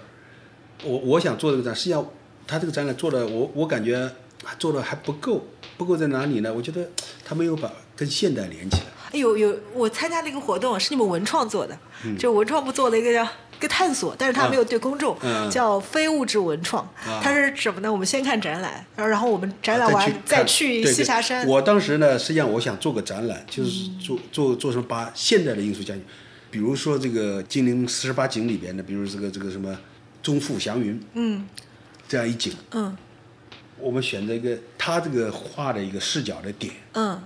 S1: 我我想做这个展，实际上他这个展览做的，我我感觉做的还不够，不够在哪里呢？我觉得他没有把跟现代连起来。
S3: 哎有有，我参加了一个活动，是你们文创做的，就文创部做了一个叫。一个探索，但是他
S1: 嗯
S3: 没有对公众，
S1: 嗯
S3: 叫非物质文创。
S1: 啊
S3: 它是什么呢？我们先看展览，然后我们展览完再
S1: 再
S3: 去
S1: 看
S3: 西茶山。嗯
S1: 对对我当时呢，实际上我想做个展览，就是做做做成把现代的因素加进去，比如说这个《金陵四十八景》里边的，比如这个这个什么中富祥云
S3: 嗯
S1: 这样一景，
S3: 嗯
S1: 我们选择一个他这个画的一个视角的点，
S3: 嗯，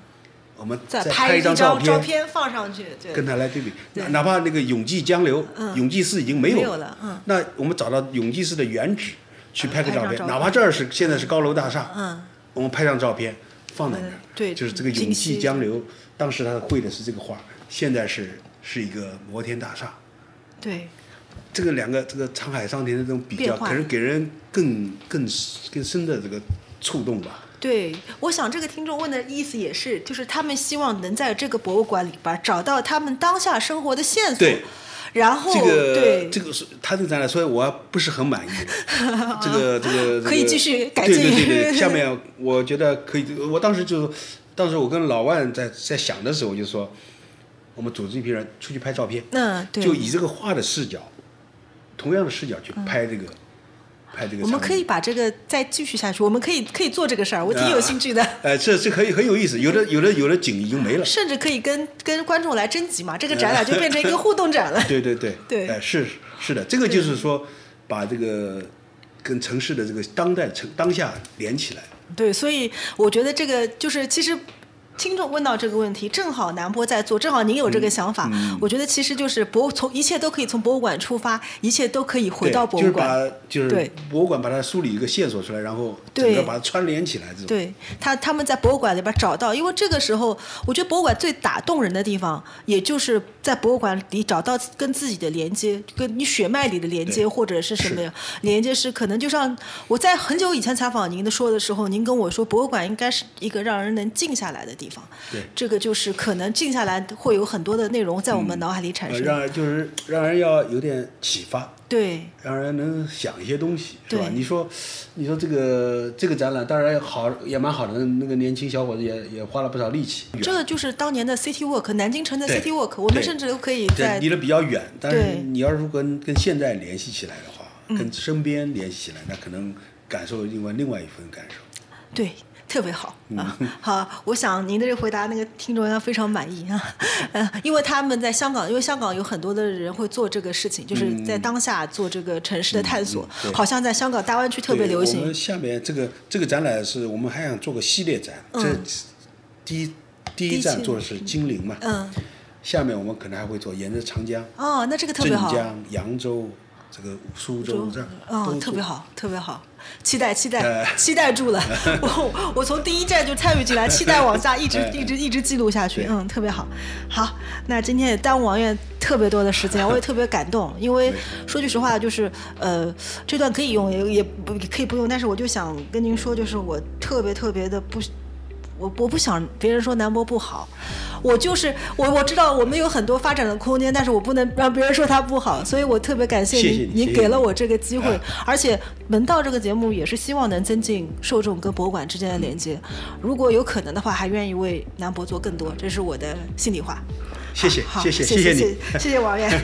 S1: 我们
S3: 再
S1: 拍
S3: 一
S1: 张
S3: 照
S1: 片，
S3: 片放上去，对，
S1: 跟他来对比，哪哪怕那个永济江流，
S3: 嗯
S1: 永济寺已经没有
S3: 没有了嗯
S1: 那我们找到永济寺的原址去拍个
S3: 拍张
S1: 照片，
S3: 照
S1: 哪
S3: 片
S1: 怕这儿是现在是高楼大厦，
S3: 嗯，
S1: 我们拍张照片放在那儿
S3: 嗯，对
S1: 就是这个
S3: 清
S1: 永
S3: 晰
S1: 济江流，当时他绘的是这个画，现在是是一个摩天大厦，
S3: 对，
S1: 这个两个这个沧海桑田的这种比较，
S3: 变化
S1: 可能给人更更更深的这个触动吧。
S3: 对，我想这个听众问的意思也是，就是他们希望能在这个博物馆里边儿找到他们当下生活的线索，
S1: 对
S3: 然后、
S1: 这个
S3: 哦对
S1: 这个是他这个展览，所以我不是很
S3: [laughs]
S1: 满意。这个这个这个
S3: 可以继续改进
S1: 对对对对，下
S3: [laughs]
S1: 面我觉得可以。我当时就，当时我跟老万在在想的时候，我就说，我们组织一批人出去拍照片，
S3: 嗯对嗯
S1: 就以这个画的视角，同样的视角去拍这个，拍这个场景。
S3: 我们可以把这个再继续下去，我们可以可以做这个事儿，我挺有兴趣的。
S1: [laughs] 哎、这这可以很有意思。有的有的有的景已经没了，
S3: 甚至可以跟跟观众来征集嘛，这个
S1: 啊
S3: 展览就变成一
S1: [laughs]
S3: 个互动展了。
S1: 对对对，
S3: 对
S1: 哎、是是的，这个就是说把这个跟城市的这个当代城当下连起来，
S3: 对，所以我觉得这个就是其实。听众问到这个问题，正好南波在做，正好您有这
S1: 嗯
S3: 个想法，我觉得其实就是博物从一切都可以从博物馆出发，一切都可以回
S1: 对
S3: 到博物馆。
S1: 就是把就是
S3: 对
S1: 博物馆把它梳理一个线索出来，然后整
S3: 对
S1: 个把它串联起来，这种
S3: 对他，他们在博物馆里边找到，因为这个时候，我觉得博物馆最打动人的地方，也就是在博物馆里找到跟自己的连接，跟你血脉里的连接，
S1: 对
S3: 或者是什么
S1: 是
S3: 呀连接是可能就像我在很久以前采访您的说的时候，您跟我说，博物馆应该是一个让人能静下来的地方。
S1: 对
S3: 这个就是可能静下来会有很多的内容在我们脑海里产
S1: 呃，
S3: 生。
S1: 让人就是让人要有点启发，
S3: 对
S1: 让人能想一些东西，是吧？
S3: 对
S1: 你说，你说这个这个展览当然好，也蛮好的，那个年轻小伙子也也花了不少力气。
S3: 这个就是当年的 City Walk，南京城的
S1: 对
S3: City Walk，我们
S1: 对
S3: 甚至都可以
S1: 对
S3: 在
S1: 离得比较远，但是
S3: 对嗯
S1: 你要是跟跟现在联系起来的话，跟身边联系起来，那可能感受另外另外一份感受。
S3: 对，特别好
S1: 嗯
S3: 啊！好，我想您的这个回答，那个听众应该非常满
S1: [laughs]
S3: 意啊。呃，因为他们在香港，因为香港有很多的人会做这个事情，就是在当下做这个城市的探索，
S1: 嗯对
S3: 好像在香港大湾区特别
S1: 对
S3: 流
S1: 我
S3: 行
S1: 们。下面这个这个展览是我们还想做个系列展，这第一第
S3: 嗯第
S1: 一
S3: 一
S1: 站
S3: 期
S1: 做的是精灵嘛，
S3: 嗯，
S1: 下面我们可能还会做沿着长江、
S3: 哦，那这个特
S1: 镇
S3: 别好，
S1: 江、扬州、这个苏州这儿都
S3: 哦，
S1: 做
S3: 特别。好，特别好。期待，期待
S1: 呃，
S3: 期待
S1: [laughs]
S3: 住了！我我从第一站就参与进来，期待往下一直一直一直记录下去
S1: 对，
S3: 嗯，特别好。好，那今天也耽误王院特别多的时间，我也特别感动，因为说句实话，就是呃，这段可以用，也也不可以不用，但是我就想跟您说，就是我特别特别的不我我不想别人说南博不好，我就是我我知道我们有很多发展的空间，但是我不能让别人说它不好，所以我特别感谢您，
S1: 谢谢你谢
S3: 您
S1: 谢
S3: 给了
S1: 你
S3: 我这个机会，
S1: 啊
S3: 而且门道这个节目也是希望能增进受众跟博物馆之间的连接，如果有可能的话，还愿意为南博做更多，这是我的心里话。
S1: 谢谢
S3: 好，
S1: 谢谢，
S3: 谢
S1: 谢
S3: 谢
S1: 你。
S3: 谢谢王源。